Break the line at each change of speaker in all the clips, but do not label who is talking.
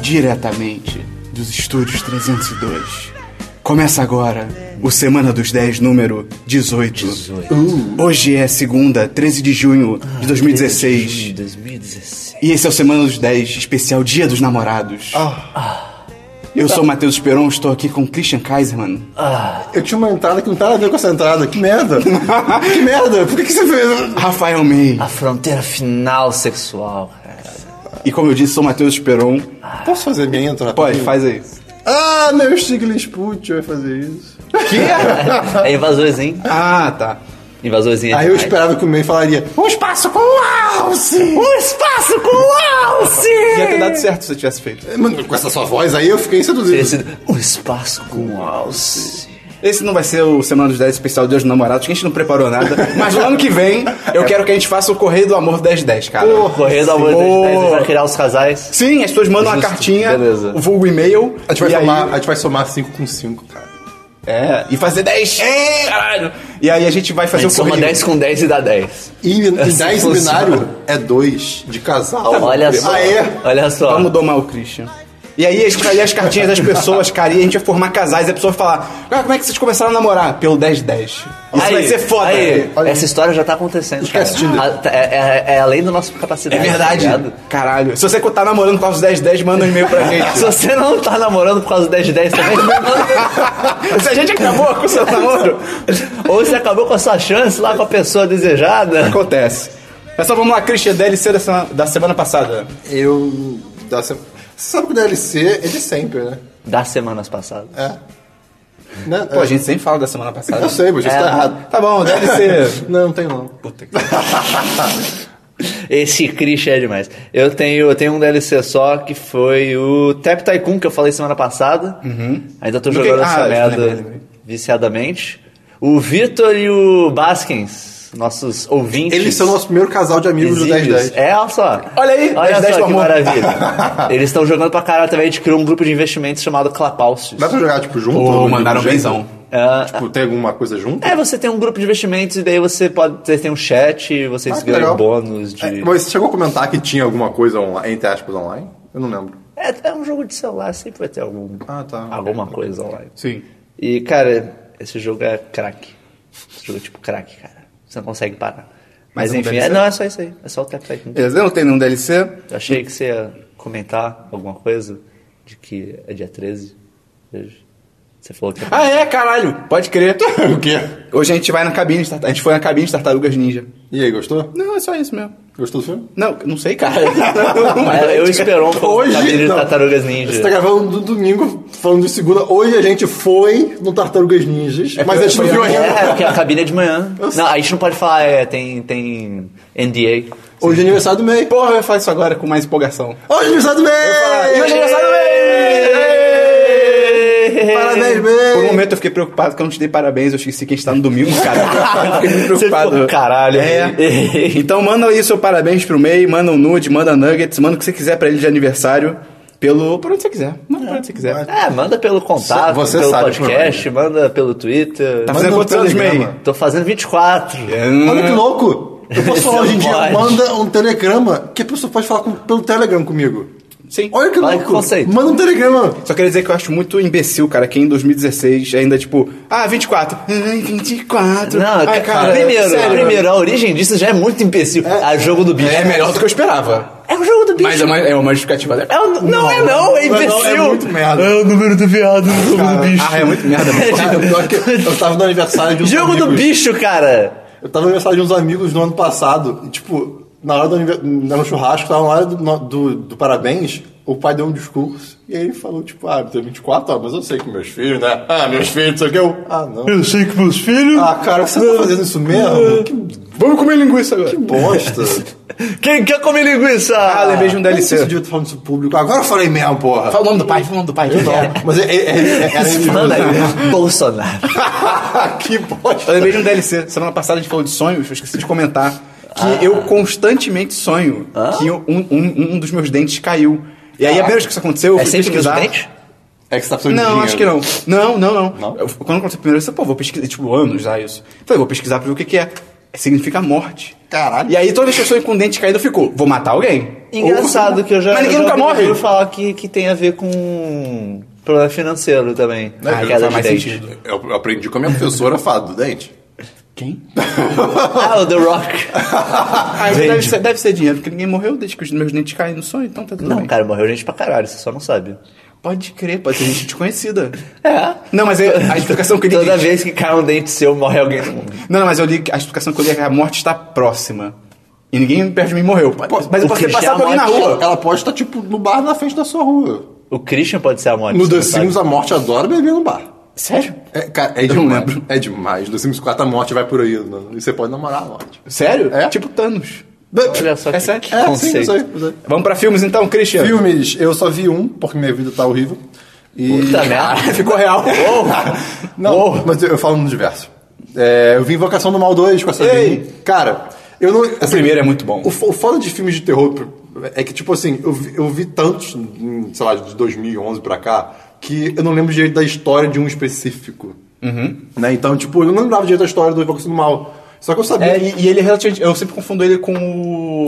diretamente dos estúdios 302. Começa agora o Semana dos 10, número 18. Uh. Hoje é segunda, 13 de junho de 2016.
2016.
E esse é o Semana dos 10, especial Dia dos Namorados. Eu sou o Matheus Esperon, estou aqui com Christian Kaiserman.
Eu tinha uma entrada que não tava a ver com essa entrada. Que merda! que merda! Por que, que você fez?
Rafael May.
A fronteira final sexual, cara.
E como eu disse, sou Matheus Esperon.
Posso fazer minha entrada?
Pode, faz aí.
Ah, meu Stiglitz Put vai fazer isso.
É invasorzinho.
Ah, tá.
Invasorzinho.
Aí eu esperava que o meio falaria: Um espaço com o alce!
Um espaço com o
Ia
alce!
ter dado certo se eu tivesse feito.
Mano, com essa sua voz aí eu fiquei
Teria
seduzido.
sido um espaço com o alce.
Esse não vai ser o Semana dos 10 especial Dia dos Namorados, que a gente não preparou nada. Mas no ano que vem, eu quero que a gente faça o Correio do Amor 1010, cara.
Correndo ao
Sim.
mundo pra criar os casais.
Sim, as pessoas mandam uma
Justo.
cartinha,
Beleza.
o vulgo e-mail.
A gente vai
e aí-
somar- a gente vai somar 5 com 5, cara.
É, e fazer 10. É, caralho. E aí a gente vai
A
fazer
gente
o correio.
soma 10 com 10 e dá 10.
É
E em
Assim
10
funciona.
binário é 2 de casal.
Tá
Olha só.
Ah, é?
Olha só.
Vamos domar o Christian. E aí a gente vai ler as cartinhas das pessoas, cara, e a gente vai formar casais e a pessoa vai falar: ah, como é que vocês começaram a namorar? Pelo 1010. Isso
Aí,
vai ser foda.
aí,
Olha.
Essa história já tá acontecendo.
Esquece
cara.
Tinder.
A- tá- é, é- é além da nossa
É
capacidade.
verdade.
tá ligado?
Caralho. Se você tá namorando por causa dos 1010, manda um e-mail pra gente.
Se você não tá namorando por causa do 10 de 10 também, não manda-
Se a gente acabou com o seu namoro,
ou você acabou com a sua chance lá com a pessoa desejada.
acontece. Mas só vamos lá, Christian, DLC da semana, da semana passada.
Eu. dá sem- Você sabe que o DLC é de sempre, né?
Das semanas passadas.
É. Né?
Pô,
É.
a gente sempre fala da semana passada.
Eu sei, mas isso
É.
tá errado.
Tá bom, DLC.
Não, não tem não.
Puta que
Esse Christian é demais. Eu tenho, eu tenho um DLC só que foi o Tap Tycoon que eu falei semana passada. Ainda tô
No
jogando
que-
essa
ah,
merda
lembrei, lembrei.
viciadamente. O Vitor e o Baskins, nossos ouvintes.
Eles são o nosso primeiro casal de amigos
Exílios.
do 1010.
É, olha só.
Olha aí,
olha
10,
só que
do amor.
maravilha. Eles estão jogando pra caralho também. A gente criou um grupo de investimentos chamado Clapalcios.
Dá pra jogar, tipo, junto?
Pô,
Ou
mandaram
junto?
benzão.
Tipo, tem alguma coisa junto?
É, você tem um grupo de investimentos e daí você pode você tem um chat, vocês
Ah, que
ganham
legal.
bônus de.
É, mas você chegou a comentar que tinha alguma coisa, online, entre aspas, online? Eu não lembro.
É, é um jogo de celular, sempre vai ter algum,
Ah, tá.
alguma coisa online.
Sim.
E, cara, esse jogo é craque. Esse jogo é tipo craque, cara. Você não consegue parar.
Mas
Mas,
não
enfim,
deve
é-
ser.
não é só isso aí. É só o Tap Tycoon.
Beleza, eu não tenho nenhum DLC.
Eu achei que você ia comentar alguma coisa de que é dia 13 hoje. Você falou que...
Ah, é, caralho. Pode crer.
o quê?
Hoje a gente vai na cabine, de tartar- a gente foi na cabine de Tartarugas Ninja.
E aí, gostou?
Não, é só isso mesmo. Tipo,
Gostou do filme?
Não, não sei, cara.
É, eu esperou um pouco
Hoje,
da de
não.
Tartarugas Ninja.
É.
Você tá gravando no domingo, falando de segunda. Hoje a gente foi no Tartarugas Ninjas, mas a gente não viu ainda.
É, porque a cabine é de manhã.
Eu sei.
Não, a gente não pode falar, é, tem, tem NDA.
Hoje é aniversário do MEI.
Porra, eu ia falar isso agora com mais empolgação.
Hoje é aniversário do MEI!
E hoje é aniversário do
Ei!
Parabéns,
Por um
MEI!
momento eu fiquei preocupado que eu não te dei parabéns, eu esqueci que a gente tá no domingo, cara. Eu fiquei muito
Você
preocupado.
ficou, caralho.
É. então manda aí seu parabéns pro MEI, manda um nude, manda nuggets, manda o que você quiser pra ele de aniversário. Pelo. Por onde você quiser. Manda por onde você quiser.
É, manda pelo contato,
Você
pelo
sabe,
podcast, manda pelo Twitter.
é. Tá
Manda-
fazendo
um
quantos anos, É, MEI?
telegrama.
Tô fazendo 24.
Olha
Uhum.
que louco! Eu posso falar
Você
hoje em dia,
pode.
manda um telegrama que a pessoa pode falar com- pelo Telegram comigo.
Sim.
Olha que
Olha
louco!
que conceito.
Manda um telegrama!
Só queria dizer que eu acho muito imbecil, cara, que em 2016 ainda, tipo, ah, 24. Ai, 24.
Não,
Ai,
ca- primeiro,
sério.
primeiro, a origem disso já é muito imbecil. É, jogo do bicho.
É melhor do que eu esperava.
É o jogo do bicho.
Mas é uma, é uma justificativa legal.
É o- não, é não, é
Não, é
imbecil.
muito merda.
É o número do viado no jogo do bicho.
Ah, é muito merda. mano.
Cara, eu, pior que eu tava no aniversário de uns
Jogo do
amigos.
bicho, cara.
Eu tava no aniversário de uns amigos no ano passado, e tipo, na hora do anive- no churrasco, tava na hora do, no- do- do parabéns, o pai deu um discurso, e aí ele falou, tipo, ah, tem 24, ah, mas eu sei que meus filhos, né? Ah, meus filhos, não sei o que eu. Ah, não.
Eu sei que meus filhos. É.
Ah, cara, você tá fazendo isso mesmo? Que
Vamos comer linguiça agora.
bosta.
Quem quer comer linguiça?
Ah, lembrei de um
Não sei se eu
DLC.
devia estar falando isso público. Agora eu falei mesmo, porra.
Fala o nome do pai, fala o nome do pai.
Eu não. Mas é, é, é, era ele
Manda aí,
mesmo.
Bolsonaro.
que
Eu
bosta.
lembrei de um DLC. Semana passada a gente falou de sonhos, eu esqueci de comentar.
Ah.
Que eu constantemente sonho que eu- um, um- um dos meus dentes caiu. E aí, a primeira vez que isso aconteceu, eu
É
fui
sempre meus
pesquisar.
dentes?
É que você tá precisando de
Não,
dinheiro.
acho que não. Não, não, não.
Não?
Eu- quando aconteceu a primeira vez, eu pensei, pô, vou Então, pesquisar, tipo, anos já isso. Falei, vou pesquisar pra ver o que que é. significa morte.
Caralho.
E aí todas as pessoas com o dente caído ficou, vou matar alguém.
Engraçado
Ou-
que eu já.
Mas ninguém
eu já
nunca morre. Ah,
ouvi falar que, que tem a ver com problema financeiro também.
Ah,
queda
faz
de
mais
dente.
sentido.
Eu eu aprendi com a minha professora a falar do dente.
Quem?
Ah, o The Rock.
Ah,
Vende.
deve, ser, deve ser dinheiro, porque ninguém morreu desde que os meus dentes caem no sonho, então tá tudo
Não,
bem.
cara, morreu gente pra caralho, você só não sabe.
Pode crer, pode ser gente desconhecida.
É.
Não, mas aí, a explicação que ele
Toda
diz-
vez que cai um dente seu, morre alguém no mundo.
Não, não, mas eu li que a explicação que eu li é que a morte está próxima. E ninguém perto de mim morreu. Mas eu
o
posso ter
Cristiano
passado por alguém na
morte-
rua.
Ela pode estar, tipo, no bar na frente da sua rua.
O Christian pode ser a morte.
No
você
The
não sabe.
Sims, a morte adora beber no bar.
Sério?
É, cara, é
Eu não
demais.
lembro.
É demais. No Sims 4 a morte vai por aí. Né? E você pode namorar a morte.
Sério?
É.
Tipo Thanos.
Olha só
É
que,
sério?
que
É, sim, eu
conceito.
sei. eu sei.
Vamos pra filmes então, Christian.
Filmes, eu só vi um, porque minha vida tá horrível. E...
Puta merda.
Ficou real.
Não, mas eu, eu falo no diverso. É, eu vi Invocação do Mal 2 com a Sabine. Cara, eu não... assim,
primeiro é muito bom.
O, fo- o foda de filmes de terror é que, tipo assim, eu vi, eu vi tantos, hum, sei lá, de 2011 pra cá, que eu não lembro direito da história de um específico.
Uhum.
Né? Então, tipo, eu não lembrava direito da história do Invocação do Mal. Só que eu sabia...
É, e, e ele é relativamente. Eu sempre confundo ele com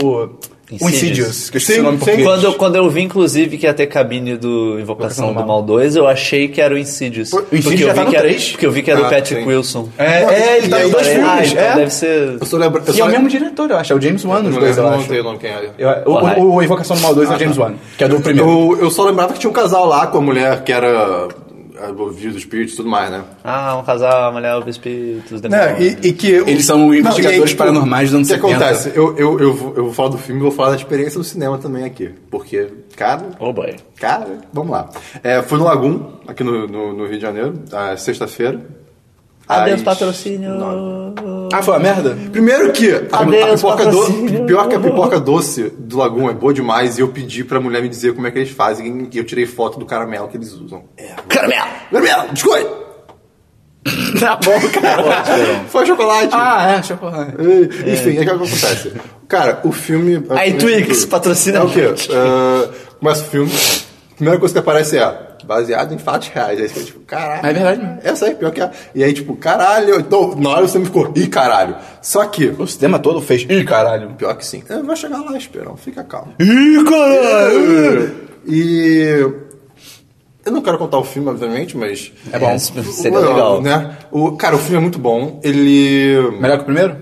o. O
Insidious.
Insidious, que eu esqueci
Sim,
o nome em
sim.
português.
Quando eu, quando eu vi, inclusive, que ia ter cabine do Invocação do Mal 2, eu achei que era o Insidious.
O Insidious
Porque eu
já
vi
tá no
que era-
três?
Porque eu vi que era
Ah,
o Patrick
sim.
Wilson.
É, é, ele tá
E
nos
aí,
dois
ah,
filmes.
então
é.
deve ser...
Eu só lembro... eu
E é
só
o
lem-
mesmo diretor, eu acho. É o James Wan, os
Não
dois,
lembro,
eu
não
acho.
sei o nome quem é.
Eu- o, o, o Invocação do Mal 2 é o James Wan, que é do primeiro.
Eu, eu só lembrava que tinha um casal lá com a mulher que era envolvida do espírito e tudo mais, né?
Ah, um casal, a mulher, o espíritos...
Né,
demônios.
e, e que eu-
Eles são
Não,
investigadores
e aí, tipo,
paranormais dos anos
O que
70.
acontece? Eu, eu, eu, vou, eu vou falar do filme e vou falar da experiência do cinema também aqui. Porque, cara,
Oh, boy.
cara, vamos lá. É, fui no Lagoon, aqui no, no, no Rio de Janeiro, ah, sexta-feira.
Adeus,
às
patrocínio.
nove.
Ah, foi uma merda?
Primeiro que a,
Adeus,
a pipoca
patrocínio.
do, pior que a pipoca doce do Lagoon é boa demais e eu pedi pra mulher me dizer como é que eles fazem e eu tirei foto do caramelo que eles usam. É.
Caramelo!
Caramelo, biscoito!
Tá bom, cara.
Foi chocolate!
ah, é, chocolate.
É, Enfim, é o que acontece. Cara, o filme.
Aí, Twix, patrocina
É o quê?
a gente.
Ah, começa o filme, a primeira coisa que aparece é baseado em fatos reais. Aí você fica tipo, caralho.
É verdade mesmo.
Essa aí, pior que é. E aí, tipo, caralho. Então, na hora você me ficou, ih, caralho. Só que,
O sistema todo fez. Ih, caralho.
pior que sim. Eu vou chegar lá, Esperão, fica calmo.
Ih, caralho.
E. Eu não quero contar o filme, obviamente, mas.
É bom.
É, seria
Não,
legal.
Né? O, cara, o filme é muito bom. Ele.
Melhor que o primeiro?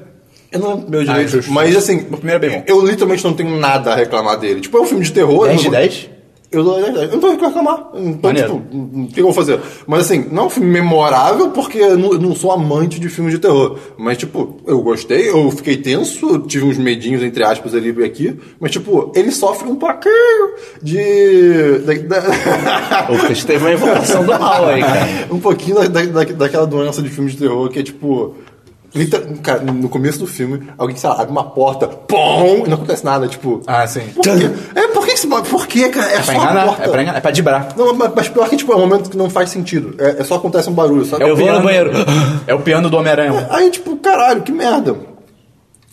Eu não lembro meu
Ah,
direito,
justo.
mas assim,
O primeiro é bem bom.
eu literalmente não tenho nada a reclamar dele. Tipo, é um filme de terror.
10
eu
de
não-
10?
Eu dou 10 de 10. Eu não tenho o que reclamar. Então,
Maneiro.
tipo, o que eu vou fazer? Mas assim, não é um filme memorável porque eu não, eu não sou amante de filmes de terror. Mas, tipo, eu gostei, eu fiquei tenso, eu tive uns medinhos, entre aspas, ali e aqui. Mas, tipo, ele sofre um pouquinho de. da- da-
O Christian teve uma invocação do mal aí, cara.
um pouquinho da, da- da- daquela doença de filme de terror que é tipo. liter- cara, no começo do filme, alguém, sei lá, abre uma porta, pom, e não acontece nada, tipo.
Ah, sim.
Por quê? É, por que esse. Por que, cara? É só
Pra
a
enganar.
porta.
É pra enganar. É pra dibrar.
Não, mas, mas pior que, tipo, é um momento que não faz sentido. É, é só acontece um barulho, sabe?
Eu vou
Piano.
no banheiro.
É o piano do Homem-Aranha.
Aí, tipo, caralho, que merda.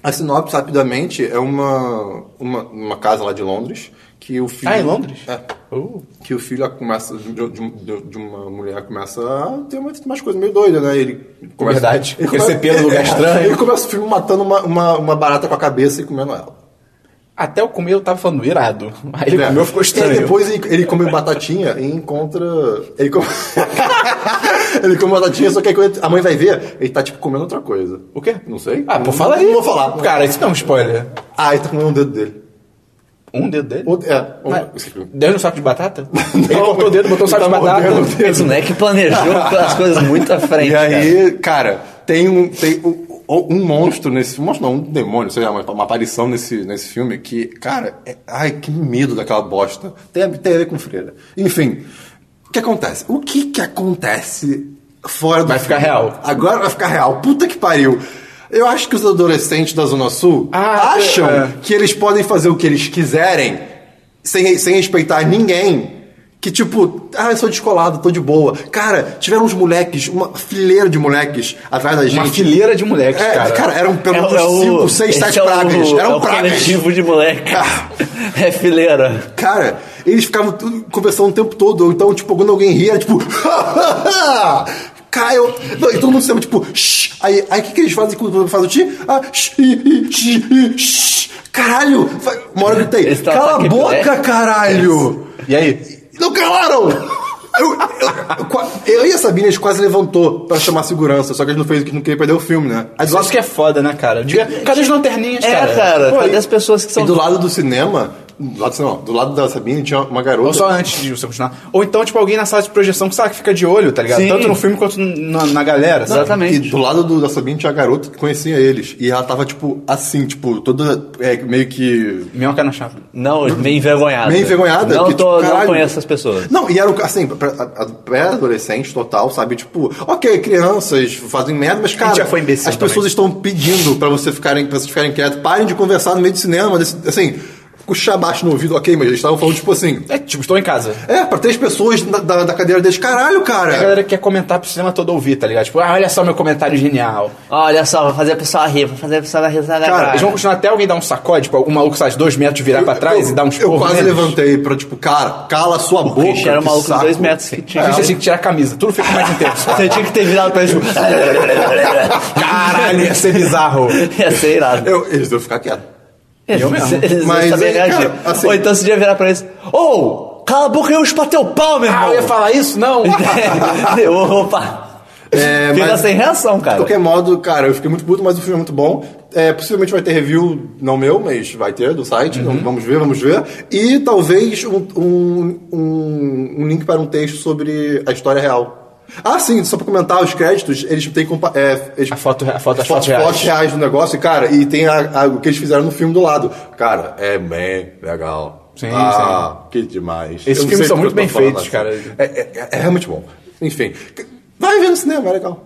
A sinopse, rapidamente, é uma, uma, uma casa lá de Londres que o filho...
Ah, em Londres?
É.
Uh.
Que o filho começa, de, de- de- de uma mulher começa a ter umas, umas coisas meio doidas, né? Ele começa, É,
Verdade. Crescer pelo lugar estranho.
Ele começa o filme matando uma, uma, uma barata com a cabeça e comendo ela.
Até eu comer, eu tava falando irado. Aí ele
É.
comeu, ficou
E
estranho.
aí depois ele, ele come batatinha e encontra. Ele come. ele come batatinha, só que aí quando a mãe vai ver, ele tá tipo comendo outra coisa.
O quê?
Não sei.
Ah, pô, fala aí.
Não vou falar.
Cara, isso não é um spoiler.
Ah, ele tá comendo um dedo dele.
Um dedo dele?
Outro- é, um-
Mas- Deu no saco de batata? ele
Não,
cortou o dedo, botou um saco de
ele tá mordendo
batata.
o dedo.
Esse moleque planejou as coisas muito à frente,
E aí, cara, tem um. Tem um, um monstro nesse. Um monstro não, um demônio, sei lá, uma, uma aparição nesse, nesse filme que, cara, é- ai, que medo daquela bosta. Tem, a- tem a ver com freira. Enfim, o que acontece? O que que acontece fora do.
Vai ficar
filme?
real.
Agora vai ficar real. Puta que pariu. Eu acho que os adolescentes da Zona Sul
Ah,
acham
é.
que eles podem fazer o que eles quiserem sem, sem respeitar ninguém. Que tipo, ah, eu sou descolado, tô de boa. Cara, tiveram uns moleques, uma fileira de moleques atrás da gente.
Uma fileira de moleques,
É, cara.
cara.
eram pelo
É o-
menos
é o-
5, 6,
esse
7
é o-
pragas.
é
Eram
o
pragas.
coletivo de moleque. É fileira.
Cara, eles ficavam tudo conversando o tempo todo. Ou então, tipo, quando alguém ria, era tipo. Kyle. Não, e todo mundo se chama, tipo, shh. Aí o aí, que, que eles fazem quando fazem o ti? Ah, shh, ih, ih, shh, ih, shh. Caralho! Vai- Uma hora eu gritei,
Esse tá
cala a
ataque
boca,
epilético.
caralho! E aí? Não calaram! Eu, eu, eu qua- eu e a Sabine, a gente quase levantou pra chamar a segurança, só que a gente não fez o que não queria perder o filme, né? Aí do lado-
Isso que é foda, né, cara? Diga- Cadê as lanterninhas,
É,
cara?
cara,
Pô,
cadê
e-
as pessoas que são.
E do lado do cinema, do lado do cinema, não, do lado da Sabine tinha uma garota.
Ou só antes de você continuar. Ou então, tipo, alguém na sala de projeção que sabe que fica de olho, tá ligado?
Sim.
Tanto no filme quanto na, na galera, sabe?
Exatamente.
E do lado do, da Sabine tinha a garota que conhecia eles. E ela tava, tipo, assim, tipo, toda é, meio que.
Minhoca na chapa.
Não, meio envergonhada.
Meio envergonhada.
Não,
que,
tô,
tipo,
não
caralho.
conheço essas pessoas.
Não, e era o- assim, pra- a- a- pré-adolescente total, sabe? Tipo, ok, crianças fazem merda, mas cara,
já foi imbecil
as pessoas
também.
estão pedindo pra você ficarem, pra vocês ficarem quietos, parem de conversar no meio do cinema, desse- assim, puxar abaixo no ouvido, ok, mas eles estavam falando, tipo assim,
É, tipo, estou em casa.
é, pra três pessoas da, da, da cadeira deles, caralho, cara.
A galera quer comentar pro cinema todo ouvir, tá ligado? Tipo, ah, olha só meu comentário genial.
Olha só, vai fazer a pessoa rir, vai fazer a pessoa dar risada.
Cara,
agora.
eles vão continuar até alguém dar um sacode, tipo, o maluco sai de dois metros, virar pra trás
eu,
e dar uns
Eu
porros
quase
neles.
levantei pra, tipo, cara, cala sua boca.
Porque era um
que
maluco de
saco. É, um
dois metros que tinha.
A gente tinha que tirar a camisa, tudo fica mais intenso.
Você tinha que ter virado pra eles. tipo,
Caralho, ia ser bizarro.
Ia ser irado.
Eu, eles deviam ficar quietos.
eu mesmo.
Eles não
Mas,
sabiam
é,
reagir.
cara, assim-
Ou então você ia virar pra eles. Ou, cala a boca e eu chupar teu pau, meu
Ah,
irmão.
eu ia falar isso? Não.
Eu- Opa.
É,
Fica
mas- é
sem reação,
De
cara.
qualquer modo, cara, eu fiquei muito puto, mas o filme é muito bom. É, possivelmente vai ter review, não meu, mas vai ter do site.
Uhum.
Então, vamos ver, vamos ver. E talvez um, um, um- um link para um texto sobre a história real. Ah, sim, só pra comentar, os créditos, eles têm. compa- É, eles,
A foto, a foto, as fotos
fotos reais.
reais.
reais do negócio, e, cara, e tem a- a- o que eles fizeram no filme do lado. Cara, é bem legal.
Sim,
ah, que demais.
Esses
Eu não
filmes
sei
são
porque
muito
eu tô
bem
falando
feitos, cara.
É, é- é realmente bom. Enfim, vai ver no cinema, é legal.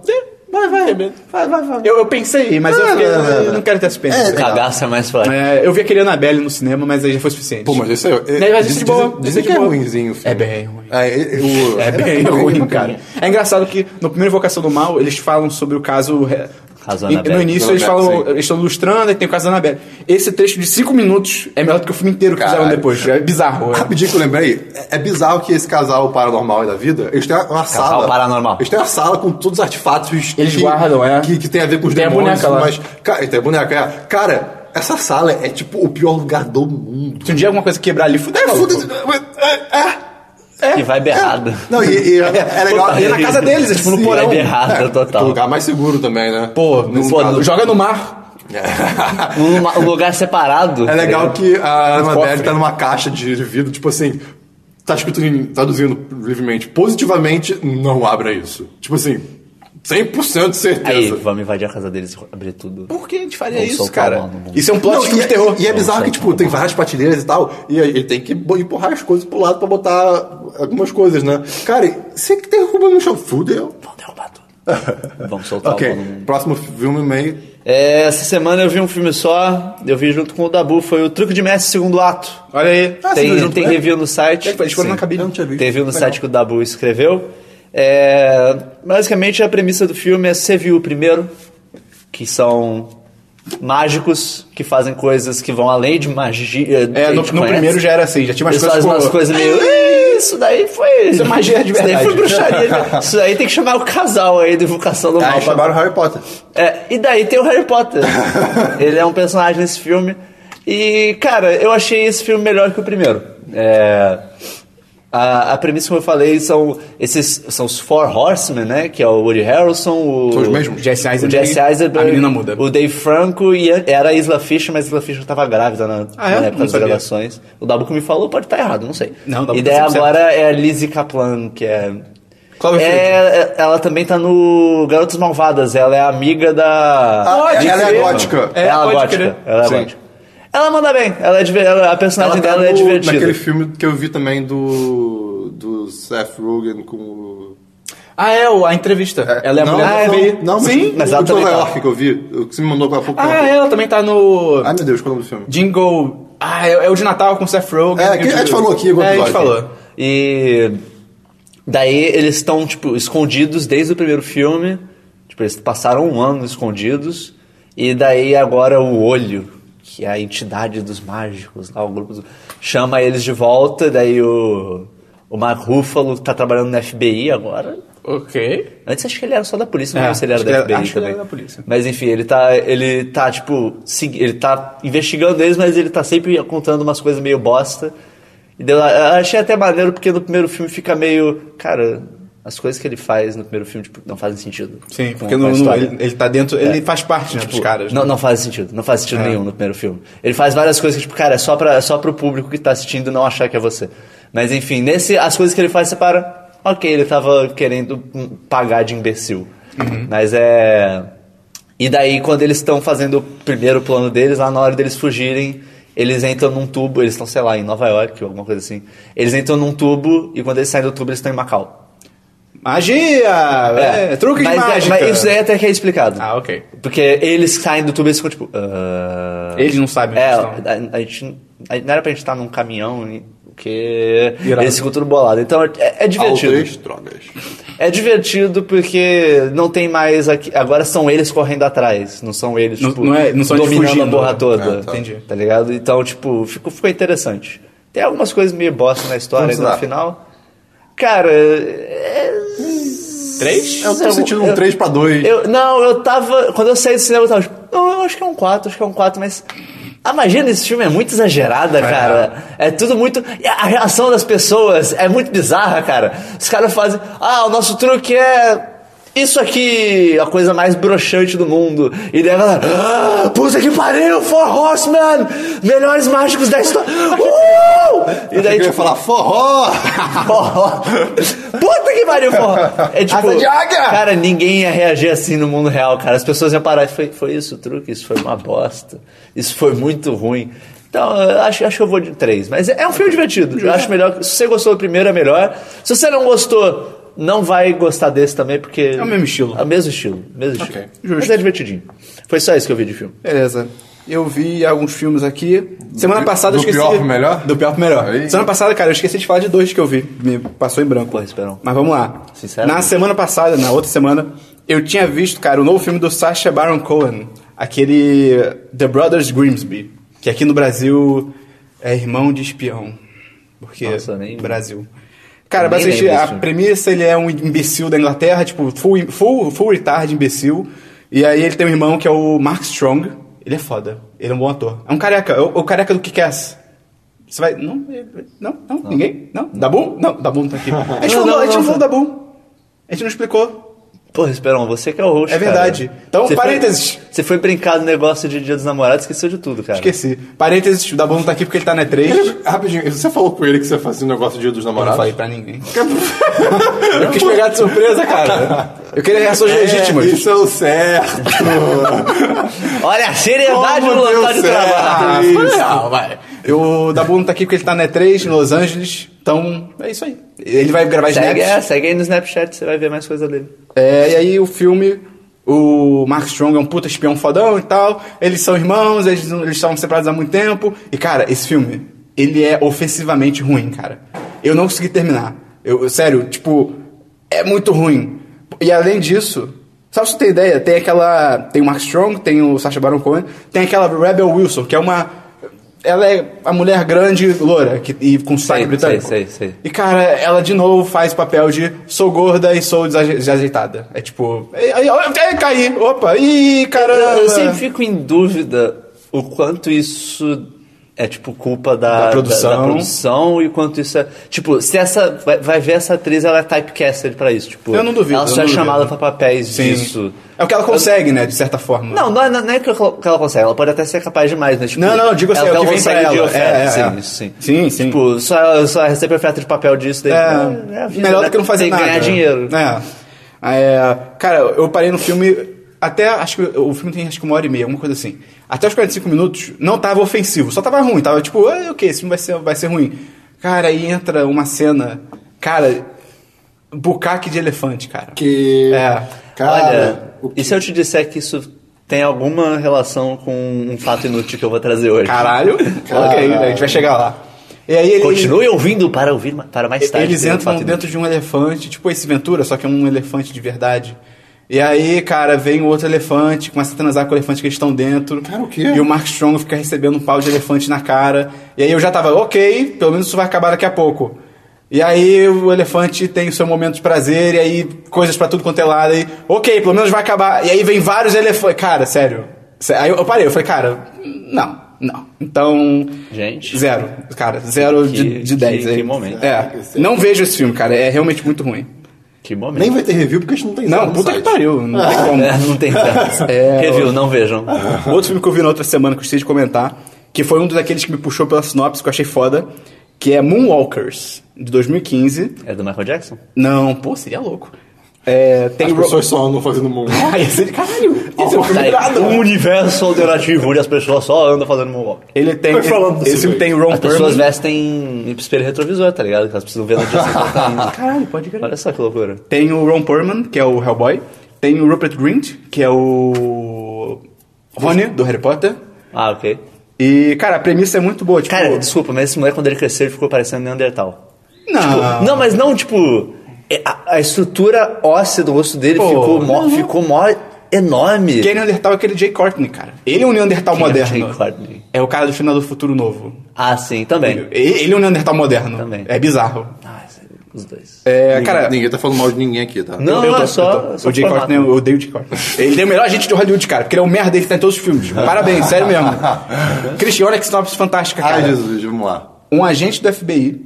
Vai, vai, vai, vai, vai.
Eu, eu pensei, mas eu, fiquei, eu não quero ter essa experiência.
O Cagaço é mais forte.
É, eu vi aquele Annabelle no cinema, mas aí já foi suficiente.
Pô, mas isso aí. É,
Mas isso de boa,
Dizem,
isso
dizem
de
que é
boa.
ruimzinho o filme.
É bem ruim.
É, é, o-
É bem
bem
ruim, cara. É engraçado que no primeiro Invocação do Mal eles falam sobre o caso. re-
Caso
E-
Annabelle.
no início eles
Annabelle,
falam,
sim.
eles estão ilustrando e tem o caso da Anabelle. Esse trecho de 5 minutos é melhor do que o filme inteiro que
Caralho.
fizeram depois. É bizarro. é.
Rapidinho que eu lembrei, é, é bizarro que esse casal paranormal e da vida, eles têm uma sala.
paranormal.
Eles têm uma sala com todos os artefatos
Eles
que,
guardam, é.
que, que tem a ver com os
Tem a
demônios.
boneca lá.
Mas, cara, tem a boneca, é. Cara, essa sala é tipo o pior lugar do mundo.
Se um dia alguma coisa quebrar ali, fudeu.
É,
maluco.
foda-se. É, é, é,
Que vai berrado.
é. Não, e, e é, é legal.
E é na casa deles, é tipo no
Sim,
porão.
vai berrado, total.
É, lugar mais seguro também, né?
Pô, no-
Nesse
pô,
caso.
joga no mar.
Um, lu- um lugar separado.
É legal que a Annabelle
cofre.
tá numa caixa de vidro, tipo assim, tá escrito em, traduzindo livremente, positivamente, não abra isso. Tipo assim, 100% certeza.
Aí, vamos invadir a casa deles e abrir tudo.
Por que a gente faria
Vou
isso,
soltar
cara?
uma no mundo.
Isso é um plot
Não,
de
e,
filme de terror.
e é bizarro que,
sei.
tipo, tem várias prateleiras e tal, e aí ele tem que bo- empurrar as coisas pro lado pra botar algumas coisas, né? Cara, e você que tem roupa no chão, fudeu.
Vão derrubar tudo. Vamos soltar o mundo.
Ok, próximo filme meio.
É, essa semana eu vi um filme só, eu vi junto com o Dabu, foi o Truque de Mestre Segundo Ato.
Olha aí. Ah, você
tem
viu junto
tem
com ele?
review no site.
É que eles foram na cabine.
Eu não tinha visto.
Tem review no
Legal.
site que o Dabu escreveu. É, basicamente a premissa do filme é você viu o primeiro, que são mágicos que fazem coisas que vão além de magia. que
É,
a
no,
gente
no
conhece.
primeiro já era assim, já tinha umas
Eles
coisas
fazem umas
como-
coisas meio. "Ih, Isso daí foi.
Isso é magia de
Isso daí foi
verdade."
bruxaria. né? Isso daí tem que chamar o casal aí do Invocação do Mal.
Ah,
pra-
chamaram Harry Potter.
é, e daí tem o Harry Potter. Ele é um personagem nesse filme. E, cara, eu achei esse filme melhor que o primeiro. É, a, a premissa, como eu falei, são esses são os Four Horsemen, né? Que é o Woody Harrelson, o.
São os mesmos?
Jesse
o
Eisenberg,
Jesse Eisenberg,
a menina muda.
O Dave Franco e a- era a Isla Fisher, mas a Isla Fisher tava grávida na,
Ah, é?
na
Não
época das
sabia.
gravações. O Dabu me falou, pode estar errado, não sei.
Não, o Dabu
e
tá
daí
sempre certo.
agora é a Lizzie Kaplan, que é.
Cloverfield.
É, ela também tá no Garotas Malvadas. Ela é amiga da.
Ah,
Pode
ela é
crer.
gótica.
É,
ela é
pode
gótica.
crer.
Ela é
Sim.
gótica. Ela manda bem. Ela é, diver- ela- a personagem
tá
dela é
no-
divertida.
Naquele filme que eu vi também do, do Seth Rogen com o.
Ah, é, o- a entrevista. Ela é a
não,
mulher
não,
do
não,
FBI.
não, mas,
Sim.
mas
o
ela
de Nova
também tá.
York que eu vi, o que você me mandou há pouco
Ah,
tempo.
ela também tá no...
Ai meu Deus, qual é o nome do filme?
Jingle. Ah, é, é o de Natal com o Seth Rogen.
É,
E o
que a gente
Jingle-
falou aqui em algum
É, a gente
episódio.
falou.
E daí eles estão, tipo, escondidos desde o primeiro filme. Tipo, eles passaram um ano escondidos. E daí agora o olho, que é a entidade dos mágicos, lá, o grupo dos- chama eles de volta, daí o. O Mark Ruffalo tá trabalhando na FBI agora.
Ok.
Antes acho que ele era só da polícia, não
É,
lembro se ele era
acho que
da
ele-
FBI
acho que ele
também.
era da polícia.
Mas enfim, ele tá, ele tá tipo, segui- ele tá investigando eles, mas ele tá sempre contando umas coisas meio bosta. E daí eu- eu achei até maneiro porque no primeiro filme fica meio, cara, as coisas que ele faz no primeiro filme tipo, não fazem sentido.
Sim,
Com-
porque
com a
no- no-
história.
ele, ele tá dentro. Ele faz parte né, dos
Tipo,
caras.
Não,
né? É.
não faz sentido. Não faz sentido nenhum no primeiro filme. Ele faz várias coisas que, tipo, cara, é só, pra, é só pro público que tá assistindo não achar que é você. Mas enfim, nesse, as coisas que ele faz, você para. Ok, ele tava querendo hum, pagar de imbecil.
Uhum.
Mas é. E daí, quando eles estão fazendo o primeiro plano deles, lá na hora deles fugirem, eles entram num tubo, eles estão, sei lá, em Nova York ou alguma coisa assim. Eles entram num tubo e quando eles saem do tubo, eles estão em Macau.
Magia! É, truque de
mas, é-
mágica.
mas isso daí até que é explicado.
Ah, ok.
Porque eles saem do tubo e eles ficam tipo. "Ah."
Eles não sabem onde
É,
estão.
a, a gente, a- não era pra gente estar num caminhão e. Porque
Irado.
eles ficam tudo bolado. Então é, é divertido.
Altas drogas.
É divertido porque não tem mais. Aqui, agora são eles correndo atrás. Não são eles,
Não-
tipo,
não é- não são eles
dominando
fugindo,
a porra
né?
toda.
É,
Ah, tá. Entendi.
Tá ligado? Então, tipo, ficou, ficou interessante. Tem algumas coisas meio bosta na história
Vamos
ainda
lá.
no final. Cara. É...
Três?
Eu tô sentindo um 3 pra 2.
Eu, não, eu tava. Quando eu saí do cinema, eu tava tipo, não, eu acho que é um 4, acho que é um 4, mas. A magia desse filme é muito exagerada, cara. É tudo muito. e A reação das pessoas é muito bizarra, cara. Os caras fazem. Ah, o nosso truque é. Isso aqui, a coisa mais broxante do mundo. E daí ela. Ah, puta que pariu, Four Horsemen! Melhores mágicos da história! Uh! E daí,
eu ia
tipo.
falar forró!
Forró. Puta que pariu, forró. É tipo,
Asa de águia.
cara, ninguém ia reagir assim no mundo real, cara. As pessoas iam parar e foi, foi isso o truque, isso foi uma bosta, isso foi muito ruim. Então, eu acho, acho que eu vou de três. Mas é é um filme divertido. Eu acho melhor. Se você gostou do primeiro, é melhor. Se você não gostou, não vai gostar desse também, porque. É
o mesmo estilo.
É o mesmo estilo. Mesmo estilo.
Justo.
Mas é divertidinho. Foi só isso que eu vi de filme.
Beleza. Eu vi alguns filmes aqui. Semana
pi-
passada eu
do
esqueci.
pior pro melhor?
Do pior pro melhor.
Aí.
Semana passada, cara, eu esqueci de falar de dois que eu vi. Me passou em branco.
Porra, Esperão.
Mas vamos lá.
Sinceramente.
Na semana passada, na outra semana, eu tinha visto, cara, o novo filme do Sacha Baron Cohen. Aquele The Brothers Grimsby. Que aqui no Brasil é irmão de espião. Porque
Nossa, nem-
Brasil. Cara,
Nem
pra assistir,
lembro
a
desse filme.
premissa, ele é um imbecil da Inglaterra, tipo, full, full, full retard imbecil. E aí ele tem um irmão que é o Mark Strong. Ele é foda. Ele é um bom ator. É um careca. É o, o careca do Kick-Ass. Você vai... Não, ele- não, não, ninguém? Não? Dabu? Não, Dabu não tá aqui. A gente
Não,
não, falou,
não,
a gente
não.
não falou Dabu. A gente não explicou.
Porra, Esperão, você que é o host,
É verdade.
cara.
Então,
Você foi-
parênteses.
você foi brincar no negócio de Dia dos Namorados, esqueceu de tudo, cara.
Esqueci. Parênteses, o Dabu não tá aqui porque ele tá na E3.
Ele- é Rapidinho, você falou com ele que você fazia um negócio de Dia dos
Eu não
Namorados?
falei pra ninguém. eu quis pegar de surpresa, cara. Eu queria reações legítimas.
Isso é o certo.
Olha a seriedade
Como
do
deu
local de
certo.
trabalho.
Ah,
Isso.
foi legal, vai. Eu, o Dabu não tá aqui porque ele tá na E3, em Los Angeles. Então, é isso aí. Ele vai gravar
Segue, é,
snaps.
segue aí no Snapchat, você vai ver mais coisa dele.
É, e aí o filme, o Mark Strong é um puta espião fodão e tal. Eles são irmãos, eles não- eles estavam separados há muito tempo. E, cara, esse filme, ele é ofensivamente ruim, cara. Eu não consegui terminar. Eu, eu- sério, tipo, é muito ruim. E além disso, só pra você ter ideia, tem aquela. Tem o Mark Strong, tem o Sacha Baron Cohen, tem aquela Rebel Wilson, que é uma. Ela é a mulher grande, loura, que, e com sotaque
Sei,
britânico.
sei, sei, sei.
E, cara, ela de novo faz papel de sou gorda e sou desaje- desajeitada. É tipo. Aí, aí, aí caí! Opa! Ih, caramba!
Eu sempre fico em dúvida o quanto isso é, tipo, culpa da,
Da produção.
da- da produção e quanto isso é... Tipo, se essa... Vai, vai ver essa atriz, ela é typecasted pra isso, tipo...
Eu não duvido,
Ela
eu
só
não
é
duvido.
chamada pra papéis disso.
É o que ela consegue, né? De certa forma.
Não, não é, não é que ela que ela consegue, ela pode até ser capaz demais, mas tipo,
Não, não, eu digo assim,
ela,
é o
ela
que vem pra
consegue de
ela.
oferta,
É, é,
sim,
é.
sim.
Sim, sim.
Tipo, só, só recebe oferta de papel disso, daí,
É,
a vida,
melhor
né?
do que não fazer
tem
nada.
que ganhar dinheiro.
É. É, Cara, eu parei no filme até. Acho que o filme tem acho que uma hora e meia, alguma coisa assim. Até os 45 minutos não tava ofensivo, só tava ruim. Tava tipo, ah, ok, esse filme vai ser, vai ser ruim. Cara, aí entra uma cena. Cara, bucaque de elefante, cara.
Que...
É.
Cara,
Olha, e se eu te disser que isso tem alguma relação com um fato inútil que eu vou trazer hoje?
Caralho. Ok, a gente vai chegar lá. E aí ele,
Continue ouvindo para ouvir ma- para mais tarde.
Eles
tem um
entram
fato
dentro de um elefante, tipo esse Ventura, só que é um elefante de verdade. E aí, cara, vem o outro elefante, começa a transar com o elefante que eles estão dentro.
Cara, o quê?
E o Mark Strong fica recebendo um pau de elefante na cara. E aí eu já tava, ok, pelo menos isso vai acabar daqui a pouco. E aí o elefante tem o seu momento de prazer, e aí coisas pra tudo quanto é lado, e ok, pelo menos vai acabar. E aí vem vários elefantes. Cara, sério. Sé- Aí eu eu parei, eu falei, cara, não, não. Então.
Gente.
Zero. Cara, zero
Que-
de, de
que-
10.
que
aí.
momento.
É. Não vejo esse filme, cara. É realmente muito ruim.
Que momento.
Nem vai ter review porque a gente não tem nada
é- Não,
no
puta que
é um site.
pariu. Não tem como.
É, não tem tanto.
É,
Review, não vejam.
Outro filme que eu vi na outra semana, que eu esqueci de comentar, que foi um daqueles que me puxou pela sinopse, que eu achei foda, que é Moonwalkers, de 2015.
É do Michael Jackson?
Não, pô, seria louco. É, tem
As
Ro-
pessoas tá só andam fazendo mundo.
Ai, esse de caralho! Esse é um filme
Daí,
irado.
um universo alternativo onde as pessoas só andam fazendo moonwalk.
Ele tem.
Foi falando
Esse
disso,
filme
velho.
tem Ron
As pessoas
Perlman.
vestem espelho retrovisor, tá ligado? Que elas precisam ver no dia seguinte.
Caralho, pode crer.
Olha só que loucura.
Tem o Ron Perlman, que é o Hellboy. Tem o Rupert Grint, que é o. Rony, do Harry Potter.
Ah, ok.
E, cara, a premissa é muito boa. Tipo,
Cara, desculpa, mas esse moleque quando ele cresceu ele ficou parecendo Neandertal.
não.
Não, mas não, tipo... é, A, a estrutura óssea do rosto dele
Pô, Uhum.
ficou, mó,
não.
ficou mó enorme.
Quem é Neandertal é aquele Jay Courtney, cara. Ele é um Neandertal
Quem é
moderno.
Jay Courtney?
É o cara do final do futuro novo.
Ah, sim, também.
Ele, ele é um Neandertal moderno.
Também.
É bizarro.
Ah, os dois.
É,
Ninguém-
cara.
Ninguém tá falando mal de ninguém aqui, tá?
Não,
eu
não,
tô-
é só...
eu tô-
só
o Jay
formato.
Courtney, é eu odeio o Jay Courtney. Ele tem o melhor agente de Hollywood, cara, porque ele é um merda, ele tá em todos os filmes. Parabéns, sério mesmo. Christian, olha que sinopse fantástica,
Ai,
cara.
Jesus, vamos lá.
um agente do FBI.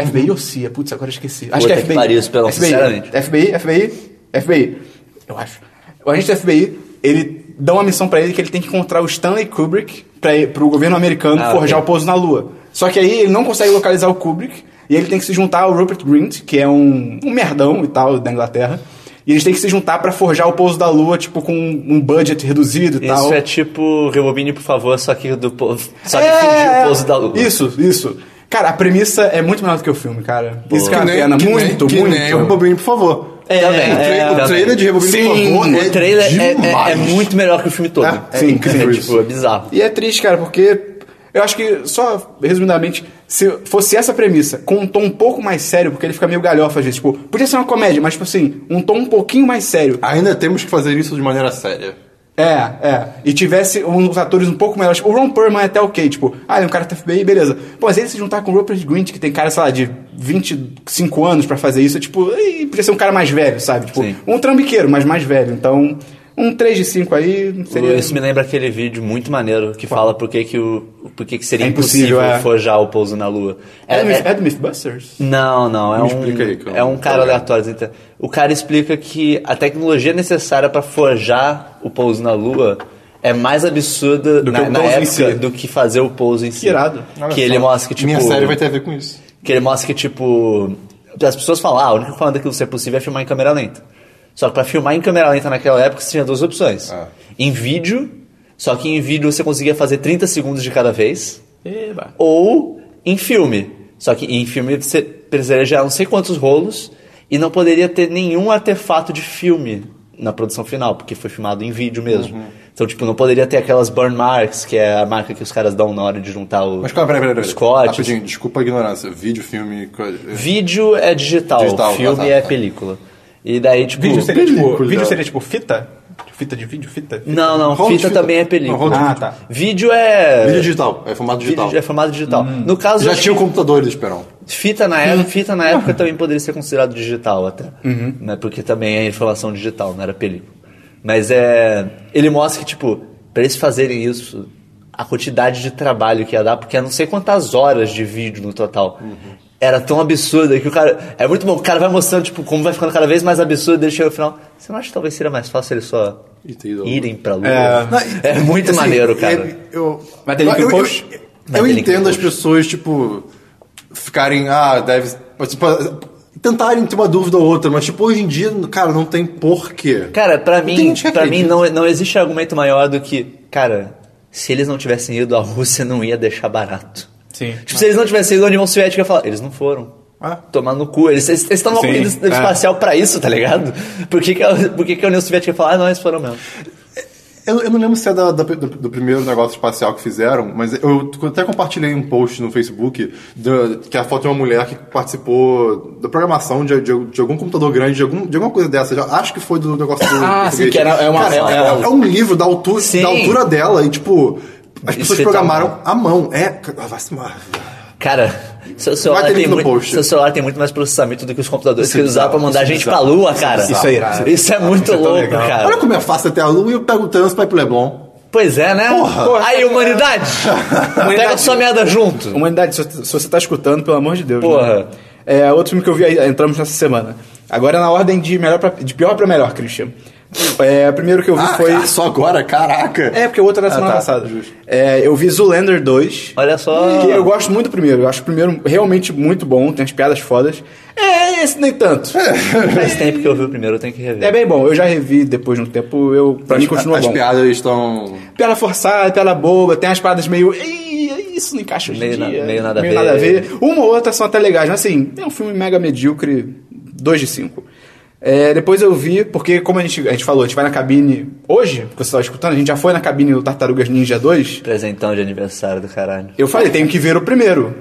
FBI ou CIA? Putz, agora eu esqueci. Acho
Puta
que é
que
FBI.
pariu, Esperão,
FBI,
sinceramente.
FBI, FBI, FBI. Eu acho. O agente do FBI, ele dá uma missão pra ele que ele tem que encontrar o Stanley Kubrick pra, ir- pro governo americano
Ah,
forjar o
ok.
pouso na Lua. Só que aí ele não consegue localizar o Kubrick e ele tem que se juntar ao Rupert Grint, que é um, um merdão e tal da Inglaterra. E eles têm que se juntar pra forjar o pouso da Lua, tipo, com um budget reduzido e um tal.
Isso é tipo Rebobine, por favor, só que do povo. Só que
É,
fingir
é,
o pouso da lua.
Isso, isso. Cara, a premissa é muito melhor do que o filme, cara. Isso que é uma
Que nem-
pena.
que nem-
Muito,
que
muito.
nem é um o Rebobine, por favor. Tá
É, também,
o, tra-
é,
o
também.
trailer de Rebobine,
Sim,
por favor,
O trailer é, é- é
demais.
muito melhor que o filme todo.
É,
É,
sim,
incrível,
é
tipo,
isso.
é bizarro.
E é triste, cara, porque eu acho que, só resumidamente, se fosse essa premissa, com um tom um pouco mais sério, porque ele fica meio galhofa, gente. Tipo, podia ser uma comédia, mas, tipo assim, um tom um pouquinho mais sério.
Ainda temos que fazer isso de maneira séria.
É, é. E tivesse uns atores um pouco melhores. Tipo, o Ron Perlman é até ok, tipo, ah, ele é um cara do FBI, beleza. Pô, mas ele se juntar com o Rupert Grint, que tem cara, sei lá, de 25 anos pra fazer isso, é tipo, ih, podia ser um cara mais velho, sabe? Tipo,
Sim.
um trambiqueiro, mas mais velho. Então, um 3 de 5 aí seria.
Isso me lembra aquele vídeo muito maneiro que fala por que, que, o, por que, que seria
É
impossível,
impossível, é.
forjar o pouso na lua.
É,
É-
do
é-
Myth- é do Mythbusters?
Não, não, é
Me
um,
explica aí, que eu
é um
não tô
cara
ligado.
aleatório. então. O cara explica que a tecnologia necessária para forjar o pouso na Lua é mais absurda
Do que
na,
o
na
pouso em
época
si.
do que fazer o pouso em si.
Que irado.
Olha
Que
só,
ele mostra que tipo
Minha série vai ter a ver com isso.
que ele mostra que tipo as pessoas falam, ah, a única forma daquilo ser possível é filmar em câmera lenta. Só que para filmar em câmera lenta naquela época você tinha duas opções.
Ah.
Em vídeo, só que em vídeo você conseguia fazer 30 segundos de cada vez
Eba.
ou em filme. Só que em filme você precisaria gerar não sei quantos rolos e não poderia ter nenhum artefato de filme na produção final, porque foi filmado em vídeo mesmo.
Uhum.
Então, tipo, não poderia ter aquelas burn marks, que é a marca que os caras dão na hora de juntar o, tipo,
Mas é calma, peraí, peraí.
os
peraí.
cortes.
Rapidinho, desculpa a ignorância. Vídeo, filme... coisa-
Vídeo é digital,
Digital,
filme
tá, tá,
é
tá.
película. E daí, tipo...
Vídeo seria, tipo,
Película.
vídeo seria tipo fita? Fita de vídeo? Fita?
Não, não,
Rolo de
fita,
fita.
também é
Não,
película.
rolo de
Ah,
vídeo.
tá.
Vídeo é...
Vídeo digital, é formato
Vídeo
digital. Hum.
é formato digital. No caso, eu
Já
acho
tinha o
que-
computador, eles esperam.
Fita na, época, fita na época também poderia ser considerado digital até.
Uhum.
Né? Porque também é informação digital, não era película. Mas é. Ele mostra que, tipo, pra eles fazerem isso, a quantidade de trabalho que ia dar, porque eu não sei quantas horas de vídeo no total.
Uhum.
Era tão absurda que o cara. É muito bom, o cara vai mostrando, tipo, como vai ficando cada vez mais absurdo, ele chega no final. Você não acha que talvez seria mais fácil eles só
E ter ido à lua.
irem pra lua?
É.
É, muito
Assim,
maneiro,
é-
cara.
eu,
Vai ter link no
eu- eu-
post?
Eu,
Vai ter link
entendo
no
as
post.
pessoas, tipo, ficarem, ah, deve. Tipo, tentarem ter uma dúvida ou outra, mas, tipo, hoje em dia, cara, não tem porquê.
Cara, pra
Não tem
mim,
gente que
pra mim
acredita.
não, não existe argumento maior do que, cara, se eles não tivessem ido, a Rússia não ia deixar barato.
Sim.
Tipo, se eles não tivessem ido, a União Soviética ia falar, eles não foram.
Ah.
Tomar no cu. Eles eles- eles estão numa
Sim,
corrida
é.
espacial pra isso, tá ligado? Por que, que, a, por que, que a União Soviética ia falar, ah, não, eles foram mesmo?
Eu, eu não lembro se é da- da- do, do primeiro negócio espacial que fizeram, mas eu até compartilhei um post no Facebook da- que é a foto de uma mulher que participou da programação de, de- de algum computador grande, de, algum- de alguma coisa dessa. Já acho que foi do negócio do.
Ah,
do
sim,
foguete.
que era- é uma-
Cara,
é uma- é uma-
é um livro da altura,
Sim.
da altura dela e, tipo, as pessoas
Espetáculo.
programaram à mão. É. ah, Vai se mar-
Cara, seu celular,
Vai ter
tem
link no
muito,
post.
seu celular tem muito mais processamento do que os computadores que eles usavam pra mandar a gente pra lua, cara.
Isso aí, cara.
Isso é muito louco, cara.
Olha como é fácil até a lua e eu pego o trânsito pra ir pro Leblon.
Pois é, né?
Porra.
Aí, humanidade! Pega sua merda junto.
Humanidade, se você- se você tá escutando, pelo amor de Deus.
Porra.
né? É, outro filme que eu vi, aí, entramos nessa semana. Agora é na ordem de, melhor pra- de pior pra melhor, Christian. É, o primeiro que eu vi
Ah,
foi.
ah, só agora? Caraca.
É, porque o outro era semana
tá,
passada.
justo.
É, eu vi Zoolander 2.
Olha só.
Que eu gosto muito do primeiro. Eu acho o primeiro realmente muito bom, tem as piadas fodas. É, esse nem tanto.
É.
Faz tempo que eu vi o primeiro, eu tenho que rever.
É bem bom. Eu já revi depois de um tempo, eu, pra mim continua
as,
bom.
as piadas estão...
Piada forçada, piada boba, tem as paradas meio. "Ih, Isso não encaixa hoje em
Meio na-
dia.
meio nada a
nada a
ver.
ver. Uma ou outra são até legais, mas assim, é um filme mega medíocre, 2 de 5. depois eu vi, porque como a gente, a gente falou, a gente vai na cabine hoje, porque você estava escutando, a gente já foi na cabine do Tartarugas Ninja 2.
Presentão de aniversário do caralho.
Eu falei, tenho que ver o primeiro.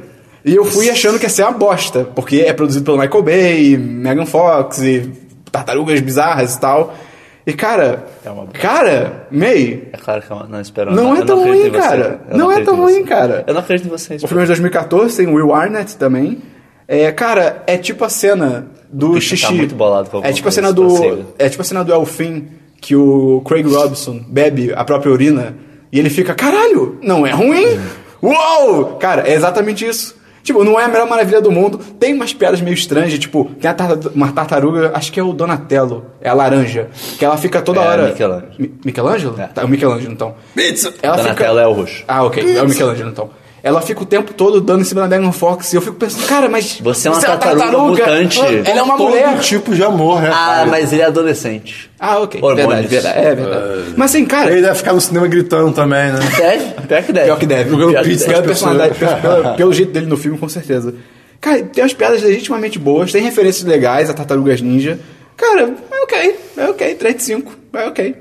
E eu fui achando que ia ser uma bosta, porque é produzido pelo Michael Bay, e Megan Fox e tartarugas bizarras e tal. E cara,
É uma bosta.
cara, May,
É claro que eu não espero.
Não é
eu
tão
acredito em
ruim,
você.
cara.
Eu
Não é
acredito
tão
em
ruim,
você.
cara.
Eu não acredito em vocês.
o filme é de 2014, tem Will Arnett também. É, cara, é tipo a cena do
Christian
xixi.
tá muito bolado com alguma
é tipo a
coisa,
cena do
prossiga.
é tipo a cena do Elfim que o Craig Robinson bebe a própria urina e ele fica, caralho, não é ruim? Uou! Cara, é exatamente isso. Tipo, não é a melhor maravilha do mundo. Tem umas piadas meio estranhas, tipo, tem a tarta- uma tartaruga, acho que é o Donatello, é a laranja, que ela fica toda
É,
hora.
Michelangelo.
Mi- Michelangelo?
É.
Tá, é o Michelangelo então.
Pizza!
Ela
Donatello é o roxo.
Ah, ok. É o Michelangelo, então. Ela fica o tempo todo dando em cima da Megan Fox. E eu fico pensando, cara, mas.
Você é uma tartaruga mutante.
Ela é uma
Todo
mulher.
tipo de amor, né?
Ah,
cara?
mas ele é adolescente.
Ah, ok.
Hormônios.
Verdade, verdade. É verdade. Mas assim, cara.
Ele deve ficar no cinema gritando também, né?
Deve? Pior que deve.
Pior que deve.
Jogando
Pior-
pizza
pela
nas
personalidade-
pessoas.
pelo- pelo- pelo jeito dele no filme, com certeza. Cara, tem umas piadas legitimamente boas, tem referências legais a Tartarugas Ninja. Cara, é ok, é ok, 3 de 5, é ok.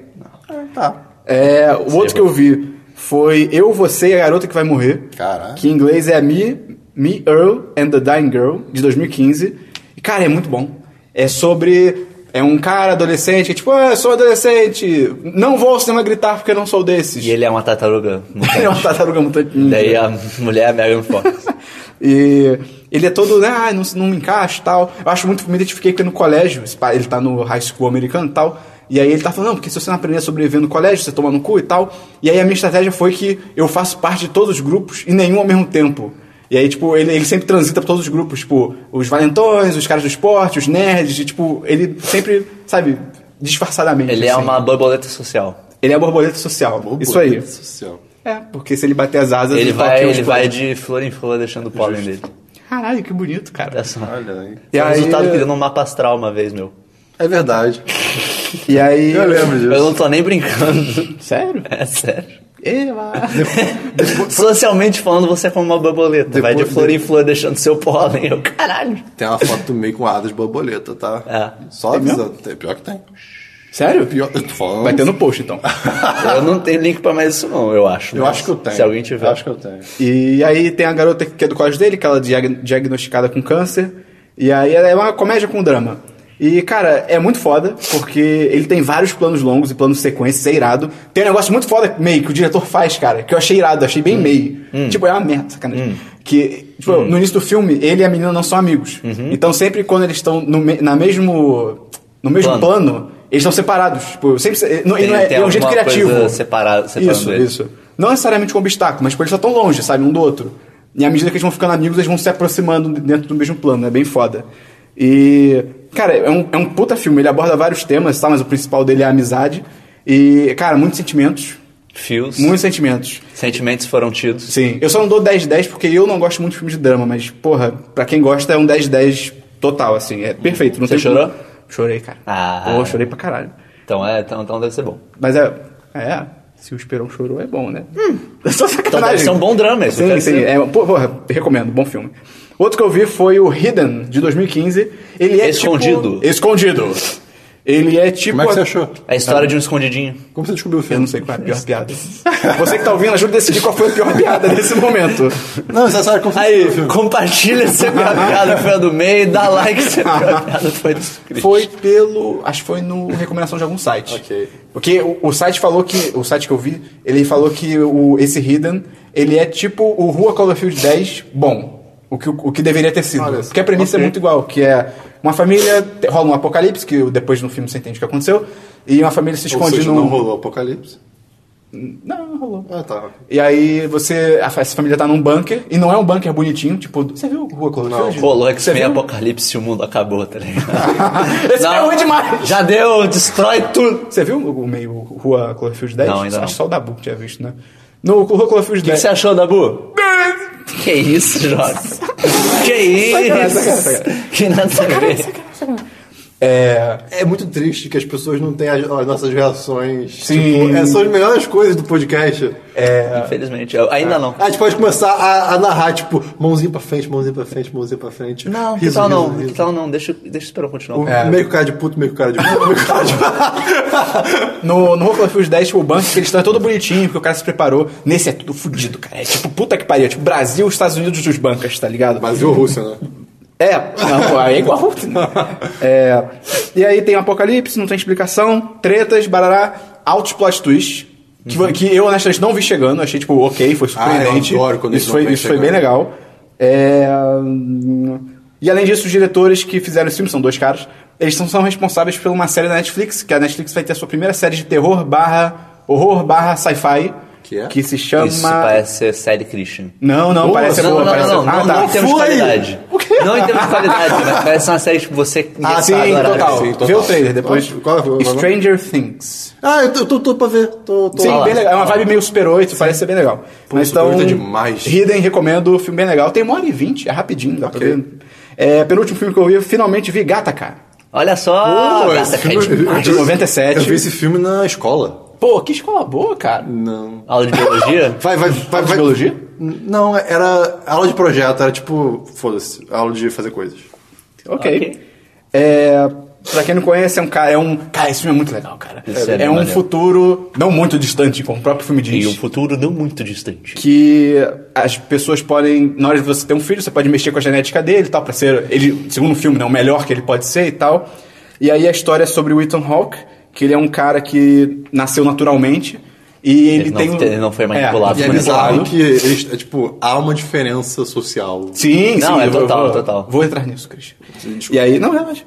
Tá.
É, o outro que eu vi foi Eu, Você e a Garota que Vai Morrer.
Caralho.
Que em inglês é Me, Me, Earl and the Dying Girl, de 2015. E, cara, é muito bom. É sobre... É um cara adolescente que, tipo, ah, eu sou adolescente, não vou ao cinema gritar porque eu não sou desses.
E ele é uma tartaruga. mutante.
Ele é uma tartaruga mutante. ninja.
Daí a mulher é a Megan Fox.
E ele é todo, né, ah, não, não me encaixa e tal. Eu acho muito, me identifiquei com ele no colégio, esse pa- ele tá no high school americano e tal. E aí ele tá falando, não, porque se você não aprender a sobreviver no colégio, você toma no cu e tal. E aí a minha estratégia foi que eu faço parte de todos os grupos e nenhum ao mesmo tempo. E aí, tipo, ele, ele sempre transita por todos os grupos, tipo, os valentões, os caras do esporte, os nerds, e, tipo, ele sempre, sabe, disfarçadamente.
Ele é
assim.
uma borboleta social.
Ele é a borboleta social. Isso aí.
Social.
É, porque se ele bater as asas,
Ele
toca
vai,
os
ele vai
planetas.
de flor em flor deixando o pólen dele.
Caralho, que bonito, cara.
Olha só.
Olha aí.
E
É o
aí-
resultado que deu num mapa astral uma vez, meu.
É verdade.
E aí.
Eu lembro disso.
Eu não tô nem brincando.
Sério?
É sério.
Eva.
Socialmente falando, você é como uma borboleta. vai de
Depois-
flor em flor deixando seu pólen. Eu, caralho.
Tem uma foto do meio com asas de borboleta, tá?
É.
Só avisando. Tem pior que tem.
Sério?
Pior, eu tô falando.
Vai ter no post então.
Eu não tenho link pra mais isso, não, eu acho.
Eu
mas
acho que eu tenho.
Se alguém tiver.
Eu acho que eu tenho.
E aí tem a garota que é do colégio dele, que ela é diag- diagnosticada com câncer. E aí ela é uma comédia com drama. E, cara, é muito foda, porque ele tem vários planos longos e planos sequências, é irado. Tem um negócio muito foda, meio, que o diretor faz, cara, que eu achei irado, achei
Hum.
bem meio. Tipo, é uma merda, sacanagem. Que, tipo, no início do filme, ele e a menina não são amigos.
Uhum.
Então, sempre quando eles estão no, me- na mesmo, no mesmo plano,
Plano.
eles estão separados. Tipo, sempre, se- não- e
Tem-
não é,
tem
é um jeito
alguma
criativo.
coisa separa- separando
isso,
eles.
isso. Não necessariamente um obstáculo, mas tipo, eles só tão longe, sabe, um do outro. E à medida que eles vão ficando amigos, eles vão se aproximando dentro do mesmo plano, é bem foda. E, cara, é um, é um puta filme, ele aborda vários temas, tá? mas o principal dele é a amizade. E, cara, muitos sentimentos,
Fios.
muitos sentimentos.
Sentimentos foram tidos.
Sim, eu só não dou 10 de 10 porque eu não gosto muito de filmes de drama, mas, porra, pra quem gosta é um 10 de 10 total, assim, é perfeito. Não
Você
tem como-
chorou?
Chorei, cara.
Ah.
Pô, chorei pra caralho.
Então, é, então, então deve ser bom.
Mas é. É. Se o Esperão chorou, é bom, né? É só sacanagem.
Então deve ser um bom drama, isso eu
Sim,
quero
sim.
dizer.
É, pô, porra, recomendo, bom filme. Outro que eu vi foi o Hidden, de 2015. Ele é
Escondido.
Tipo, escondido. Ele é tipo...
Como é que você
a-
achou?
A história de um escondidinho.
Como você descobriu o
Eu não
filme?
sei qual é a pior piada. Você que tá ouvindo, ajuda a decidir qual foi a pior piada nesse momento.
Não, você sabe como você
Aí,
descobriu o filme.
compartilha se a minha piada foi a do meio, dá like se a minha piada foi do Cristo.
Foi pelo. Acho que foi no recomendação de algum site.
Ok.
Porque o, o site falou que. O site que eu vi, ele falou que o, esse Hidden, ele é tipo o Rua Call of Duty 10 bom. O que, o que deveria ter sido.
Olha,
Porque a premissa é
ok.
muito igual, que é uma família, te- rola um apocalipse, que depois no filme você entende o que aconteceu, e uma família se
Ou
esconde
seja,
num-
não rolou apocalipse.
Não, não rolou.
Ah, tá.
E aí você. a fa- Essa família tá num bunker, e não é um bunker bonitinho, tipo, você viu Rua Cloverfield?
Não,
Rolou x
Você viu?
Apocalipse e o mundo acabou, tá ligado?
Esse é ruim demais.
Já deu, destrói tudo.
Você viu o meio Rua Cloverfield 10?
Não, ainda
Acho
não.
que só o Dabu que tinha visto, né? No Rua Cloverfield
O que
10.
você achou, Dabu? Que isso, Jorge? que
Sacanagem,
isso?
sacanagem, sacanagem.
Que nada a ver.
É.
É muito triste que as pessoas não tenham as, as nossas reações.
Sim.
Tipo, essas são as melhores coisas do podcast.
Infelizmente, eu- ainda não.
A gente pode começar a, a narrar, tipo, mãozinha pra frente, mãozinha pra frente, mãozinha pra frente.
Não, que
Riso,
tal
riso,
não?
riso.
Que tal não? Deixa, deixa um o Esperão
O-
continuar.
É.
Meio cara de puto, meio cara de puto, meio cara de
No, no Rua Cloverfield 10, tipo, o banco, eles estão todo bonitinho, porque o cara se preparou. Nesse é tudo fudido, cara. É tipo, puta que pariu. É Tipo, Brasil, Estados Unidos dos bancas, tá ligado?
Brasil ou Rússia, né?
É, não, pô, aí é igual. né? É, e aí tem um apocalipse, não tem explicação, tretas, barará, altos plot twists. Que, vo- que eu, honestamente, não vi chegando, achei tipo, ok, foi surpreendente.
Uhum. Ah, eu adoro quando eles
isso
não
foi,
vêm
isso foi
chegando.
bem legal. É, e além disso, os diretores que fizeram esse filme são dois caras. Eles são, são responsáveis por uma série da Netflix, que a Netflix vai ter a sua primeira série de terror barra horror barra sci-fi.
Que é?
Que se chama.
Isso parece ser série Christian.
Não, não, parece
não,
boa,
não,
parece
não, não,
ah,
não,
tá.
em termos de
Foi!
qualidade.
O quê?
Não em termos de qualidade, mas parece uma série que você né?
Ah,
ia
sim,
adorar.
total.
sim, total.
Vê o trailer depois.
Qual- qual é o nome?
Stranger Things.
Ah, eu tô, eu tô, tô pra ver. Tô, tô
Sim,
lá.
bem legal. É uma vibe meio Super 8, parece ser bem legal. Mas
Super
então,
8 é demais.
Hidden, recomendo, o filme bem legal. Tem 1 hora e 20, é rapidinho, dá pra
Ok.
ver. É, penúltimo filme que eu vi, eu finalmente vi Gataca,
Olha só,
Ah, tá,
Pô,
gata,
esse
que é
filme-
demais.
de 97.
Eu vi esse filme na escola.
Pô, que escola boa, cara.
Não.
Aula de biologia?
Vai, vai, vai.
de
vai.
biologia?
Não, era aula de projeto, era tipo, foda-se, aula de fazer coisas.
Ok.
Ok.
É, pra quem não conhece, é um cara, é um... Cara, esse filme é muito legal, cara.
Esse
é
é
um
maneiro.
futuro não muito distante, como o próprio filme diz.
E um futuro não muito distante.
que as pessoas podem, na hora de você ter um filho, você pode mexer com a genética dele e tal, pra ser, ele, segundo o filme, né, o melhor que ele pode ser e tal. E aí a história é sobre o Ethan Hawke, que ele é um cara que nasceu naturalmente e ele,
Ele não
tem... um-
te- ele não foi manipulado.
É,
E é
manipulado.
bizarro que, eles- é, tipo, há uma diferença social.
Sim,
Não,
sim,
é
eu vou-
total,
vou,
total.
Vou entrar nisso, Cris.
desculpa.
E aí, não, relaxa.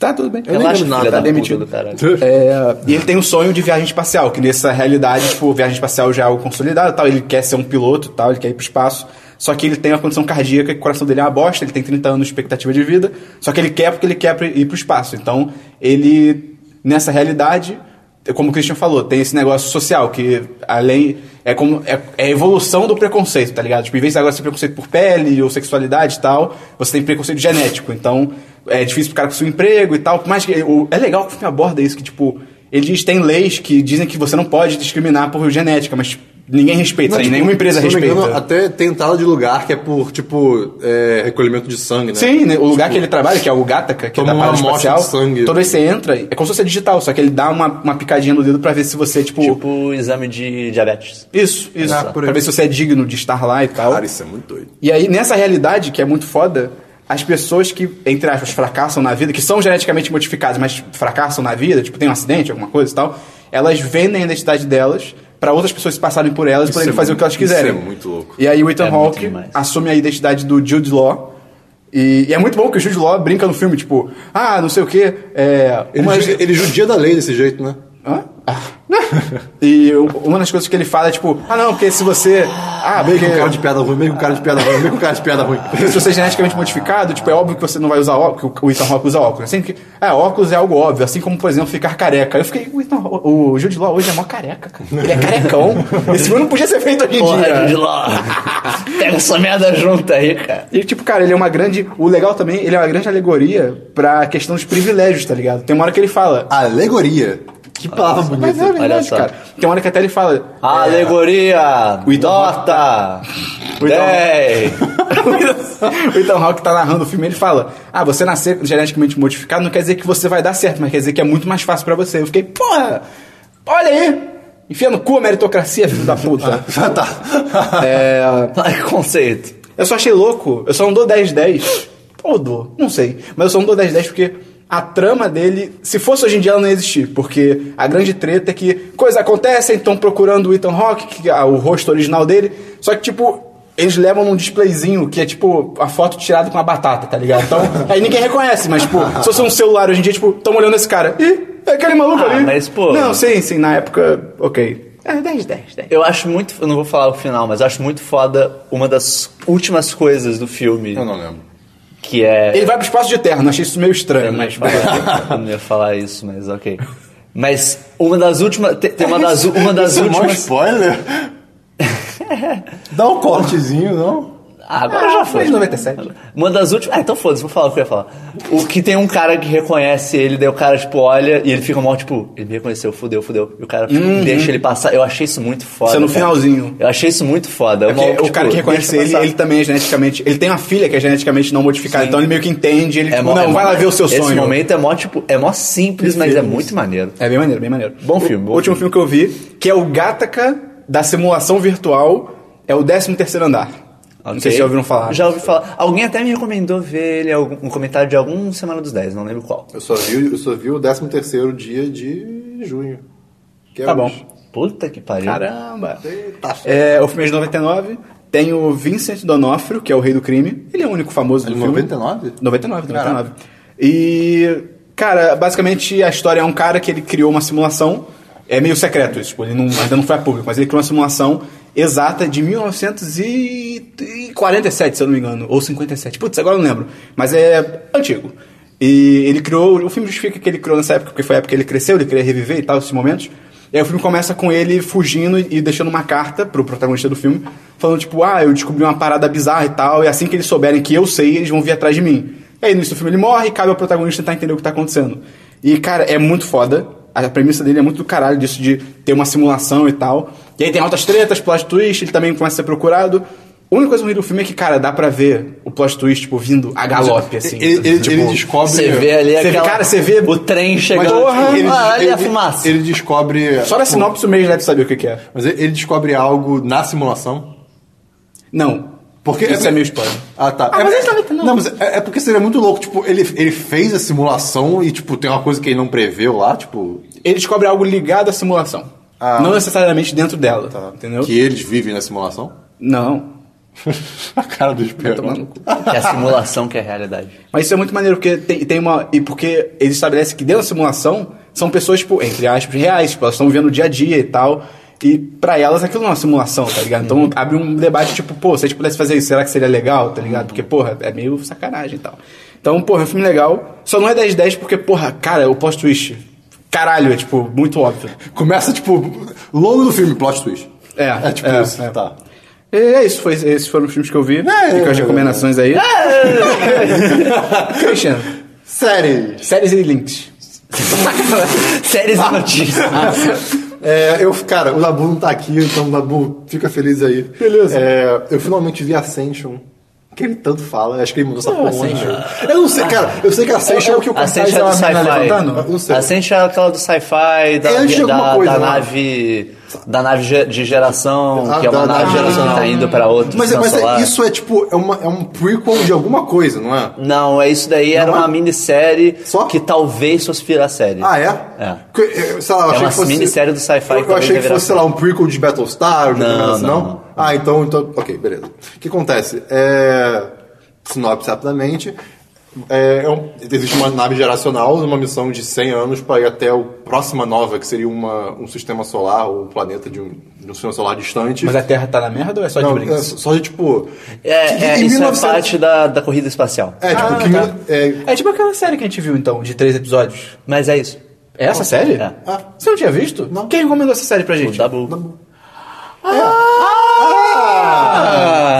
Tá tudo bem.
nem
Relaxa,
lembro nada,
filha
tá
da puta
demitido.
do caralho.
É, e ele tem um sonho de viagem espacial, que nessa realidade, tipo, viagem espacial já é algo consolidado e tal. Ele quer ser um piloto e tal, ele quer ir pro espaço. Só que ele tem uma condição cardíaca, que o coração dele é uma bosta, ele tem 30 anos de expectativa de vida. Só que ele quer porque ele quer ir pro espaço. Então, ele, nessa realidade, É como o Christian falou, tem esse negócio social, que além. É, como, é, é a evolução do preconceito, tá ligado? Tipo, em vez de agora ser preconceito por pele ou sexualidade e tal, você tem preconceito genético. Então, é difícil pro cara conseguir um emprego e tal. Por mais que. o- é legal que o filme aborda isso, que, tipo, eles têm leis que dizem que você não pode discriminar por genética, mas tipo, ninguém respeita,
Não,
nem
tipo,
nenhuma empresa
se não me
respeita.
engano, até tentado de lugar que é por, tipo, é, recolhimento de sangue, né?
Sim, né, o lugar que ele trabalha, que é o Gataca, que é
toma
da
uma
parada
amostra
espacial,
de sangue.
toda vez que você entra, é como se fosse digital, só que ele dá uma, uma picadinha no dedo pra ver se você,
Tipo um exame de diabetes.
Isso, isso.
Tá.
Ah, por aí.
pra ver se você é digno de estar lá e tal.
Cara, isso é muito doido.
E aí, nessa realidade, que é muito foda, as pessoas que, entre aspas, fracassam na vida, que são geneticamente modificadas, mas fracassam na vida, tipo, tem um acidente, alguma coisa e tal, elas vendem a identidade delas pra outras pessoas se passarem por elas e
Isso
poderem
é
fazer o que elas
muito- isso
quiserem.
é muito louco.
E aí o Ethan
É muito
Hawke
demais.
assume a identidade do Jude Law. E, e é muito bom que o Jude Law brinca no filme, tipo, ah, não sei o quê, é...
Ele,
uma-
ju- ele judia da lei desse jeito, né?
Hã? Ah. e eu- uma das coisas que ele fala é tipo, ah não, porque se você. Ah,
Meio
porque
com cara de piada ruim, meio com cara de piada ruim, meio com cara de piada ruim.
porque se você é geneticamente modificado, tipo, é óbvio que você não vai usar óculos, que o Ethan Hawke usa óculos. Assim que, ah, óculos é algo óbvio, assim como, por exemplo, ficar careca. Eu fiquei, o, Ethan, Haw- o Jude Law hoje é mó careca, cara. Ele é carecão. Esse filme não podia ser feito hoje em dia.
Porra, de lá. Pega essa merda junto aí, cara.
E, tipo, cara, ele é uma grande. O legal também, ele é uma grande alegoria pra questão dos privilégios, tá ligado? Tem uma hora que ele fala.
Alegoria. Que palavra
Mas é
bonita.
verdade,
Ah, olha só.
cara. Tem uma hora que até ele fala.
Ah, É. Alegoria!
O Ethan
Nota!
O Ethan
10!
o Ethan Hawke tá narrando o filme, ele fala: Ah, você nascer geneticamente modificado não quer dizer que você vai dar certo, mas quer dizer que é muito mais fácil pra você. Eu fiquei, porra! Olha aí! Enfia no cu a meritocracia, filho da puta.
Ah, tá.
é,
Ai, que conceito.
eu só achei louco, eu só não dou 10-10. Ou dou, não sei. Mas eu só não dou 10-10 porque a trama dele, se fosse hoje em dia, ela não ia existir. Porque a grande treta é que coisas acontecem, estão procurando o Ethan Hawke, que é o rosto original dele. Só que, tipo, Eles levam num displayzinho que é tipo a foto tirada com uma batata, tá ligado? Então, aí ninguém reconhece, mas tipo, se fosse um celular hoje em dia, tipo, tão olhando esse cara. Ih, é aquele maluco
Ah,
ali.
mas, pô.
Não, sim, sim, na época, ok. É, 10, 10, 10.
Eu acho muito. Eu não vou falar o final, mas eu acho muito foda uma das últimas coisas do filme.
Eu não lembro.
Que é.
Ele vai pro espaço de terno, achei isso meio estranho,
Eu não ia
mas.
falar- eu não ia falar isso, mas ok. Mas uma das últimas. Tem, tem uma das, uma das
Isso é mó
últimas.
spoiler? Dá um cortezinho, não?
Ah, agora já foi.
de 97.
Uma das últimas. Ah, então foda-se, vou falar o que eu ia falar. O que tem um cara que reconhece ele, daí o cara, tipo, olha e ele fica mal, tipo, ele me reconheceu, fudeu, fudeu. E o cara tipo, deixa ele passar. Eu achei isso muito foda.
Uhum. Isso é no
cara.
finalzinho.
Eu achei isso muito foda.
Porque
maluco,
o cara É
tipo,
que reconhece
deixa
ele,
passar.
ele também é geneticamente. Ele tem uma filha que é geneticamente não modificada,
Sim.
então ele meio que entende. Ele,
É
tipo,
mó-
não,
é mó-
vai lá ver o seu sonho.
Esse momento é mó, tipo, é mó simples, mas é muito maneiro.
É bem maneiro, bem maneiro.
Bom filme,
O
bom
último filme. que eu vi, que é o Gataca da simulação virtual, é o 13 terceiro andar. Não sei
Ok?
se já ouviram falar.
Já ouvi falar. Alguém até me recomendou ver ele, algum- um comentário de algum Semana dos 10, não lembro qual.
Eu só vi, eu só vi o 13 terceiro dia de junho. Que é
Tá bom.
hoje.
Puta que pariu.
Caramba.
Eita.
É, o filme é de 99. Tem o Vincent D'Onofrio, que é o rei do crime. Ele é o único famoso do
Em
filme.
99?
99,
Caraca.
99. E, cara, basicamente a história é um cara que ele criou uma simulação. É meio secreto isso, tipo, ele não- ainda não foi a público, mas ele criou uma simulação exata de 1947, se eu não me engano, ou 57. Putz, agora eu não lembro. Mas é antigo. E ele criou, o filme justifica que ele criou nessa época, porque foi a época que ele cresceu, ele queria reviver e tal, esses momentos. E aí o filme começa com ele fugindo e deixando uma carta pro protagonista do filme, falando tipo, ah, eu descobri uma parada bizarra e tal, e assim que eles souberem que eu sei, eles vão vir atrás de mim. E aí no início do filme ele morre e cabe ao protagonista tentar entender o que tá acontecendo. E cara, é muito foda. A premissa dele é muito do caralho disso de ter uma simulação e tal. E aí tem altas tretas, plot twist, ele também começa a ser procurado. A única coisa ruim do filme é que, cara, dá pra ver o plot twist, tipo, vindo a galope, assim.
Ele, ele-
Tipo,
ele descobre.
Você vê ali
Você vê-
é aquela...
cara, você vê-
O trem
Mas
chegando.
Porra!
tipo,
ele,
ah, olha a
ele-
fumaça.
Ele descobre.
Só na
tipo,
sinopse o mês deve saber o que que é.
Mas ele ele descobre algo na simulação.
Não.
Porque
Isso é meio spoiler.
Ah, tá.
Ah,
é,
mas ele tava entendendo.
Não, mas é, é porque seria muito louco. Tipo, ele, ele fez a simulação e, tipo, tem uma coisa que ele não preveu lá, tipo.
ele descobre algo ligado à simulação.
Ah. Tá.
não necessariamente dentro dela, entendeu?
Que eles vivem na simulação.
Não.
a cara do espelho.
tomar no cu.
Que é a simulação que é a realidade.
Mas isso é muito maneiro, porque tem, tem uma... E porque eles estabelecem que dentro da simulação são pessoas, tipo, entre aspas, reais. Tipo, elas estão vivendo o dia a dia e tal. E pra elas aquilo não é uma simulação, tá ligado?
Uhum.
Então abre um debate, tipo, pô, se a gente pudesse fazer isso, será que seria legal, tá ligado? Porque, porra, é meio sacanagem e tal. Então, porra, é um filme legal. Só não é 10-10 porque, porra, cara, é o plot-twist... Caralho, é, tipo, muito óbvio.
Começa, tipo, longo do filme, plot twist.
É,
É tipo
é,
isso.
é.
Tá.
E é isso, foi, esses foram os filmes que eu
É.
vi. Fica as recomendações aí. Christian,
Série.
séries e links.
Séries e notícias.
É, eu, cara, o Dabu não tá aqui, então Dabu, fica feliz aí. Beleza. eu finalmente vi Ascension. Que ele tanto fala, acho que ele mudou essa porra
Ascension.
ontem. Eu não sei, cara, eu sei que Ascension é o que o
A
cartaz
Ascension é
é
do
uma mina levantando. Eu não
sci-fi.
sei.
A Ascension é aquela do sci-fi, da,
É antes de
da,
alguma coisa,
da
né?
nave. Da nave ge- de geração,
Ah,
que é uma
da
nave
nave
de geração que tá
geracional.
indo pra outra.
Mas,
sistema
mas
solar.
é, isso é tipo, é, uma, é um prequel de alguma coisa, não é?
Não, é isso daí, era
Não é?
uma minissérie
Só?
que talvez fosse virar série.
Ah, é?
É.
Que- eu- Sei lá, eu
É
achei
uma
que fosse...
minissérie do sci-fi que
Eu, eu
talvez
achei que
deveria
fosse,
ser.
sei lá, um prequel de Battlestar, um
Não,
negócio assim,
não,
não,
não.
Ah, então, então... Ok, beleza. O que acontece? É... Sinopse rapidamente. É, é um- Existe uma nave geracional numa missão de 100 anos para ir até a próxima nova, que seria uma, um sistema solar ou um planeta de um, de um sistema solar distante.
Mas a Terra tá na merda ou é só de
Não, é
brinks?
só de tipo.
É,
que- que
é,
em
isso
1900
é parte da, da corrida espacial.
É, tipo,
Ah, tá.
que mil- é,
É tipo aquela série que a gente viu, então, de três episódios.
Mas é isso.
É essa série?
É.
Ah.
Você não tinha visto?
Não.
Quem recomendou essa série pra
O
gente?
Dabu.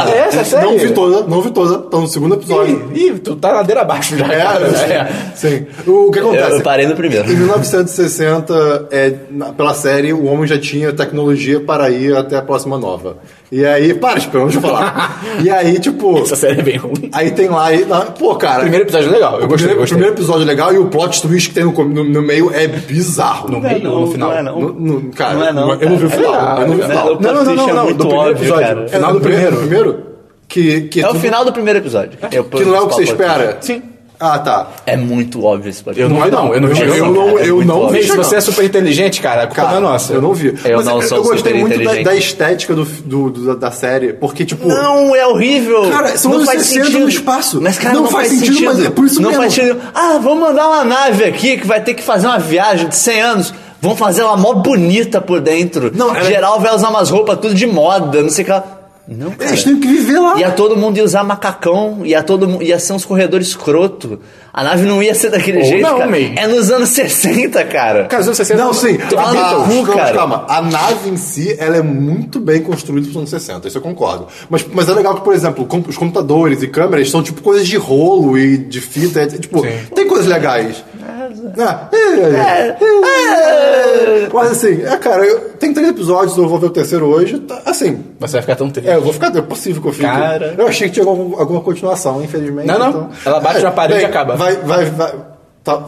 É essa série?
Não vi toda, não vi toda, tô no segundo episódio.
Ih, ih, tu tá ladeira abaixo já.
É,
cara.
é, sim. O que
Eu,
acontece?
eu parei no primeiro.
Em 1960, é, na- pela série, o homem já tinha tecnologia para ir até a próxima nova. E aí, para, esperamos de falar. E aí, tipo,
Essa série é bem ruim.
aí tem lá, e, na- pô, cara.
Primeiro episódio é legal, eu
o
gostei,
primeiro,
gostei.
primeiro episódio é legal e o plot twist que tem no, com- no- no meio é bizarro.
No meio ou no final?
Não é não.
No- no- cara,
não é não.
eu não vi o final,
cara.
eu não vi o
É,
final.
o plot twist é muito
do primeiro
óbvio,
episódio.
cara.
Final do
É, no
primeiro.
primeiro? Que, que
É o
tudo-
final do primeiro episódio.
é Que não é o que você espera.
Sim.
Ah, tá.
É muito óbvio esse bagulho.
Eu não,
é?
não, eu não vi
Eu,
chegando.
não,
é
eu
muito
não
óbvio.
vi.
Se você é
chegando.
super inteligente, cara, a culpa não é nossa.
Eu não vi.
Eu
Mas
não sou
eu gostei muito da,
superinteligente.
da estética do, do- do- da, da série, porque, tipo.
Não, é horrível.
Cara, são
não
anos
faz
60
sentido.
no espaço.
Mas, cara, não,
Não faz sentido, mas é por isso
não
mesmo.
faz sentido. Ah, vamos mandar uma nave aqui que vai ter que fazer uma viagem de 100 anos. Vamos fazer ela mó bonita por dentro.
Não, ela- é-
Geral vai usar umas roupas tudo de moda, não sei o que lá. Não, cara.
Eles têm que viver lá.
Ia todo mundo ia usar macacão, ia, todo mundo, ia ser uns corredores escroto. A nave não ia ser daquele
Ou
jeito,
não,
cara.
meio.
É nos anos 60, cara.
Cara, os anos 60
Não, sim.
Tomar no
Ah,
cu,
calma,
cara.
calma. A nave em si, ela é muito bem construída pros anos 60, isso eu concordo. Mas, mas é legal que, por exemplo, com- os computadores e câmeras são tipo coisas de rolo e de fita. é, tipo, tem coisas legais. Ah, É, é, é. Mas assim, é, cara, eu- tem três episódios, eu vou ver o terceiro hoje. tá- assim,
Você vai ficar tão triste.
é, eu vou ficar. É possível que eu fique.
Cara.
Eu achei que tinha algum- alguma continuação, infelizmente.
Não, não.
então-
Ela bate na parede e acaba.
Vai, vai, vai. tá,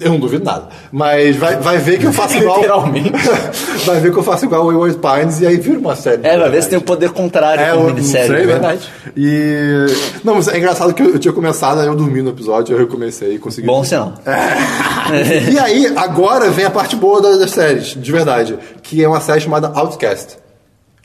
eu não duvido nada. Mas vai, vai ver que eu faço igual.
Literalmente.
vai ver que eu faço igual o Wayward Pines e aí vira uma série.
É, vai ver
um
se tem o poder contrário
É,
com
eu não
minissérie.
sei, né?
verdade.
E. Não, mas é engraçado que eu, eu tinha começado, aí eu dormi no episódio, eu recomecei e consegui.
Bom sinal.
É. E aí, agora vem a parte boa das, das séries, de verdade. Que é uma série chamada Outcast.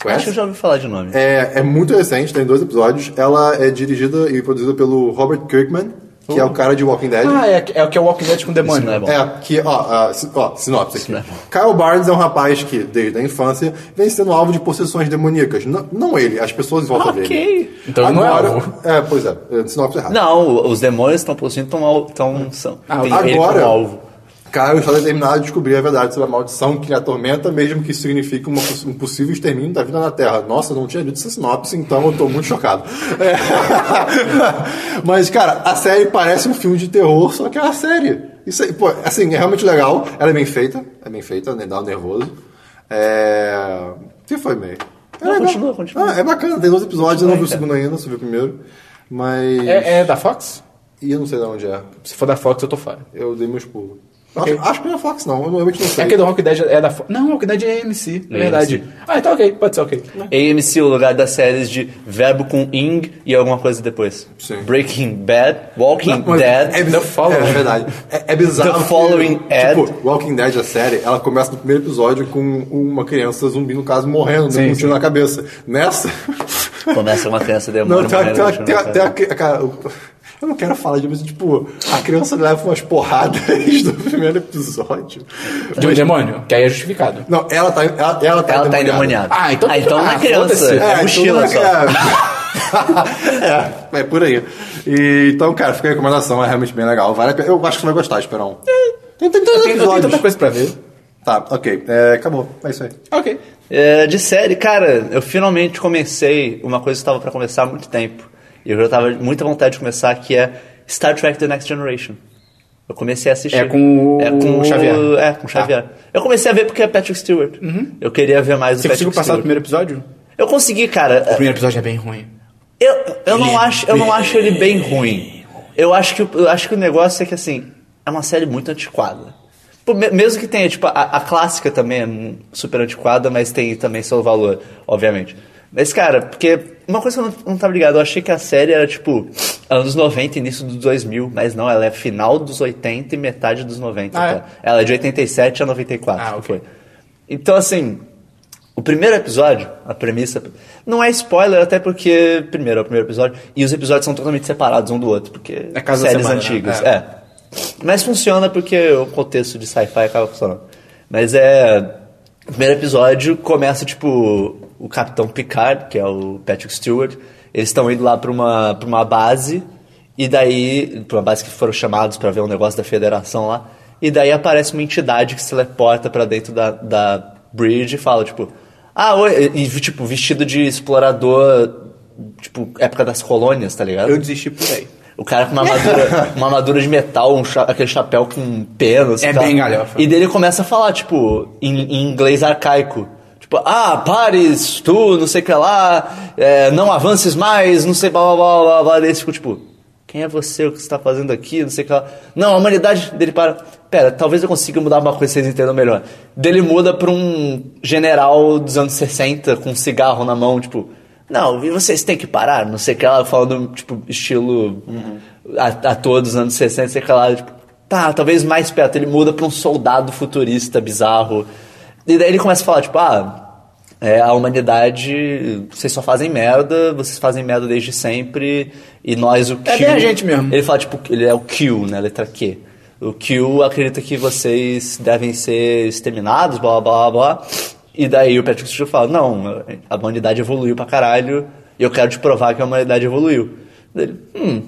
Conhece?
Acho que eu já ouvi falar de nome.
É, é muito recente, tem dois episódios. Ela é dirigida e produzida pelo Robert Kirkman, que é o cara de Walking Dead.
Oh. Ah, é, é o que é o Walking Dead com demônio.
Isso não é bom.
É, que, ó, ah, si- ó sinopse
não é
aqui. Kyle Barnes é um rapaz que, desde a infância, vem sendo alvo de possessões demoníacas. Não, não ele, as pessoas em volta
Ok.
dele.
Então ele não é alvo.
é, pois é, é, sinopse errada.
Ah. Não, os demônios estão possuindo tão, al- tão são. Tem ele como
Ah, Agora,
alvo.
Kyle está determinado a descobrir a verdade sobre a maldição que lhe atormenta, mesmo que isso signifique uma poss- um possível extermínio da vida na Terra. Nossa, eu não tinha lido essa sinopse, então eu estou muito chocado. É. Mas, cara, a série parece um filme de terror, só que é uma série. Isso aí, pô, assim, é realmente legal. Ela é bem feita, é bem feita, nem dá um nervoso. É... Você foi meio. É
Não,
legal.
continua, continua. É.
Ah, é bacana, tem 12 episódios, eu não vi o
Continua aí,
segundo ainda, só vi o primeiro. Mas.
É, é da Fox?
E eu não sei de onde é.
Se for da Fox, eu tô fora.
Eu dei meus pulos. Acho, acho que não é Fox, não. Eu realmente não sei.
É que do Walking Dead é da Fox. Não, Walking Dead é AMC, é verdade. Ah, então ok, pode ser ok.
AMC, o lugar das séries de verbo com ing e alguma coisa depois.
Sim.
Breaking Bad, Walking
Mas
Dead.
é,
The Following.
É verdade. É, é bizarro.
The
que,
Following Ed.
Tipo, Walking Dead, a série, ela começa no primeiro episódio com uma criança zumbi, no caso, morrendo, com um tiro na cabeça. Nessa.
Começa uma criança demônio.
não, tem, a-
morrendo,
tem, a-
deixando
tem, a-
na
tem
cara.
a. cri- Cara, eu- eu não quero falar de mas, tipo, a criança leva umas porradas do primeiro episódio.
De um demônio, que aí é justificado.
Não, ela tá. Ela, ela tá
Ela tá
endemoniada.
endemoniada.
Ah, então-
não
ah,
é criança.
foda-se.
É, mochila
tá, então,
só.
é, é, é por aí. E, então, cara, fica a recomendação, é realmente bem legal. Vale a pena. Eu acho que você vai gostar, Esperão. Tem, tem tantos
Tem, eu tenho
episódios.
tanta coisa pra ver.
Tá, ok. É, acabou. É isso aí.
Ok.
É, de série, cara, eu finalmente comecei uma coisa que estava pra começar há muito tempo. E eu já tava com muita vontade de começar, que é Star Trek The Next Generation. Eu comecei a assistir.
É com o
é com
Xavier. Tá. Uhum.
É, com o Xavier. Eu comecei a ver porque é Patrick Stewart. Eu queria ver mais
Você
do Patrick
conseguiu passar do
Stewart.
primeiro episódio?
Eu consegui, cara.
O primeiro episódio é bem ruim.
Eu, eu, não, acho, eu não acho ele bem ruim. Eu acho, que, o- eu acho que o negócio é que, assim, é uma série muito antiquada. Pô, me- mesmo que tenha, tipo, a, a clássica também é mu- super antiquada, mas tem também seu valor, obviamente. Mas, cara, porque uma coisa que eu não, não tava ligado, eu achei que a série era, tipo, anos 90, início dos 2000, mas não, ela é final dos 80 e metade dos 90.
Ah, é?
cara. Ela é de 87 a 94,
Ah,
que
ok.
foi. Então, assim, o primeiro episódio, a premissa. Não é spoiler, até porque, primeiro, é o primeiro episódio. E os episódios são totalmente separados um do outro, porque.
É casa da
séries
semana, né?
antigas.
É.
É. Mas funciona porque o contexto de sci-fi acaba funcionando. Mas é. O primeiro episódio começa, tipo, o Capitão Picard, que é o Patrick Stewart. Eles estão indo lá pra uma, pra uma base. E daí. Pra uma base que foram chamados pra ver um negócio da federação lá. E daí aparece uma entidade que se teleporta pra dentro da, da bridge e fala, tipo. Ah, oi. E, e, tipo, vestido de explorador. Tipo, época das colônias, tá ligado?
Eu desisti por aí.
O cara com uma armadura, uma armadura de metal, um cha- aquele chapéu com assim, tá? penas.
É bem galhofa.
E dele começa a falar, tipo, em, em inglês arcaico. Tipo, ah, pares, tu, não sei o que lá, é, não avances mais, não sei, blá blá blá blá blá. Daí eles ficam, tipo, quem é você, o que você tá fazendo aqui, não sei o que lá. Não, a humanidade dele para. Pera, talvez eu consiga mudar uma coisa que vocês entendam melhor. Dele muda pra um general dos anos 60 com um cigarro na mão, tipo, não, e vocês têm que parar, não sei o que ela falando, tipo, estilo a, a todos os anos 60, sei lá, tipo, tá, talvez mais perto. Ele muda pra um soldado futurista bizarro. E daí ele começa a falar, tipo, ah, é, a humanidade, vocês só fazem merda, vocês fazem merda desde sempre, e nós, o Q.
É bem a gente mesmo.
Ele fala, tipo, ele é o Q, né? Letra Q. O Q acredita que vocês devem ser exterminados, blá blá blá blá. E daí o Patrick Stewart fala: Não, a humanidade evoluiu pra caralho, e eu quero te provar que a humanidade evoluiu. Daí Ele, hum,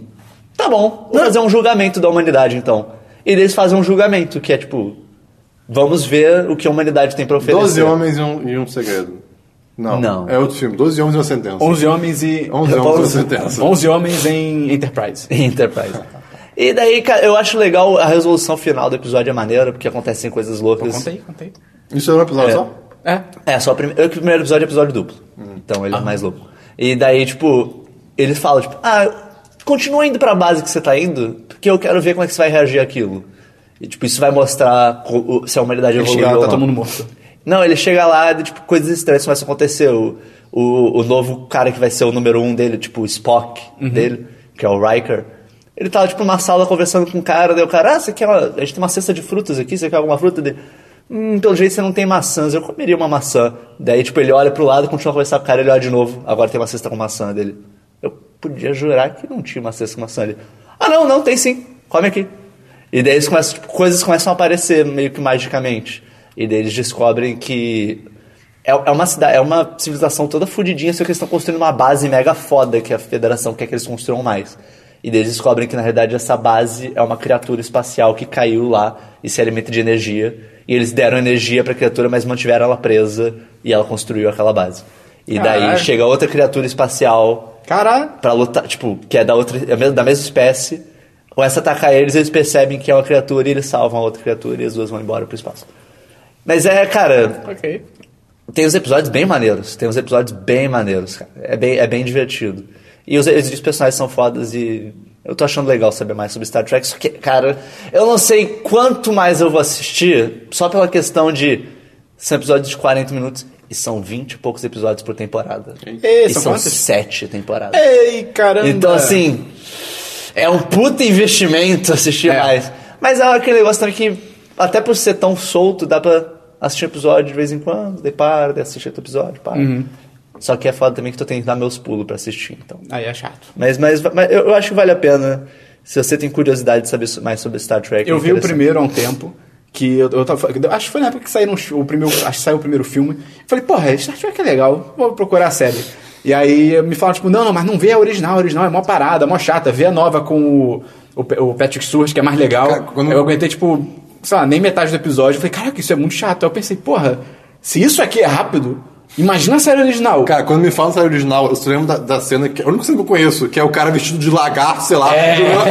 tá bom, vou fazer um julgamento da humanidade então. E daí eles fazem um julgamento que é tipo: Vamos ver o que a humanidade tem pra oferecer.
Doze homens e um, e um segredo. Não.
Não. Um-
É outro filme. Doze homens e uma sentença.
11 homens e.
11 homens e uma sentença.
11 homens em Enterprise.
Enterprise. E daí, cara, eu acho legal a resolução final do episódio é maneira, porque acontecem coisas loucas.
Então, Conta aí, conta aí.
Isso é um episódio
É.
só?
É.
É, só o, prime... é que o primeiro episódio é episódio duplo.
Hum.
Então
Ah.
ele é mais louco. E daí, tipo, ele fala, tipo, ah, continua indo pra base que você tá indo, porque eu quero ver como é que você vai reagir àquilo. E, tipo, isso vai mostrar co- o- se a humanidade
Ele
evoluiu
chega lá,
ou
tá
não.
todo mundo morto.
Não, ele chega lá e, tipo, coisas estranhas começam a acontecer. O, o, o novo cara que vai ser o número um dele, tipo, o Spock dele, que é o Riker. Ele tava, tipo, numa sala conversando com um cara, daí o cara, ah, você quer uma... A gente tem uma cesta de frutas aqui, você quer alguma fruta? Dele, hum, pelo jeito você não tem maçãs, eu comeria uma maçã. Daí, tipo, ele olha pro lado, continua a conversar com o cara, ele olha de novo, agora tem uma cesta com maçã dele. Eu podia jurar que não tinha uma cesta com maçã ali. Ah, não, não, tem sim, come aqui. E daí eles começam, tipo, coisas começam a aparecer meio que magicamente. E daí eles descobrem que é, é uma cidade, é uma civilização toda fudidinha, só que eles estão construindo uma base mega foda que a federação quer que eles construam mais. E daí eles descobrem que na realidade essa base é uma criatura espacial que caiu lá e se alimenta de energia. E eles deram energia pra criatura, mas mantiveram ela presa e ela construiu aquela base. E daí
Caralho.
chega outra criatura espacial
Caralho.
Pra lutar, tipo, que é da outra, é mesmo- da mesma espécie. Começa a atacar eles, eles percebem que é uma criatura e eles salvam a outra criatura e as duas vão embora pro espaço. Mas é, cara,
Ok.
tem uns episódios bem maneiros. Tem uns episódios bem maneiros, cara. É bem, é bem divertido. E os, os personagens são fodas e eu tô achando legal saber mais sobre Star Trek. Só que, cara, eu não sei quanto mais eu vou assistir só pela questão de. São episódios de 40 minutos e são 20 e poucos episódios por temporada.
Ei,
e
são
são
quantos?
sete temporadas.
Ei, caramba.
Então, assim, é um puta investimento assistir
É.
mais. Mas é aquele negócio também que, até por ser tão solto, dá pra assistir um episódio de vez em quando, daí para, daí assistir outro episódio, para.
Uhum.
Só que é foda também que tu tem que dar meus pulos pra assistir, então.
Aí é chato.
Mas, mas, mas eu eu acho que vale a pena, se você tem curiosidade de saber so- mais sobre Star Trek.
Eu
é
vi o
interessante.
primeiro há um tempo. Que eu, eu tava. Acho que foi na época que saíram os- o primeiro. Acho que saiu o primeiro filme. Falei, porra, Star Trek é legal, vou procurar a série. E aí me falaram, tipo, não, não, mas não vê a original, a original é mó parada, mó chata, vê a nova com o, o, Pe- o Patrick Stewart, que é mais legal.
Cara, quando-
Eu aguentei, tipo, sei lá, nem metade do episódio. Eu falei, caraca, isso é muito chato. Aí eu pensei, porra, se isso aqui é rápido, imagina a série original.
Cara, quando me falam da série original, eu só lembro da, da cena que. A única cena que eu conheço, que é o cara vestido de lagarto, sei lá,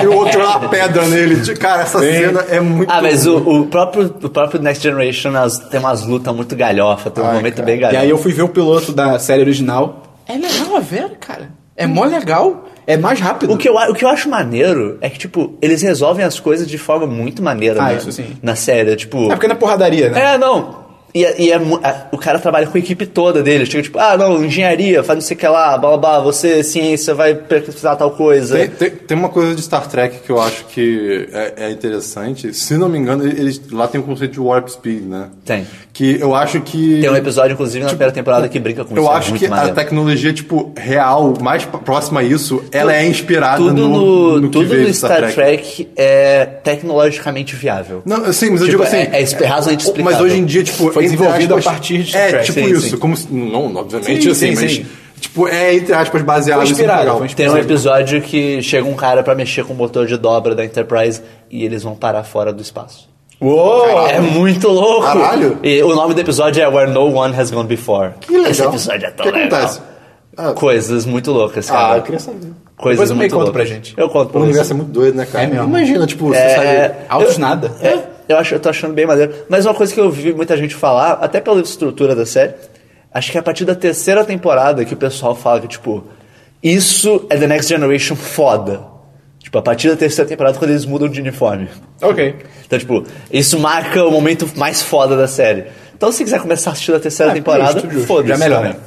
e o outro é uma pedra nele. Cara, essa cena é muito.
Ah, mas o, o próprio, o próprio Next Generation as- tem umas lutas muito galhofa, tem um
Ai,
momento
cara.
bem
E
galhofa.
aí eu fui ver o piloto da série original. É legal a ver, cara. É mó legal. É mais rápido.
O que, eu, a- o que eu acho maneiro é que, tipo, eles resolvem as coisas de forma muito maneira
Ah,
na,
isso sim.
na série. Tipo.
É porque na porradaria, né?
É, não. E, é- e é mu- a- o cara trabalha com a equipe toda dele. Chega tipo, ah, não, engenharia, faz não sei o que lá, blá blá, blá você, ciência, vai pesquisar tal coisa.
Tem, tem- tem uma coisa de Star Trek que eu acho que é, é interessante. Se não me engano, eles, lá tem o conceito de Warp Speed, né?
Tem.
Que eu acho que.
Tem um episódio, inclusive, na primeira temporada que brinca com
Tipo, Eu
isso. é
acho
muito
que
maneiro.
a tecnologia, tipo, real, mais p- próxima a isso, ela é inspirada
tudo
no, que
tudo
veio
no
de
Star Trek. é tecnologicamente viável.
Não, sim, mas eu
Tipo,
digo assim.
é- é esp- razoavelmente
Mas
explicável.
hoje em dia, tipo.
Foi
entre
desenvolvido a partir de Star
É,
Trek,
tipo
sim,
isso.
sim.
Como se- não, obviamente,
Sim,
assim,
sim,
mas.
sim.
Tipo, é, entre aspas, baseado
Foi
nisso
inspirado,
legal.
foi inspirado.
Tem um
Exemplo.
episódio que chega um cara pra mexer com o motor de dobra da Enterprise e eles vão parar fora do espaço.
Uou!
É muito louco!
Caralho!
E o nome do episódio é Where No One Has Gone Before.
Que legal.
Esse episódio é tão
O que
legal.
acontece? Ah.
Coisas muito loucas,
Ah,
cara.
eu queria saber.
Coisas
Depois o
muito
May conta
loucas.
pra gente.
Eu conto
O
pra vocês.
universo é muito doido, né, cara?
É mesmo.
Imagina, tipo, você sai.
Altos
eu-
nada.
É, eu, acho, eu tô achando bem maneiro. Mas uma coisa que eu vi muita gente falar, até pela estrutura da série, acho que é a partir da terceira temporada que o pessoal fala que, tipo, isso é The Next Generation foda. Tipo, a partir da terceira temporada, quando eles mudam de uniforme.
Ok.
Então, tipo, isso marca o momento mais foda da série. Então, se quiser começar a assistir da terceira
É,
temporada,
justo, justo.
foda-se.
Já melhora.
também.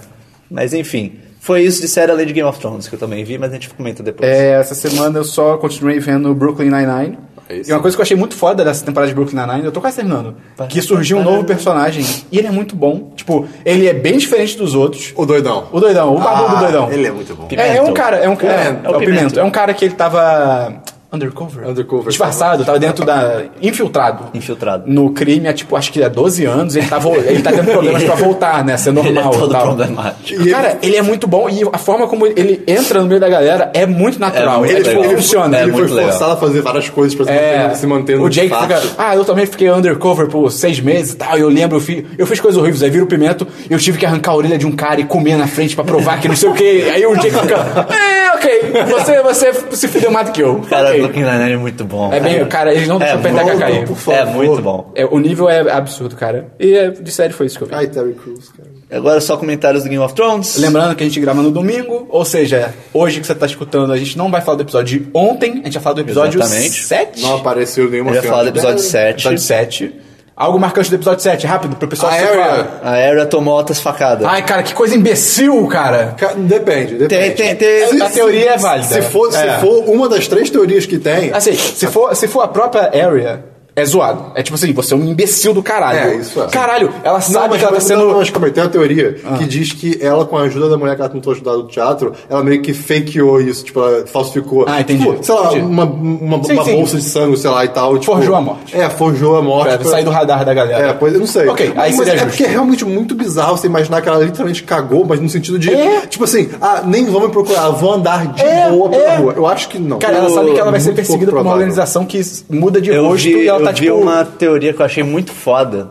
Mas, enfim, Foi isso de série além de Game of Thrones, que eu também vi, mas a gente comenta depois.
É, essa semana eu só continuei vendo Brooklyn Nine-Nine.
Aí sim.
E uma coisa que eu achei muito foda dessa temporada de Brooklyn Nine-Nine, eu tô quase terminando, que surgiu um novo personagem e ele é muito bom. Tipo, ele é bem diferente dos outros.
O doidão.
O doidão, o barbudo
Ah,
doidão.
Ele é muito bom.
Pimenta.
É, é um cara, é um cara. É,
É o
o Pimento.
Pimento.
É um cara que ele tava. Undercover?
Undercover.
Disfarçado, tava dentro da. Infiltrado.
Infiltrado.
No crime há, tipo, acho que há 12 anos, ele tá, vo- ele tá tendo problemas pra voltar, né? Ser normal.
Ele é todo
e tal.
problemático.
Cara, ele... é muito bom e a forma como ele entra no meio da galera é muito natural.
muito
ele
legal.
ele funciona.
É
ele foi
muito legal.
forçado a fazer várias coisas pra se
É,
manter, se manter no
o Jake
fato.
fica, ah, eu também fiquei undercover por seis meses e tal, eu lembro, eu fiz, eu fiz coisas horríveis, aí vira o pimento, eu tive que arrancar a orelha de um cara e comer na frente pra provar que não sei o que, aí o Jake fica, é, ok, você, você se fudeu mais do que eu.
Cara,
ok."
o Brooklyn Nine-Nine é muito bom.
É bem, cara, eles não deixam o Pentagon
muito,
cair.
por favor.
É muito bom.
É, o nível é absurdo, cara. E é, de série foi isso que eu vi.
Ai, Terry Crews, cara.
Agora só comentários do Game of Thrones.
Lembrando que a gente grava no domingo, ou seja, hoje que você tá escutando, a gente não vai falar do episódio de ontem, a gente vai falar do episódio
Exatamente.
7.
Não apareceu nenhuma
Eu ia
cena.
falar do episódio 7.
É, Episódio 7. Algo marcante do episódio 7, rápido, pro pessoal
A
se
Ah, Arya.
falar.
A Arya tomou altas facadas.
Ai, cara, que coisa imbecil, cara.
Cara, Depende, depende.
Tem, tem, tem.
A teoria é válida.
Se for,
É.
se for uma das três teorias que tem,
Assim, se for, se for a própria Area, é zoado. É tipo assim, você é um imbecil do caralho.
É, isso é.
Caralho, ela
Não,
sabe
mas
que ela tá Ah.
calma, não,
sendo.
mas calma aí, tem uma teoria que diz que ela, com a ajuda da mulher que ela tentou ajudar do teatro, ela meio que fakeou isso, tipo, ela falsificou.
Ah, entendi.
Tipo, sei lá,
Entendi.
uma, uma,
Sim,
uma
sim.
bolsa de sangue, sei lá e tal. Tipo,
Forjou a morte.
É, forjou a morte.
Pra sair do radar da galera.
É, pois eu não sei.
Ok, aí
mas
seria
é
justo.
porque é realmente muito bizarro você imaginar que ela literalmente cagou, mas no sentido de,
É.
tipo assim, ah, nem vão me procurar, vou andar de
É,
boa pela
é.
rua. Eu acho que não.
Cara, ela
Eu-
sabe que ela vai ser
muito pouco
perseguida por uma
provável.
organização que s- muda de
Eu
rosto
vi,
e ela tá
eu vi
tipo.
uma teoria que eu achei muito foda.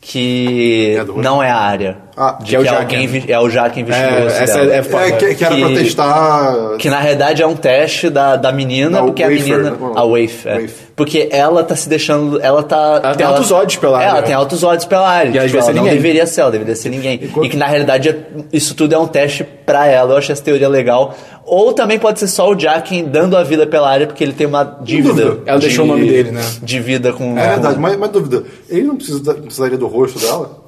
Que
É do rosto.
não é a área.
Ah,
de
que é o Jack,
alguém
né?
invi- é o Jack que investigou.
É,
o rosto
essa
dela.
é foda.
É, que, que era pra
Que-
testar.
Que na realidade é um teste da, da menina,
Da
porque
Wafer,
a menina.
né?
A Waif, é.
Waif.
Porque ela tá se deixando. Ela tá.
Ela tem altos ódios pela
é,
área.
Ela tem altos ódios pela área. Tipo,
E ela devia
ela
ser
não
ninguém.
deveria ser, ela deveria ser ninguém. E,
quando-
que na realidade é- isso tudo é um teste pra ela. Eu acho essa teoria legal. Ou também pode ser só o Jack dando a vida pela área, porque ele tem uma dívida.
dúvida.
Ela
de-
deixou o nome dele, né?
De vida com.
É
com-
verdade, mas, mas dúvida, ele não precisa da- precisaria do rosto dela?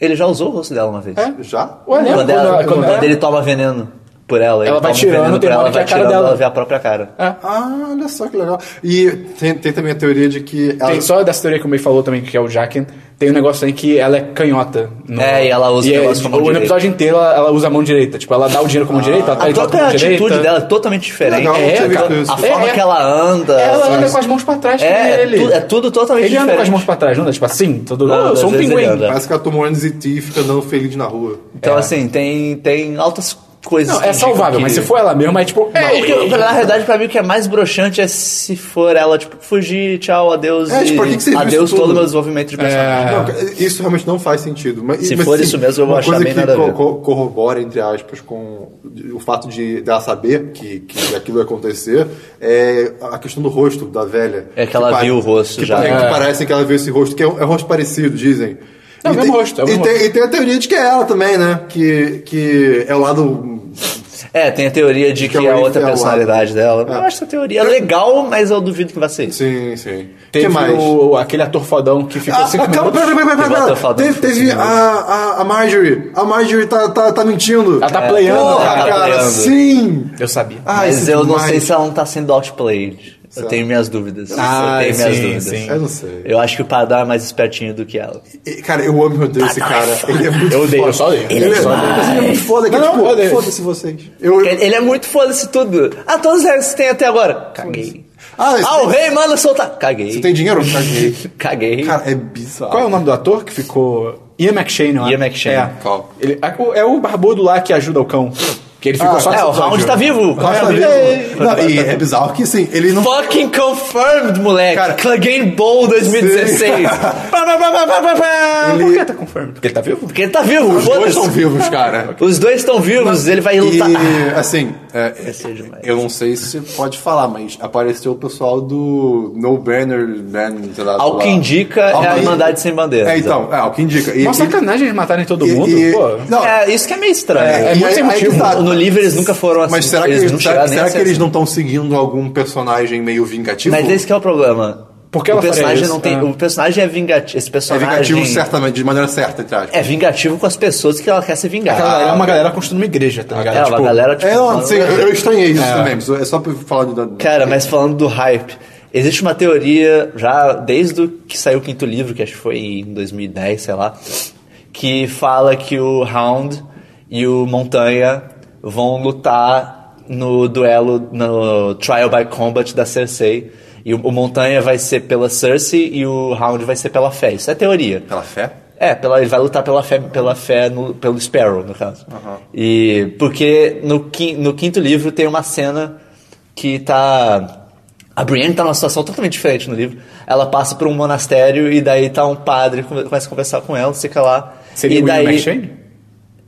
Ele já usou o rosto dela uma vez.
É? Já?
Ué, né?
Quando, ela-
Quando-
quando
quando-
ele toma veneno por ela. ele
Ela vai
toma um
tirando,
veneno
tem
pra
uma
ela,
hora que
vai
é a cara
tirando,
dela.
ela vê a própria cara.
Ah, olha só que legal. E tem, tem também a teoria de que ela.
Tem só dessa teoria que o May falou também, que é o Jaquen, tem um negócio aí que ela é canhota. no-
É, e ela usa o negócio com a mão
o
direita. Ah,
episódio inteiro ela, ela usa a mão direita. Tipo, ela dá o dinheiro com a mão direita, ela tá
A
de volta com
própria
a mão
atitude
direita.
dela é totalmente diferente.
Legal, não
É,
tinha
cara.
visto isso.
A forma
É, é.
que ela anda.
Ela
assim,
anda com as mãos pra trás, que
É,
nem
é
ele.
tu- é tudo totalmente
Ele anda com as
diferente.
mãos pra trás, não? Tipo assim, todo.
Não,
"Oh, eu
às
sou um
vezes
pinguim.
ele anda.
Parece que ela tomou NZT e fica andando feliz na rua.
Então, assim, tem, tem altas coisas.
Não,
que
é
indicam
salvável,
tipo que-
mas se for ela mesma, é tipo.
Não, o
"Ei!"
que- na realidade, pra mim, o que é mais broxante é se for ela, tipo, fugir, tchau, adeus.
É,
e-
tipo, pra que que serviu
adeus
isso tudo?
todo o meu desenvolvimento de personagem.
É.
Não, cara, isso realmente não faz sentido. Mas,
Se
mas,
for
assim,
isso mesmo, eu vou
uma
achar
coisa
bem
que
nada a ver.
co- corrobora, entre aspas, com o fato de dela saber que, que aquilo ia acontecer é a questão do rosto da velha.
É que ela
pare-
viu o rosto
que
já.
pare- que
É.
parece que ela viu esse rosto, que é um, é um rosto parecido, dizem.
É o
E
mesmo
tem-
rosto, é o mesmo
e, tem, e tem a teoria de que é ela também, né? Que, que é o lado
É, tem a teoria de que,
Que
é
ela
outra
enfia lá.
personalidade dela. Eu
É.
acho essa teoria legal, mas eu duvido que vai ser isso.
Sim, sim.
Teve
que mais?
o- aquele ator fodão que ficou
Ah,
cinco
calma,
minutos.
pera, pera, pera, pera,
Levanta a
pera.
fada,
Teve,
fica
teve
cinco
a, a, a Marjorie. A Marjorie tá, tá, tá mentindo.
Ela tá
É,
playando,
porra,
cara.
tá
cara,
playando.
sim.
Eu sabia.
Ah,
mas
isso é
eu não
demais.
sei se ela não tá sendo outplayed. Eu tenho minhas dúvidas.
Ah,
eu tenho minhas
sim,
dúvidas.
sim.
Eu não sei.
Eu acho que o Padar é mais espertinho do que ela.
E, Cara, eu amo e odeio esse cara. Ele é muito
Tá Eu odeio,
foda.
eu só odeio.
Ele,
Eu
é,
só odeio.
mas ele é muito foda. Que,
Não, não, eu
tipo,
odeio.
foda-se vocês. Eu,
Ele, ele é muito foda-se tudo. Ah, todas as regras que tem até agora. Caguei.
Ah, esse
Ah, o rei manda soltar. Caguei.
Você tem dinheiro? Eu Caguei.
Caguei.
Cara, é bizarro.
Qual é o nome do ator que ficou. Ian McShane, eu acho.
Ian McShane.
É.
Qual?
Ele, é, o- é o barbudo lá que ajuda o cão. Que ele ficou
Ah,
só
é,
nesse
o
episódio.
Round tá vivo.
Nossa,
Round tá vivo.
é, não, e é bizarro que, assim, ele não...
Fucking confirmed, moleque.
Cara-
Clegane Bowl 2016. Pá, pá, pá, pá, pá, pá, pá.
Por que tá confirmed? Porque ele tá vivo?
Porque ele tá vivo.
Os dois estão
Foda-se.
vivos, cara.
Os dois estão vivos. Ele tá- vai lutar.
E, assim, é,
ser demais.
eu não sei se pode falar, mas apareceu o pessoal do No Banner Man, sei lá.
Ao que
sei lá.
indica, é a Irmandade Sem Bandeira.
É, então, é, ao que indica. E,
Uma
e,
sacanagem eles matarem todo
e-
mundo,
e-
pô.
não,
É, isso que é meio estranho.
É
e
muito
aí-
sem
aí que
motivo.
tá.
No livro eles nunca foram assim.
Mas será que
eles
eles,
não
será,
chegaram nem
será
a
que
ser
eles
assim.
não estão seguindo algum personagem meio vingativo?
Mas esse que é o problema.
Por que
o
ela faria
personagem
isso?
não tem.
Ah.
O personagem é vingativo. Esse
É
personagem.
vingativo certamente, de maneira certa, entre aspas.
É vingativo com as pessoas que ela quer se vingar.
Aquela galera é uma galera construindo uma igreja, tá ligado?
É, uma
Tipo,
galera tipo.
É, não,
falando-
sei, eu, eu estranhei isso também, mas é só pra falar de. da-
Cara, mas falando do hype, existe uma teoria, já desde o que saiu o quinto livro, que acho que foi em 2010, sei lá, que fala que o Hound e o Montanha vão lutar no duelo, no Trial by Combat da Cersei. E o, o Montanha vai ser pela Cersei e o Hound vai ser pela Fé. Isso é teoria.
Pela fé?
É, pela, ele vai lutar pela fé, pela fé no- pelo Sparrow, no caso. E porque no, qui- no quinto livro tem uma cena que tá. A Brienne tá numa situação totalmente diferente no livro. Ela passa por um monastério e daí tá um padre, come- começa a conversar com ela, fica lá.
Seria
e
o William
daí,
McShane?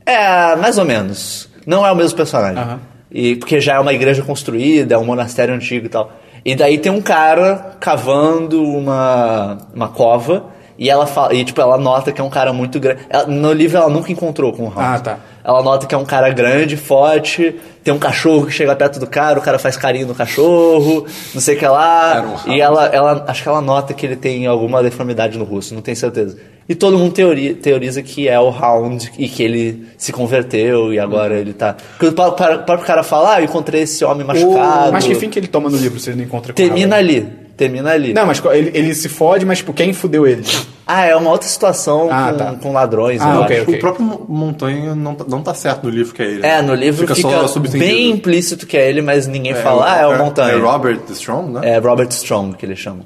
é, mais ou menos. Não é o mesmo personagem.
Aham.
E, porque já é uma igreja construída, é um monastério antigo e tal. E daí tem um cara cavando uma, uma cova e ela fala, e tipo, ela nota que é um cara muito grande. Ela- No livro ela nunca encontrou com o Hound.
Ah, tá.
Ela nota que é um cara grande, forte, tem um cachorro que chega perto do cara, o cara faz carinho no cachorro, não sei o que
Era um
lá.
Hound.
e ela, ela acho que ela nota que ele tem alguma deformidade no rosto, não tenho certeza. E todo mundo teori- teoriza que é o Hound e que ele se converteu e agora ele tá. Porque o pa- pa- próprio cara fala, ah, eu encontrei esse homem machucado.
Mas que fim que ele toma no livro se ele não encontra com
Termina
ela? né?
ali. Termina ali.
Não, mas co- ele, ele se fode, mas tipo, quem fudeu ele?
Ah, é uma outra situação
Ah,
com,
tá.
com ladrões,
Ah,
eu
ok,
acho.
ok.
O próprio Mo- Montanha não, tá- não tá certo no livro que é ele.
É,
né?
no livro fica,
subentendido.
bem implícito que é ele, mas ninguém
É,
fala, ah, é o Montanha.
É Robert the Strong, né?
É Robert Strong que eles chamam.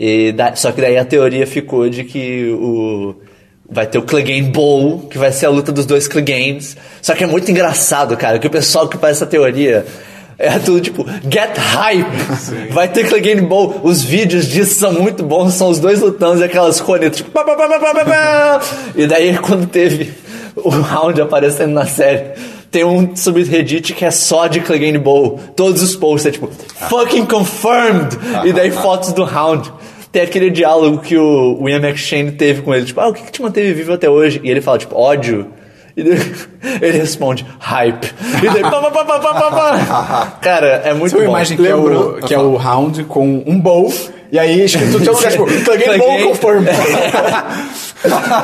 E da- só que daí a teoria ficou de que o vai ter o Clegane Bowl, que vai ser a luta dos dois Cleganes. Só que é muito engraçado, cara, que o pessoal que faz essa teoria é tudo tipo, get hype! Vai ter Clegane Bowl. Os vídeos disso são muito bons, são os dois lutando e aquelas cornetas, tipo, pá, pá, pá, pá, pá, pá, pá. E daí quando teve o round aparecendo na série, tem um subreddit que é só de Clegane Bowl. Todos os posts é tipo, fucking confirmed! E daí fotos do round. Tem aquele diálogo que o William McShane teve com ele, tipo, ah, o que, que te manteve vivo até hoje? E ele fala, tipo, ódio. E daí ele responde, hype. E daí, pá, pá, pá, pá, pá, pá, pá. Cara, é muito
Tem uma
bom.
imagem que é, o,
Lembrou-
que é o round com um bowl, e aí escrito
Então,
tem um lugar tipo, Clegane Bowl confirmed.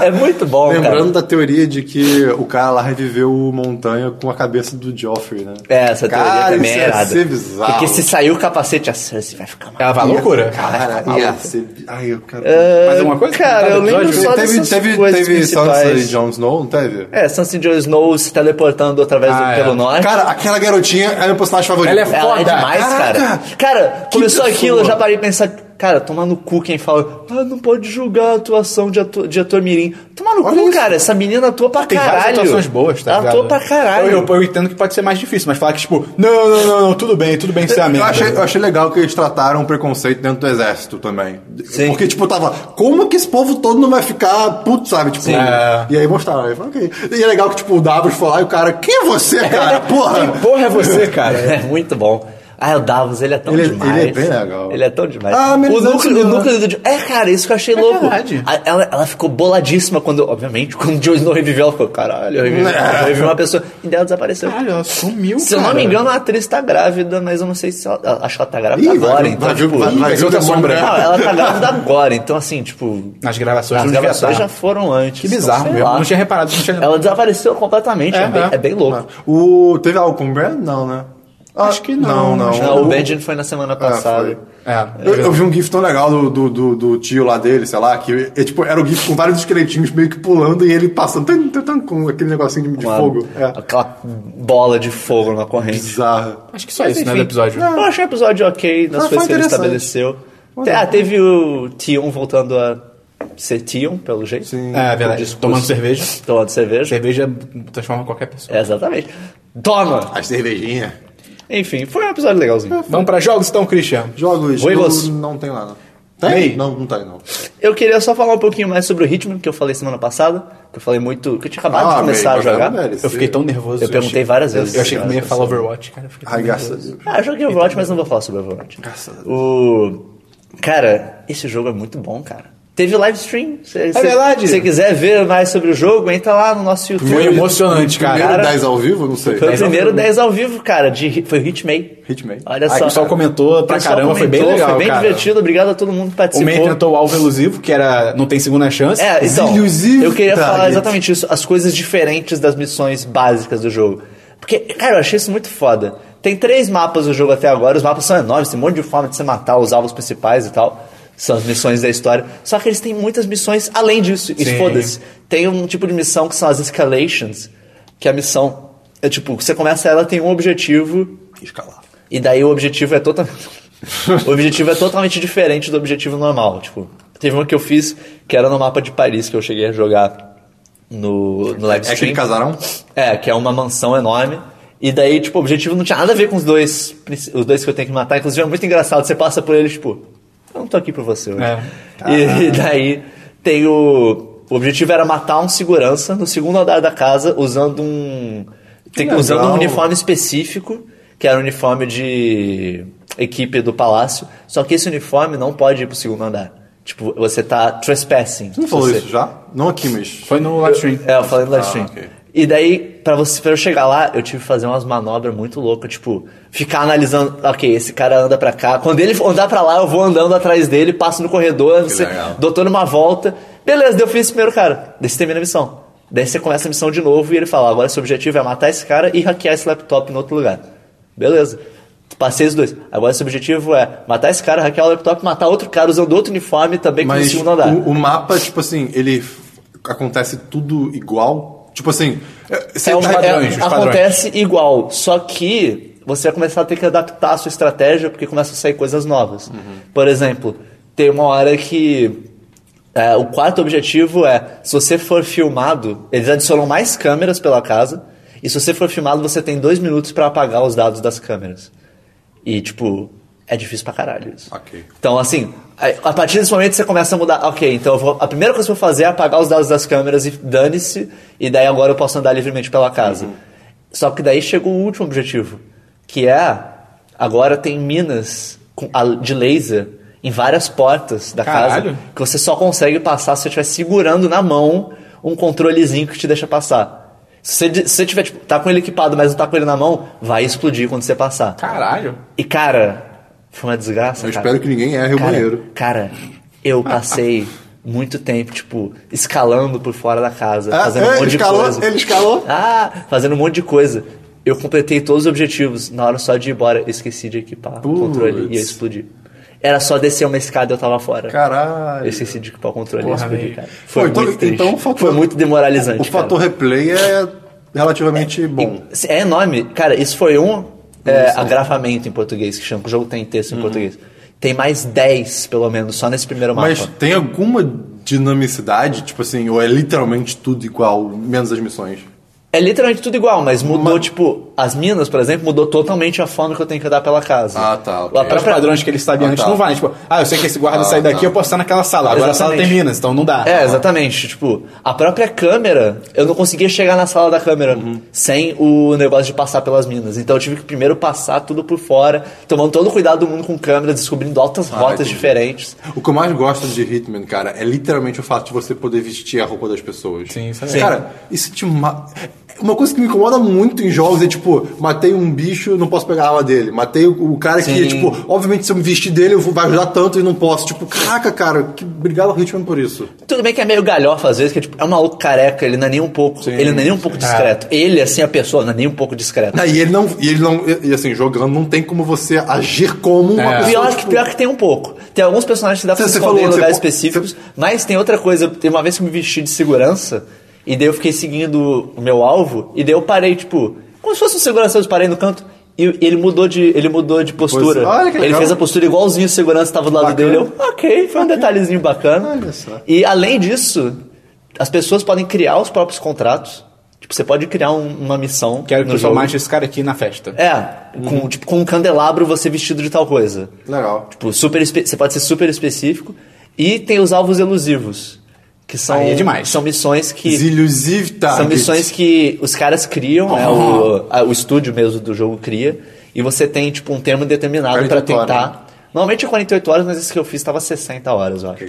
é muito bom, cara.
Lembrando da teoria de que o cara lá reviveu o Montanha com a cabeça do Joffrey, né?
É, essa teoria
Cara,
também
isso
é
ia
irada.
ser bizarro.
Porque se sair o capacete, a Cersei vai ficar mal.
Ela vai à loucura.
Cara, ia ser... Ai, eu quero...
Mais alguma é coisa?
Cara,
Cada
eu lembro
episódio? né?
É, só
teve
dessas
teve,
coisas
teve Sansa
principais.
e Jon Snow, não teve?
É, Sansa e Jon Snow se teleportando através do
Ah, é.
pelo norte.
Cara, aquela garotinha é meu personagem favorito.
Ela é f-
ela é
foda.
demais, cara.
Caraca,
Cara,
que
começou
pessoa.
aquilo, eu já parei de pensar. Cara, tomar no cu quem fala, ah, não pode julgar a atuação de ator, de ator mirim. Tomar no
Olha
cu,
isso.
cara, essa menina atua pra
Tem
caralho.
várias atuações boas, tá
Ela
ligado?
atua pra caralho.
Eu, eu, eu entendo que pode ser mais difícil, mas falar que tipo, não, não, não, não tudo bem, tudo bem
é
ser a
Eu
merda.
achei, eu achei legal que eles trataram o preconceito dentro do exército também.
Sim.
Porque, tipo, tava, como que esse povo todo não vai ficar puto, sabe? Tipo,
É.
E aí mostraram, aí falei, ok. E é legal que, tipo, o Davos foi lá e o cara, quem é você, cara?
Tipo,
Quem
Porra!
porra é você, cara?
É muito bom. Ah, o Davos, ele é tão
Ele é-
demais.
ele é bem legal.
Ele é tão demais.
Ah,
o
menos
núcleo, o
antes, né?
núcleo do... Jo- É, cara, isso que eu achei louco.
verdade.
A- Ela, ela ficou boladíssima quando, obviamente, quando o Jon Snow reviveu, ela ficou, caralho, eu revivi, eu revivi uma pessoa. E daí ela desapareceu.
Caralho, ela sumiu,
Se eu não
cara.
me engano, a atriz tá grávida, mas eu não sei se ela. ela- Acho que ela tá grávida
Ih,
agora,
vai-
então.
vai-
tipo,
vai- vai-
Mas outra sombra.
Não, ela tá grávida agora, então assim, tipo.
Nas gravações
As
não devia
gravações
estar.
já foram antes.
Que
então,
bizarro
sei
mesmo.
lá.
Não tinha reparado, não tinha
Ela desapareceu completamente, é,
É,
bem,
é.
é bem louco.
O, teve algo com o Brand? Não, né?
Acho que não,
Não, não.
acho que
Não, o
O-
Benjamin foi na semana
Ah,
passada.
foi.
É,
Eu, eu vi um gif tão legal do, do, do- do tio lá dele, sei lá, que é, tipo, era o gif com vários esqueletinhos meio que pulando e ele passando tan, tan, tan, com aquele negocinho de, de
uma-
fogo. É.
Aquela bola de fogo na corrente.
Bizarro.
acho que só isso, né, do
Enfim,
episódio.
Eu achei o episódio ok, nas coisas que
Ah, foi
ele
interessante.
estabeleceu. Te- Ah, teve o Tion voltando a ser Tion, pelo jeito.
Sim.
É, verdade. Tomando cerveja.
Tomando cerveja.
Cerveja transforma qualquer pessoa.
É, Exatamente. Toma!
As cervejinhas.
Enfim, foi um episódio
É.
legalzinho.
Vamos pra jogos então, Christian?
Jogos.
Oi,
eu
você.
Não tem nada.
Ei.
Não, não tem, não.
Eu queria só falar um pouquinho mais sobre o ritmo que eu falei semana passada, que eu falei muito. que eu tinha acabado de
Ah,
começar
bem,
a jogar.
bem, bem.
Eu fiquei tão nervoso.
Eu perguntei
achei-
várias vezes.
Eu achei que não ia falar Overwatch, cara. Eu fiquei tão
Ai, graças a
nervoso.
Deus.
Ah, eu
Então
joguei
tá
Overwatch, mas não vou falar sobre Overwatch.
Graças a Deus.
O. Cara, esse jogo é muito bom, cara. Teve live stream. Se, é
verdade.
Se você quiser ver mais sobre o jogo, entra lá no nosso YouTube.
Foi emocionante, cara.
Primeiro 10 ao vivo, não sei.
Foi o primeiro 10 ao vivo, cara. De, foi o Hitmay.
Hitman.
Olha
Aí
só.
Ah, o pessoal
cara.
comentou pra
O pessoal
caramba, foi bem
comentou,
legal,
Foi bem
cara.
divertido, obrigado a todo mundo que
O May
participou.
tentou o alvo elusivo, que era não tem segunda chance.
É, então,
Ilusivo
eu queria falar
target.
exatamente isso, as coisas diferentes das missões básicas do jogo. Porque, cara, eu achei isso muito foda. Tem três mapas do jogo até agora, os mapas são enormes, tem um monte de forma de você matar os alvos principais e tal. São as missões da história. Só que eles têm muitas missões além disso. E
Sim.
foda-se. Tem um tipo de missão que são as escalations, que é a missão. É tipo, você começa ela, tem um objetivo.
Escalar.
E daí o objetivo é totalmente. o objetivo é totalmente diferente do objetivo normal. Tipo, teve uma que eu fiz que era no mapa de Paris que eu cheguei a jogar no, no live
É aquele
stream.
casarão?
É, que é uma mansão enorme. E daí, tipo, o objetivo não tinha nada a ver com os dois, princi- os dois que eu tenho que matar. Inclusive, é muito engraçado. Você passa por eles, tipo, eu não tô aqui pra você hoje.
É.
Ah.
E, e daí tem o. O objetivo era matar um segurança no segundo andar da casa usando um. Tem,
Que
usando um
legal.
uniforme específico, que era o uniforme de equipe do palácio. Só que esse uniforme não pode ir pro segundo andar. Tipo, você tá trespassing.
Você não falou
Você-
isso já? Não aqui, mas.
Foi no live stream.
é, eu falei no live stream.
Ah, ok.
E daí, pra, você, pra eu chegar lá, eu tive que fazer umas manobras muito loucas, tipo, ficar analisando, ok, esse cara anda pra cá. Quando ele andar pra lá, eu vou andando atrás dele, passo no corredor, você,
legal.
dou toda uma volta. Beleza, daí eu fiz esse primeiro cara. Daí você termina a missão. Daí você começa a missão de novo e ele fala, agora seu objetivo é matar esse cara e hackear esse laptop em outro lugar. Beleza. Passei os dois. Agora seu objetivo é matar esse cara, hackear o laptop, matar outro cara usando outro uniforme também que no
Mas
É segundo andar.
o, o mapa, tipo assim, ele f- acontece tudo igual? Tipo assim. é-
É
você
um-
tá-
é-
padrões, os padrões.
acontece igual, só que você vai começar a ter que adaptar a sua estratégia porque começa a sair coisas novas.
Uhum.
Por exemplo, tem uma hora que é, o quarto objetivo é se você for filmado, eles adicionam mais câmeras pela casa e se você for filmado você tem dois minutos pra apagar os dados das câmeras. E tipo é difícil pra caralho isso.
Ok.
Então, assim, a a partir desse momento você começa a mudar. Ok, então eu vou- a primeira coisa que eu vou fazer é apagar os dados das câmeras e dane-se, e daí agora eu posso andar livremente pela casa. Só que daí chega o último objetivo, que é agora tem minas com- a- de laser em várias portas da
Caralho.
casa que você só consegue passar se você estiver segurando na mão um controlezinho que te deixa passar. Se você, de- se você tiver, tipo, tá com ele equipado, mas não tá com ele na mão, vai explodir quando você passar.
Caralho.
E, cara, foi uma desgraça.
Eu
cara.
espero que ninguém erre o
Cara,
banheiro.
Cara, eu passei muito tempo, tipo, escalando por fora da casa,
Ah,
fazendo um
é,
monte
escalou,
de coisa.
ele escalou.
Ah, fazendo um monte de coisa. Eu completei todos os objetivos. Na hora só de ir embora, eu esqueci de equipar
Putz.
o controle e eu explodi. Era só descer uma escada e eu tava fora.
Caralho.
Eu esqueci de equipar o controle e eu
Porra,
explodi,
amigo.
cara. Foi
Pô, então-
muito triste.
então o fator-
Foi muito demoralizante,
O fator replay é relativamente bom.
cara. É enorme. Cara, isso foi um é, agravamento em português, que chama, que o jogo tem
Uhum.
texto em português. Tem mais 10, pelo menos, só nesse primeiro mapa.
Mas tem alguma dinamicidade, tipo assim, ou é literalmente tudo igual, menos as missões?
É literalmente tudo igual, mas mudou, tipo, as minas, por exemplo, mudou totalmente a forma que eu tenho que andar pela casa.
Ah, tá, ok.
A
Os
própria...
padrões que ele sabia
Ah,
antes
tá.
não
né?
valem. Tipo, ah, eu sei que esse guarda
Ah,
sai daqui,
tá.
eu posso estar naquela sala. Agora a sala tem
Exatamente.
minas, então não dá.
É, exatamente. Tipo, a própria câmera, eu não conseguia chegar na sala da câmera
Uhum.
sem o negócio de passar pelas minas. Então eu tive que primeiro passar tudo por fora, tomando todo o cuidado do mundo com câmera, descobrindo altas rotas
entendi.
diferentes.
O que eu mais gosto de Hitman, cara, é literalmente o fato de você poder vestir a roupa das pessoas.
Sim, isso é
é. Cara, isso te ma... Uma coisa que me incomoda muito em jogos é tipo, matei um bicho, não posso pegar a arma dele. Matei o, o cara que, tipo, obviamente se eu me vestir dele, eu vou, vai ajudar tanto e não posso. Tipo, caraca, cara, que... obrigado ao Hitman por isso.
Tudo bem que é meio galhofa às vezes, que é, tipo, é um maluco careca, ele não é nem um pouco, ele não é nem um pouco discreto. Ele, assim, a pessoa, não é nem um pouco discreto.
Ah, e ele não. E ele não. E, e, assim, jogando, não tem como você agir como uma
É.
pessoa.
Pior, que,
tipo,
pior que tem um pouco. Tem alguns personagens que dá pra
Você-
se
você
esconder em
falou, você
lugares
po-
específicos, mas tem outra coisa. Tem uma vez que eu me vesti de segurança, e daí eu fiquei seguindo o meu alvo, e daí eu parei, tipo, como se fosse um segurança, eu parei no canto. E ele mudou de, ele mudou de postura.
Pois- olha que
ele
legal.
fez a postura igualzinho, o segurança tava do lado
Bacana.
dele. Eu, ok, foi um detalhezinho bacana.
Olha só.
E além disso, as pessoas podem criar os próprios contratos. Tipo, você pode criar um- uma missão.
Quero que
no
eu Uhum. só
jogo.
mate esse cara aqui na festa.
É, com, tipo, com um candelabro você vestido de tal coisa.
Legal.
Tipo, super espe- você pode ser super específico. E tem os alvos elusivos. Que são,
Aí é demais.
são missões que.
Zilusive
São
target.
missões que os caras criam, né, o, a- o estúdio mesmo do jogo cria. E você tem, tipo, um termo determinado pra
48
tentar.
horas, né?
Normalmente é 48 horas, mas esse que eu fiz tava 60 horas, eu acho.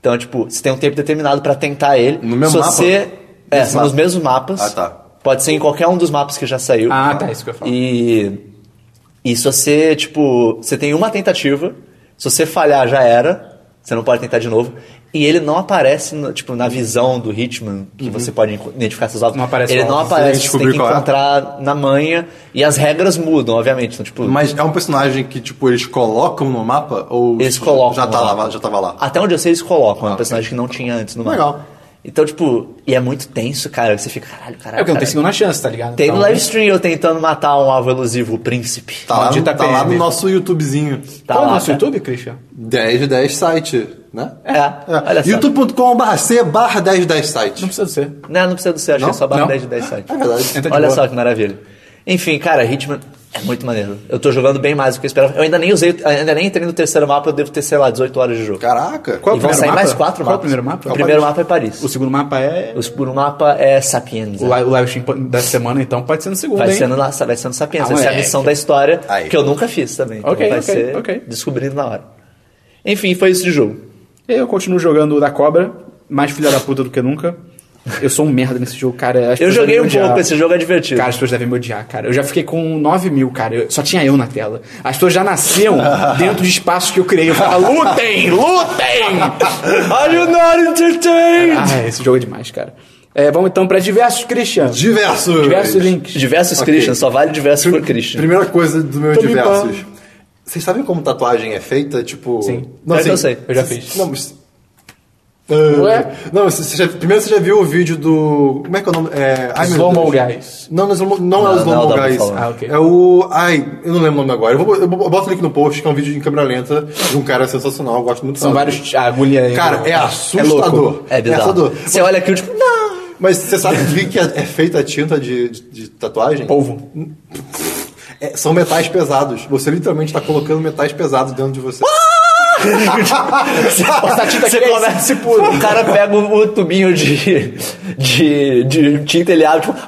Então, tipo, você tem um tempo determinado pra tentar ele.
No mesmo
Se
mapa?
você- É,
Mesmo
nos
mapa?
mesmos mapas.
Ah, tá.
Pode ser em qualquer um dos mapas que já saiu.
Ah, tá, isso que eu falo.
E isso você, tipo, você tem uma tentativa, se você falhar já era, você não pode tentar de novo. E ele não aparece, no- tipo, na visão do Hitman, que você pode enco- identificar seus alvos.
Uhum. Não aparece
ele
o
não
alvo.
aparece,
Você
você
tem que
tem que
descobrir qual é.
encontrar na manha. E as regras mudam, obviamente. Então, tipo,
Mas é um personagem que, tipo, eles colocam no mapa ou
eles colocam.
já, tá
lá.
lá, já tava lá?
Até onde eu sei, eles colocam. é um
Ah, ok.
personagem que não tinha antes no mapa.
Legal.
Então, tipo, e é muito tenso, cara. Você fica, caralho,
É porque
caralho.
não
caralho.
tem segunda chance, tá ligado?
Tem
Então,
no live stream eu tentando matar um alvo elusivo, o príncipe.
Tá, lá, no-
Maldita
tá lá no
PM.
nosso YouTubezinho.
Tá
Qual é
lá,
o nosso
cara.
YouTube, Christian?
10 de 10 site, né?
É, olha só.
youtube.com barra C barra 10 de 10 site.
Não precisa de ser.
Não, não precisa do seu, acho que é só barra
Não?
10 de 10 site.
Tá
É verdade.
Entra de
Olha
boa.
só que maravilha. Enfim, cara, Hitman é muito maneiro. Eu tô jogando bem mais do que eu esperava. Eu ainda nem usei, ainda nem entrei no terceiro mapa, eu devo ter, sei lá, 18 horas de jogo.
Caraca.
Qual é
e
o
vão
primeiro
sair
mapa?
mais quatro
Qual é
mapas.
o primeiro mapa?
O primeiro mapa é Paris.
O segundo mapa é.
O segundo mapa é Sapienza.
O li- o live stream da semana, então, pode ser no segundo,
Vai
hein?
sendo, na, vai sendo Sapienza.
Ah,
Essa é a
moleque.
missão da história
Aí.
que eu nunca fiz também. Então
Ok,
vai
ok,
ser
ok.
descobrindo na hora. Enfim, foi isso de jogo.
Eu continuo jogando o da cobra, mais filha da puta do que nunca. Eu sou um merda nesse jogo, cara. As
Eu
pessoas
joguei
devem
um
me
pouco,
odiar.
esse jogo é divertido.
Cara, as pessoas devem me odiar, cara. Eu já fiquei com 9 mil, cara. Eu- só tinha eu na tela. As pessoas já nasciam dentro de espaços que eu criei. Eu falava, lutem, lutem!
Are you not entertained?
ah, esse jogo é demais, cara. É, vamos então pra diversos,
é
Christian.
Diversos.
Diversos links.
Diversos
Ok.
Christian, só vale diversos por
Pri-
Christian.
Primeira coisa do meu
Tô
diversos. Vocês sabem como tatuagem é feita? Tipo.
Sim.
É que eu sei,
eu já fiz.
Não, mas. Ah,
Ué?
Não, você- você já- primeiro você já viu o vídeo do. Como é que é o nome? É, ai, meu
Slow
Deus.
Mo Guys.
Não, não, é slow mo- não,
Não,
é o
não
Slow Mo
dá pra
Guys.
falar.
Ah, ok.
É o. Ai, eu não lembro o nome agora. Eu, vou, eu, bo- eu boto o link no post, que é um vídeo em câmera lenta de um cara sensacional. Eu gosto muito
São vários. A agulha aí. né?
Cara, é assustador.
É bizarro.
assustador.
Você olha aqui, eu, tipo, não.
Mas você sabe de que é, é feita a tinta de, de, de tatuagem?
Polvo.
É, são metais pesados. Você literalmente está colocando metais pesados dentro de você.
Você começa puro. é O cara pega o, o tubinho de, de, de tinta, ele abre, tipo, "Ah!"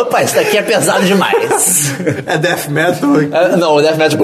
Opa, isso daqui é pesado demais.
É death metal.
Ah, Não, o Death uh, Metal.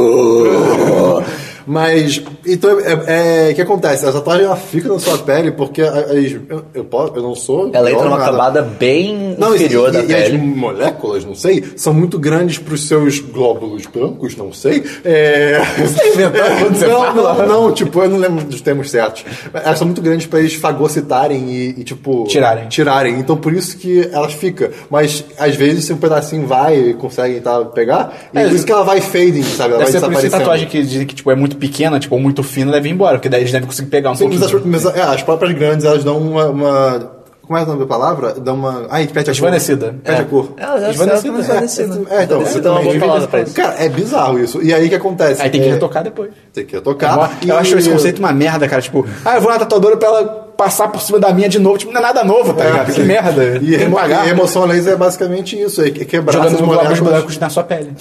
Mas, então, é, é- o que acontece? A tatuagem ela fica na sua pele porque as- eu, eu, posso- eu não sou.
Ela entra numa
biólogo, nada.
camada bem
Não, e-
inferior
e,
da
e
pele.
as moléculas, não sei, são muito grandes para os seus glóbulos brancos, não sei. É... Você tá inventando quando você não, Não, não, tipo, eu não lembro dos termos certos. Elas são muito grandes para eles fagocitarem e, e, tipo...
Tirarem.
Tirarem. Então, por isso que ela fica. Mas, às vezes, se um pedacinho vai e consegue tá, pegar, e
É,
por isso que ela vai fading, sabe? Ela
Deve ser por isso
vai
que
desaparecendo.
tatuagem que dizem que tipo, é muito pequena, tipo, ou muito fina, deve ir embora, porque daí eles devem conseguir pegar um
Sim, mas
pouquinho.
as, mas, é, as próprias grandes, elas dão uma... uma- Como é o nome da palavra? Dão uma... Ai, perde a cor.
Esvanecida.
Perde a cor.
Ela já
Esvanecida,
ela tá esvanecida.
É, então,
Você
você
dá uma
também
boa palavra pra isso.
Cara, é bizarro isso. E aí o que acontece?
Aí tem que
É,
retocar depois.
Tem que
Eu
retocar.
acho- Eu acho esse conceito uma merda, cara. Tipo, ah, eu vou na tatuadora pra ela passar por cima da minha de novo. Tipo, não é nada novo, tá ligado? Que merda.
E,
Tem que
remo...
pagar. Tá
e emoção laser é basicamente isso. É que- quebrar
Jogando
essas
globos
moléculas.
brancos na sua pele.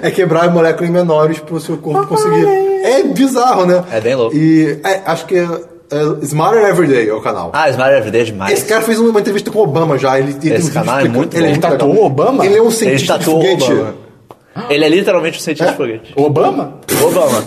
É quebrar moléculas menores pro seu corpo conseguir. É bizarro, né?
É bem louco.
E é, acho que é, é Smarter Everyday é o canal.
Ah, Smart Everyday é
Esse
demais.
cara fez uma entrevista com o Obama já. Ele, ele tem um vídeo
canal é
explicando-
muito
ele
bom.
é muito
Tatuou
legal.
o Obama?
Ele é um
Ele
cientista
tatuou o
foguete.
Obama. Ele é literalmente um cientista de foguete.
Obama?
Obama.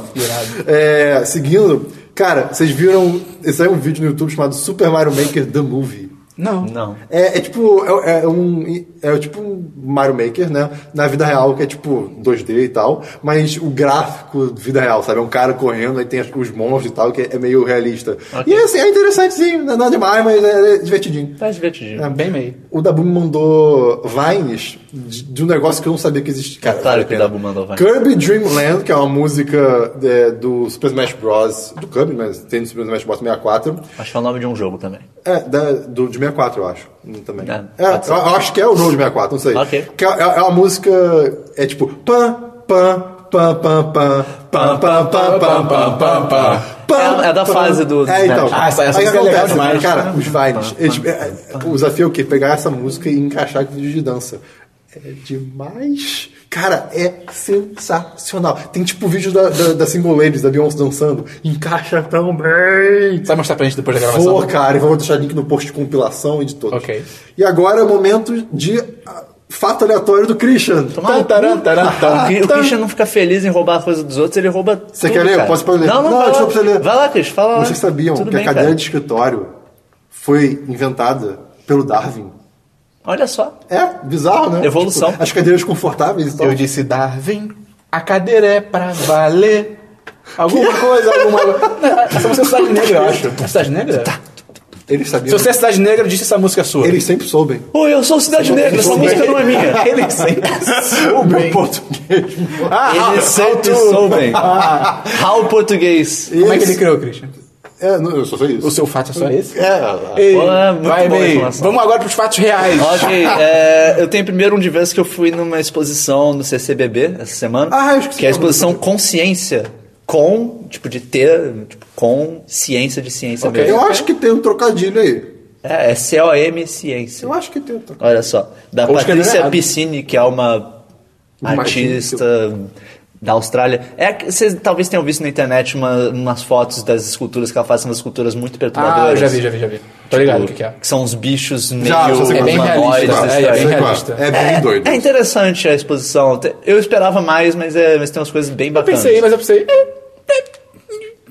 É, seguindo, cara, vocês viram. Esse aí é um vídeo no YouTube chamado Super Mario Maker The Movie.
Não.
Não.
É, é tipo. É, é um. É tipo um Mario Maker, né? Na vida real, que é tipo 2D e tal. Mas o gráfico de vida real, sabe? É um cara correndo, aí tem as- os monstros e tal, que é meio realista. E é, assim, é interessantezinho, não é nada demais, mas é, é divertidinho.
Tá divertidinho.
É bem meio.
O Dabu me mandou Vines de, de um negócio que eu não sabia que existia. Cara,
Claro
vale a
que o
pena.
Dabu mandou Vines.
Kirby Dream Land, que é uma música é, do Super Smash Bros. Do Kirby, mas tem do Super Smash Bros. 64.
Acho que é o nome de um jogo também.
É, da, do, de 64, eu acho. Também.
É,
É,
pode ser.
eu, eu acho que é o jogo de 64, não sei.
Ok.
Que é, é, é uma música. É tipo. Pam, pam, pam, pam, pam. Pam, pam, pam, pam, pam, pam, pam.
É- é da fase do- do
É, então.
Smash.
Ah, essa- essa
Aí
música é legal
acontece,
demais.
Cara, os vines. eles- é, é, o desafio é o quê? Pegar essa música e encaixar com vídeo de dança. É demais. Cara, é sensacional. Tem tipo vídeo da, da, da Single Ladies, da Beyoncé dançando. Encaixa tão bem.
Você vai mostrar pra gente depois da gravação?
Vou, cara, e vou deixar link no post de compilação e de todos.
Ok.
E agora é o momento de ah, Fato aleatório do Christian.
Taran, taran, taran, taran. Então, O Christian não fica feliz em roubar a coisa dos outros, ele rouba.
Você
tudo,
quer ler?
Cara.
Posso pra eu ler?
Não, não,
Não,
vai,
deixa
lá.
eu pra ler.
vai lá, Christian, fala lá.
Vocês sabiam
Tudo
que é
bem,
a cadeira
cara.
de escritório foi inventada pelo Darwin?
Olha só.
É, bizarro, né?
Evolução.
Tipo, as cadeiras confortáveis e tal.
Eu disse, Darwin, a cadeira é pra valer. Alguma coisa, alguma coisa.
Essa música é Cidade Negra, eu acho. É Cidade Negra?
Eles
Se
sabiam.
você é Cidade Negra, disse essa música é sua.
Eles sempre soubem.
Oi, eu sou Cidade Negra, essa música não é minha.
Ele sempre
O meu português.
Eles sempre soubem. How português.
Como é que ele criou, Christian?
É, não, eu só sei isso.
O seu fato é só esse?
É,
Ei,
Olá, muito
vai,
boa
Bey.
informação.
Vamos agora pros fatos reais.
Ok, é, eu tenho primeiro um de vez que eu fui numa exposição no CCBB essa semana,
Ah, eu esqueci
que é a
o nome.
exposição Consciência, com, tipo de ter, tipo, com ciência de ciência
eu
mesmo.
acho que tem um trocadilho aí.
É, é C-O-M ciência.
Eu acho que tem um trocadilho.
Olha só, da
Ou escrever
Patrícia
errado.
Piscine, que é uma
Uma
artista da Austrália. É, que vocês talvez tenham visto na internet uma- umas fotos das esculturas que ela faz, são umas esculturas muito perturbadoras.
Ah, eu já vi, já vi, já vi. Tô ligado o que, que é.
Que são uns bichos meio
Já, já sei qual
É bem
humanoides.
realista,
estranhos.
é, bem
Sei qual
realista.
É bem doido.
É interessante a exposição. Te- Eu esperava mais, mas, é, mas tem umas coisas bem
Eu
bacanas.
pensei, mas eu pensei. É, é,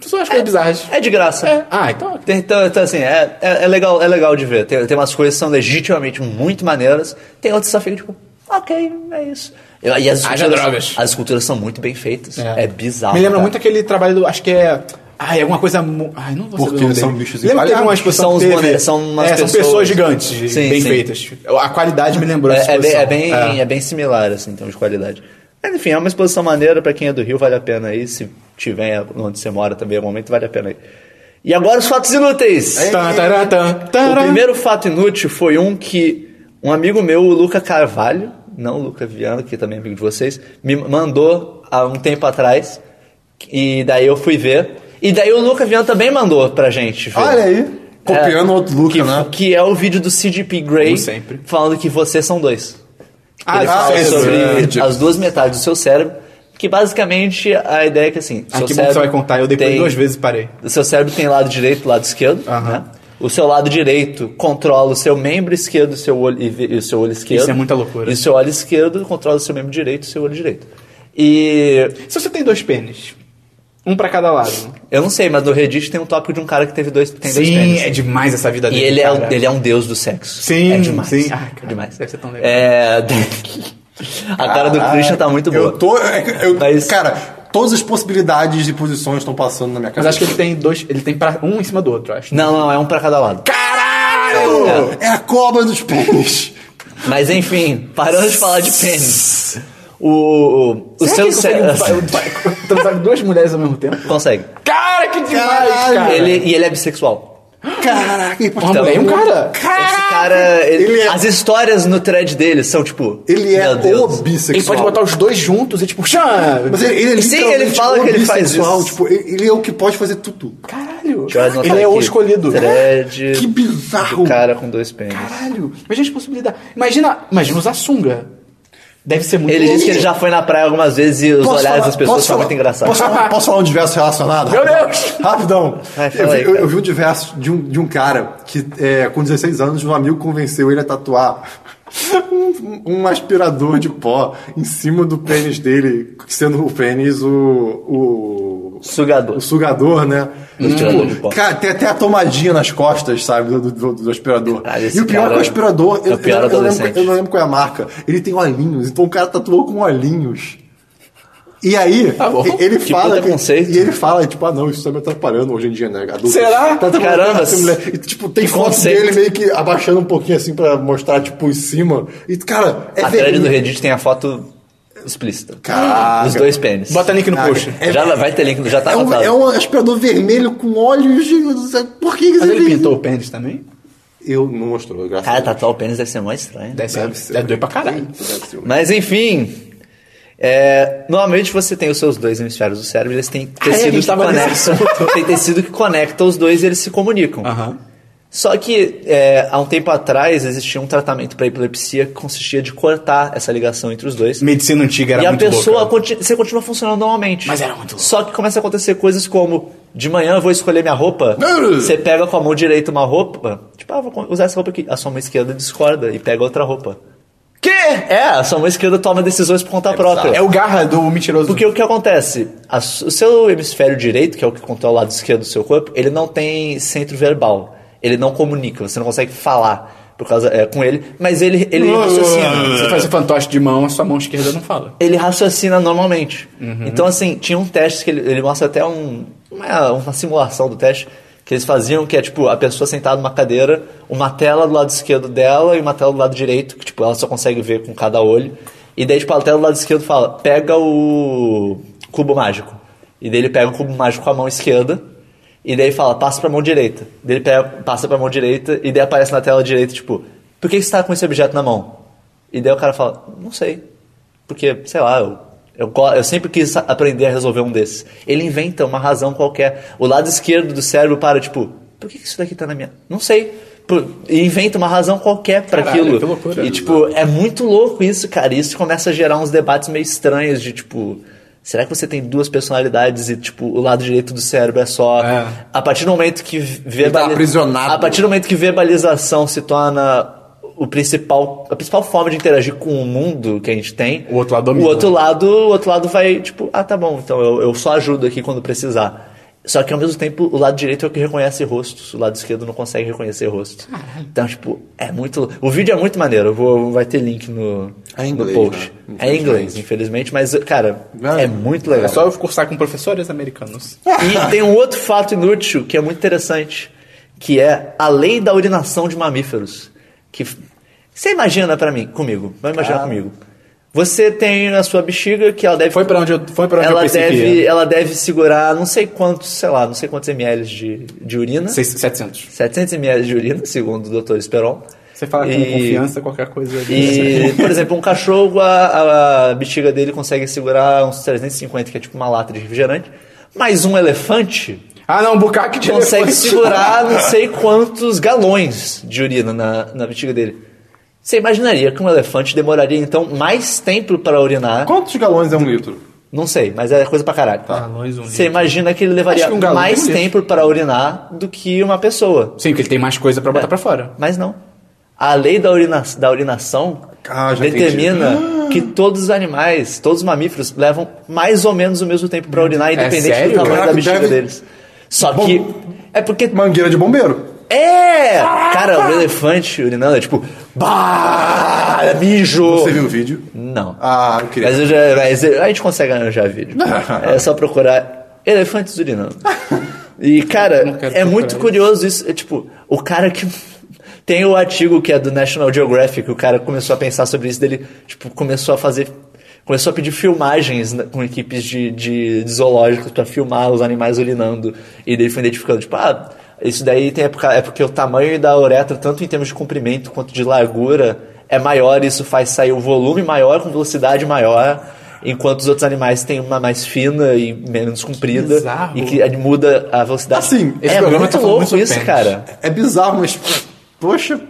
são as coisas bizarras.
É de graça.
É. Ah, então.
Tem- Então, então, assim, é, é, é legal, é legal de ver. Tem, tem umas coisas que são legitimamente muito maneiras, tem outras que só fica tipo, ok, é isso. Eu, e as
Haja
esculturas-
drogas.
As esculturas são muito bem feitas. É, bizarro.
Me lembra
cara.
muito aquele trabalho do. Acho que é. Ai, alguma coisa. mu- Ai, não vou
Porque
saber. o nome
são
dele.
bichos
Lembra que teve uma
empalhados?
exposição
São
que
os
teve-
bone- são umas
é, são
pessoas-
pessoas gigantes,
Sim,
bem
sim.
feitas. A qualidade me lembrou essa
É, é bem,
exposição.
é, bem, é. bem similar, assim, em termos de qualidade. Mas, enfim, é uma exposição maneira, pra quem é do Rio, vale a pena aí. Se tiver onde você mora também, é o momento, vale a pena aí. E agora os fatos inúteis.
Tan, taran, tan,
O
taran.
primeiro fato inútil foi um que um amigo meu, o Luca Carvalho, não o Luca Viana, que também é amigo de vocês, me mandou há um tempo atrás. E daí eu fui ver. E daí o Luca Viana também mandou pra gente. Ver.
Olha aí. Copiando
É,
outro Luca,
que,
né?
Que é o vídeo do CGP Grey
Como sempre.
falando que vocês são dois.
Ah,
Ele fala
esse
é
sobre
vídeo.
as duas metades do seu cérebro. Que basicamente a ideia é que assim.
Ah, que
seu
bom que
cérebro
você vai contar. Eu dei
tem-
duas vezes e parei.
o seu cérebro tem lado direito e lado esquerdo. né? O seu lado direito controla o seu membro esquerdo o seu olho, e, vi- e o seu olho esquerdo.
é muita loucura.
E o seu olho esquerdo controla o seu membro direito e o seu olho direito. E
Se você tem dois pênis, um pra cada lado.
eu não sei, mas no Reddit tem um tópico de um cara que teve dois, tem dois pênis.
é demais essa vida
E
dele.
ele é,
cara.
um- ele é um deus do sexo.
Sim,
é demais.
sim. Ah, cara,
é demais.
deve ser tão legal.
É, a cara do Christian tá muito boa.
Eu tô. é, Eu,
Mas-
Cara, todas as possibilidades e posições estão passando na minha
Mas
cabeça.
acho que ele tem dois. Ele tem pra, um em cima do outro, eu acho.
Não, não, é um pra cada lado.
Caralho! É a cobra dos pênis.
Mas enfim, parando de falar de pênis. O, o, o seu
um
cérebro.
transar com duas mulheres ao mesmo tempo?
Consegue.
Cara, que demais,
Caralho.
cara.
Ele, Então, e ele é bissexual.
Caraca, e
Uma mulher e um cara.
Esse cara. Ele,
Ele é-
As histórias no thread dele são tipo.
Ele é
meu Deus.
o bissexual.
Ele pode botar os dois juntos e tipo, chama.
Mas ele, ele é
Sim,
literalmente
ele fala que ele faz
homossexual,
isso.
Tipo, ele ele é o que pode fazer tudo.
Caralho.
Deixa eu anotar
Ele é o
aqui.
escolhido.
Thread.
Que bizarro.
do cara com dois pênis.
Caralho. Imagina as possibilidades. Imagina, imagina usar sunga. Deve ser muito
Ele
louco.
disse que ele já foi na praia algumas vezes e os
Posso
olhares
falar-
das pessoas
posso
são
falar-
muito engraçados.
Posso falar, posso falar um diverso relacionado?
Meu Deus!
Rapidão.
Vai, fala
eu, vi,
aí,
eu-
cara.
eu vi um diverso de um, de um cara que, é, com 16 anos, um amigo convenceu ele a tatuar um, um aspirador de pó em cima do pênis dele, sendo o pênis o. o
Sugador.
o sugador, né? E,
Aspirador de pó.
Tipo, cara, tem até a tomadinha nas costas, sabe, do, do, do aspirador.
Caralho, esse
e o pior é
cara
que o aspirador,
é o
eu,
pior
eu, eu, não
adolescente.
lembro, eu não lembro qual é a marca, ele tem olhinhos, então o cara tatuou com olhinhos. E aí,
bom.
e- ele
Tá Que
fala.
puta conceito.
e ele fala, tipo, ah não, isso tá me atrapalhando hoje em dia, né? Adulto.
Será?
Tá atrapalhando
Caramba.
essa mulher. E, tipo, tem
Que
foto
conceito.
dele meio que abaixando um pouquinho assim pra mostrar, tipo, em cima. E, cara, é
A thread
vergonha.
do Reddit tem a foto explícita.
Caraca.
Os dois pênis.
Bota link no post.
É-
já vai ter link, já tá
É um,
anotado.
é um aspirador vermelho com olhos. de- Por que que
Mas
você
ele
fez
pintou o pênis também?
Eu não mostrou, graças
Cara,
a Deus.
tatuar o pênis deve ser mais estranho.
Deve ser. Deve,
ser.
doer pra caralho.
Deve ser um-
Mas enfim. é, normalmente você tem os seus dois hemisférios do cérebro, eles têm
a
tecido
gente
que
tava nesse
conecta. tem tecido que conecta os dois e eles se comunicam.
Aham.
Só que é, há um tempo atrás existia um tratamento para epilepsia que consistia de cortar essa ligação entre os dois.
Medicina antiga era
e a
muito
pessoa
louca.
conti- você continua funcionando normalmente.
Mas era muito louco.
Só que começa a acontecer coisas como: de manhã eu vou escolher minha roupa.
Não.
Você pega com a mão direita uma roupa, tipo, ah, vou usar essa roupa aqui. A sua mão esquerda discorda e pega outra roupa. Que? É, sua mãe esquerda toma decisões por conta própria.
É o garra do mentiroso.
Porque o que acontece? A su- o seu hemisfério direito, que é o que controla o lado esquerdo do seu corpo, ele não tem centro verbal. Ele não comunica, você não consegue falar por causa, é, com ele, mas ele, ele raciocina.
Você faz o fantoche de mão, a sua mão esquerda não fala.
Ele raciocina normalmente. Então, assim, tinha um teste que ele, ele mostra até um, uma, uma simulação do teste que eles faziam, que é tipo a pessoa sentada numa cadeira, uma tela do lado esquerdo dela e uma tela do lado direito, que tipo ela só consegue ver com cada olho. E daí, tipo, a tela do lado esquerdo fala: pega o cubo mágico. E daí ele pega o cubo mágico com a mão esquerda. E daí fala, passa pra mão direita. Daí ele pega, passa pra mão direita e daí aparece na tela direita, tipo, por que você tá com esse objeto na mão? E daí o cara fala, não sei. Porque, sei lá, eu, eu, go- eu sempre quis sa- aprender a resolver um desses. Ele inventa uma razão qualquer. O lado esquerdo do cérebro para, tipo, por que que isso daqui tá na minha. Não sei. Por- E inventa uma razão qualquer pra
Caralho,
aquilo.
que loucura. né?
E, tipo, é muito louco isso, cara. Isso começa a gerar uns debates meio estranhos de, tipo, será que você tem duas personalidades e, tipo, o lado direito do cérebro é só.
É.
A partir do momento que
tá
verbalização.
aprisionado.
A partir do momento que verbalização se torna o principal, a principal forma de interagir com o mundo que a gente tem.
O outro lado domina.
O outro lado, o outro lado vai, tipo, ah, tá bom, então eu, eu só ajudo aqui quando precisar. Só que ao mesmo tempo, o lado direito é o que reconhece rostos, o lado esquerdo não consegue reconhecer rostos. Então, tipo, é muito. O vídeo é muito maneiro, eu vou, vai ter link no,
É em
no
inglês,
post.
né?
É em inglês, infelizmente, mas, cara,
Vai.
é muito legal.
É só eu cursar com professores americanos.
E tem um outro fato inútil que é muito interessante, que é a lei da urinação de mamíferos. Que você imagina pra mim, comigo, vai
Ah.
imaginar comigo. Você tem a sua bexiga que ela deve
Foi pra onde eu, foi pra onde eu
ela
pensei que
deve,
ia.
ela deve segurar não sei quantos, sei lá, não sei quantos ml de, de urina.
Seis- 700.
700 ml de urina, segundo o Dr. Esperon.
Você fala com
E-
confiança, qualquer coisa.
e, por exemplo, um cachorro, a, a bexiga dele consegue segurar uns 350, que é tipo uma lata de refrigerante. Mas um elefante
Ah, não, bucaque de
consegue
elefante.
segurar não sei quantos galões de urina na, na bexiga dele. Você imaginaria que um elefante demoraria, então, mais tempo para urinar?
Quantos galões é um litro?
Não sei, mas é coisa pra caralho.
Galões, um
Você imagina que ele levaria
Acho que um galão
mais
tem um
tempo para urinar do que uma pessoa.
Sim, porque ele tem mais coisa pra botar pra fora.
Mas não. A lei da, urina- da urinação
Ah, já Ah.
determina que todos os animais, todos os mamíferos, levam mais ou menos o mesmo tempo pra urinar, independente
É sério?
do tamanho
Caraca,
da bexiga
deve-
deles. Só
Bom-
que. É porque.
Mangueira de bombeiro.
É! Cara, o elefante urinando é tipo. Bah! é Mijo!
Você viu o vídeo?
Não.
Ah, eu queria.
Mas, eu já, mas eu- a gente consegue arranjar vídeo. é só procurar elefantes urinando. E, cara,
quero
é muito
procurar
curioso isso. É, tipo, o cara que. Tem o artigo que é do National Geographic, o cara começou a pensar sobre isso, dele, tipo, começou a fazer. Começou a pedir filmagens na- com equipes de, de, de zoológicos pra filmar os animais urinando. E daí foi identificando, tipo, ah, isso daí tem, é por ca- é porque o tamanho da uretra, tanto em termos de comprimento quanto de largura, é maior, isso faz sair o volume maior com velocidade maior, enquanto os outros animais têm uma mais fina e menos comprida.
bizarro.
E que muda a velocidade.
Assim,
esse
é
programa
muito
tá falando
louco
muito
isso,
pênis.
cara.
É bizarro, mas. Poxa,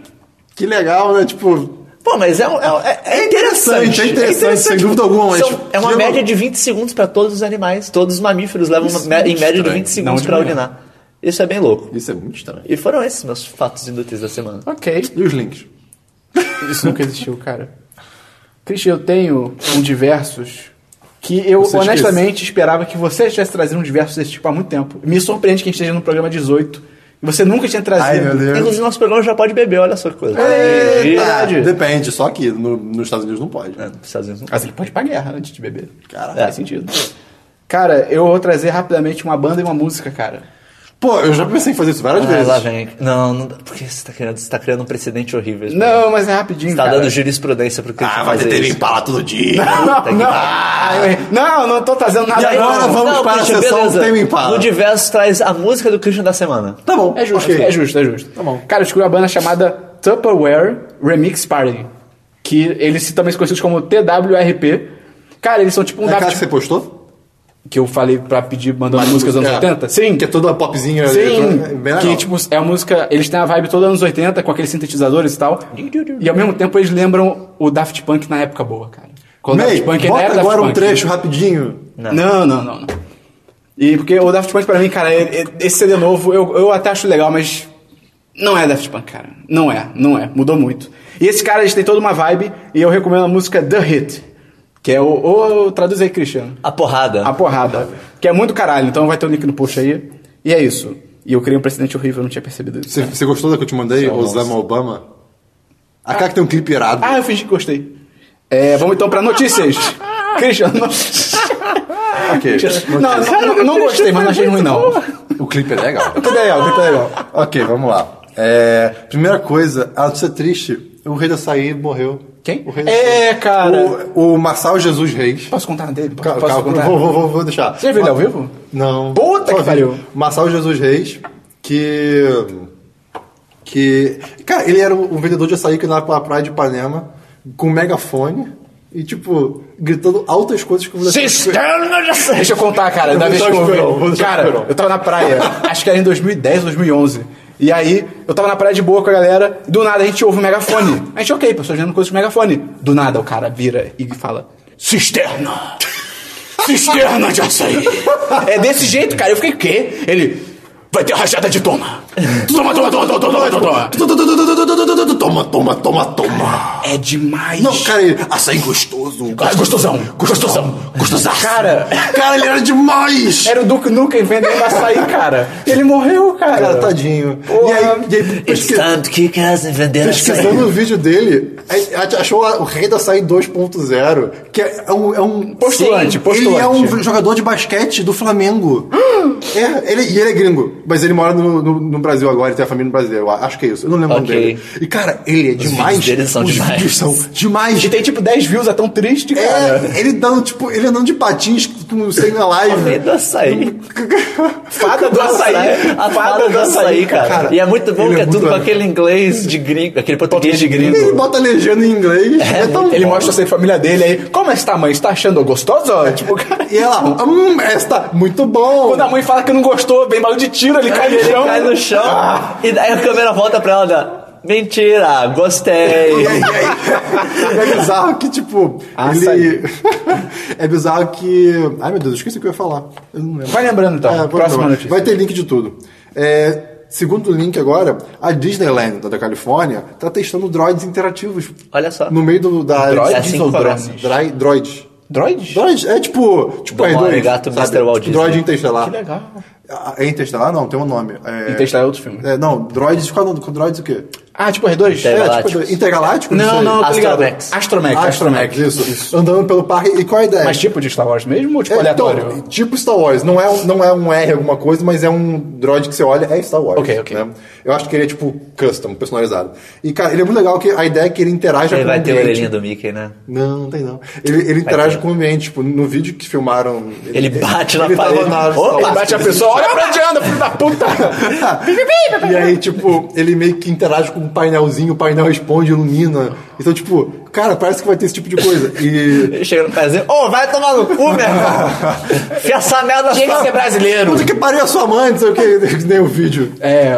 que legal, né? Tipo.
Pô, mas é, um- é um- é- é interessante.
é interessante, sem dúvida alguma, mas tipo,
São- é uma
que
média
louco.
de 20 segundos pra todos os animais. Todos os mamíferos levam uma me- em média de
estranho.
20 segundos
de
pra
manhã.
urinar. Isso é bem louco.
Isso é muito estranho.
E foram esses meus fatos inúteis da semana.
Ok.
E os links?
Isso nunca existiu, cara. Christian, eu tenho um diversos que eu
Você
honestamente esperava que você tivesse trazido um diversos desse tipo há muito tempo. Me surpreende que a gente esteja no programa 18 e você nunca tinha trazido.
Ai, meu Deus.
Inclusive, nosso programa já pode beber, olha só que coisa.
Verdade.
É, Depende, só que no- nos Estados Unidos não pode.
É, nos Estados Unidos não-
Mas ele pode ir pra guerra antes de beber.
Caralho.
Faz sentido. Cara, eu vou trazer rapidamente uma banda e uma música, cara.
Pô, eu já pensei em fazer isso várias
Ah,
vezes.
lá vem. Não, não, por que você tá, criando, você tá criando um precedente horrível? Esse programa.
Não, mas é rapidinho,
Você tá
cara.
dando jurisprudência pro Christian
Ah, vai ter
fazer
TV
isso.
Impala todo dia.
Puta que
Não,
pariu.
ah, eu- não, não tô trazendo nada.
E agora
não.
vamos para a
Christian,
sessão
beleza.
Tame Impala.
No diverso traz a música do Christian da semana.
Tá bom.
É justo,
ok.
é justo, é justo. Tá bom. Cara, eu descobri uma banda chamada Tupperware Remix Party, que eles se- também são conhecidos como TWRP. Cara, eles são tipo um
É a cara que
Daft
você postou?
que eu falei pra pedir mandando músicas dos anos
É.
80. Sim,
Que é toda popzinha. eletrônica,
Sim,
Bem legal.
que tipo, é a música, eles têm a vibe toda anos 80 com aqueles sintetizadores e tal. E ao mesmo tempo eles lembram o Daft Punk na época boa, cara. Quando o
May,
Daft Punk ainda
bota
era
agora
Daft
um
Punk.
trecho rapidinho.
Não. não, não, não. E porque o Daft Punk pra mim, cara, é- é- esse CD novo eu, eu até acho legal, mas não é Daft Punk, cara. Não é, não é. Mudou muito. E esse cara, eles têm toda uma vibe, e eu recomendo a música The Hit, que é o... o traduz aí, Cristiano.
A porrada.
A porrada. Que é muito caralho, então vai ter o link no post aí. E é isso. E eu criei um precedente horrível, eu não tinha percebido isso.
Você, você gostou da que eu te mandei, Osama Obama? A cara que tem um clipe irado.
Ah, eu fingi que gostei. É, vamos então pra notícias. Cristiano, não,
ok.
Ah, não, não, não gostei, mas não achei ruim não.
O clipe é legal.
Que legal, que legal.
ok, vamos lá. É, primeira coisa, a notícia triste. O rei da açaí morreu.
Quem?
O rei da
É,
açaí.
cara.
O, o Marçal Jesus Reis.
Posso contar dele?
Cal-
Posso
calma,
contar?
vou, vou, vou, vou deixar.
Você já viu ele ao vivo?
Não.
Puta que
Ao vivo.
pariu.
Marçal Jesus Reis, que... Que... Cara, ele era um vendedor de açaí que andava pela praia de Ipanema com um megafone e, tipo, gritando altas coisas que...
Deixa eu contar, cara,
Eu
da
vou
vez
deixar
que eu
o Esperon, vou
vi.
deixar o
Cara,
Esperon.
eu tava na praia, acho que era em 2010, 2011. E aí, eu tava na praia de boa com a galera, do nada a gente ouve o megafone. A gente, ok, pessoas vendo coisas com megafone. Do nada o cara vira e fala: Cisterna! Cisterna de açaí! É desse jeito, cara. Eu fiquei, quê? Ele. Vai ter rajada de toma! Toma, toma, toma, toma, toma, toma, toma!
Toma, toma, toma, toma.
É demais!
Não, cara, ele... Açaí gostoso.
Ah, Gostosão! Gostosão! Gostosão! Cara,
Cara, ele era demais!
Era o Duke Nukem vendendo açaí, cara. Ele morreu, cara.
Cara, tadinho.
Porra.
E aí, e aí
It's
pesqui-
time to kick ass and vender
pesquisando o vídeo dele, aí achou a- o Rei da Açaí 2.0, que é um... É um
Postulante, postulante.
Ele é um jogador de basquete do Flamengo. é, ele, e ele é gringo, mas ele mora no, no- no Brasil agora, ele tem a família no Brasil, eu acho que é isso. Eu não lembro o
Ok.
nome dele. E, cara, ele é demais.
vídeos dele são
Os
demais.
vídeos são demais.
E tem tipo 10 views, é tão triste, cara.
É, ele dando, tipo, ele andando de patins com sem na
Rei
live.
do açaí.
Fada do açaí.
A né? fada do açaí, cara. E é muito bom
ele
que
é
é tudo
muito
com
bom.
aquele inglês de gringo, aquele português de
Ele
gringo.
bota a legenda em inglês. É, tão
Ele
bom.
mostra assim, a família dele aí. Como é essa mãe? Você tá achando gostosa? Tipo, cara.
E ela, hum, esta, muito bom.
Quando a mãe fala que não gostou, bem mal de tiro, ele cai no
Ele
chão. Ah,
cai no chão e daí a câmera volta pra ela. dá, Mentira, gostei.
É bizarro que, tipo,
Ah,
ele. é bizarro que. Ai meu Deus, eu esqueci o que eu ia falar. Eu não lembro.
Vai lembrando então.
É, vou-
Próxima
não,
notícia.
Vai ter link de tudo. É, Segundo link agora, a Disneyland da Califórnia tá testando droids interativos.
Olha só.
No meio do, da área.
Droids? É assim que
ou
começa.
drones? Dri- droids.
Droid?
Droids? É tipo. Tipo
Do
R2,
Moregato,
sabe?
Mr. Walt
Tipo,
Disney.
Droid interestelar.
Que legal.
Ah, É interestelar? Não, tem um nome. É...
Interestelar é outro filme.
É, não, droids. Qual é o nome? Droids o quê?
Ah, tipo R2?
É.
É,
Galácticos.
tipo, intergaláctico?
Não,
sei.
não, tô ligado.
Astromex.
Astromech.
Astromex, é isso. Andando pelo parque. E qual a ideia?
É Mas tipo de Star Wars mesmo ou tipo
é,
aleatório?
então, tipo Star Wars. Não é, um- não é um R alguma coisa, mas é um droid que você olha, é Star Wars.
Ok, ok.
né? Eu acho que ele é tipo custom, personalizado. E cara, ele é muito legal que a ideia é que ele interaja
Ele
com o
vai ter a
ambiente.
orelhinha do Mickey, né?
Não, não tem não. Ele, ele interage com o ambiente, tipo, no vídeo que filmaram.
Ele bate na
ele tava
parede.
na-
Opa!
Ele bate a pessoa, olha pra onde anda, filho da puta!
e aí, tipo, ele meio que interage com um painelzinho, o painel responde, ilumina. Então, tipo, cara, parece que vai ter esse tipo de coisa. E.
Ele chega no pezinho, ô, vai tomar no cu, meu irmão! Fia essa merda
Tinha que
só.
ser brasileiro.
Puta que pariu a sua mãe, não sei o que, nem o vídeo.
É,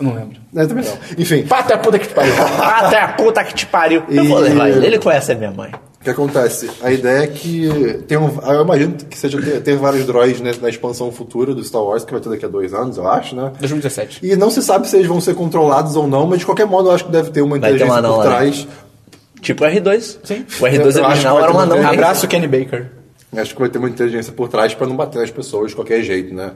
não lembro.
Né, também não. Enfim,
Pata é a puta que te pariu.
Até a puta que te pariu. Eu vou
E-
levar ele, ele conhece a minha mãe.
o que acontece? A ideia é que tem um. Eu imagino que seja ter, ter vários droids né, na expansão futura do Star Wars, que vai ter daqui a dois anos, eu acho, né?
2017.
E não se sabe se eles vão ser controlados ou não, mas de qualquer modo eu acho que deve ter uma
Vai ter um
inteligência
anão
por
lá, né?
trás.
Tipo o R2.
Sim.
O R2
Eu acho que
original
vai
era
ter
um
um
anão.
desenho.
Abraço, Kenny Baker.
Acho que vai ter uma inteligência por trás pra não bater nas pessoas de qualquer jeito, né?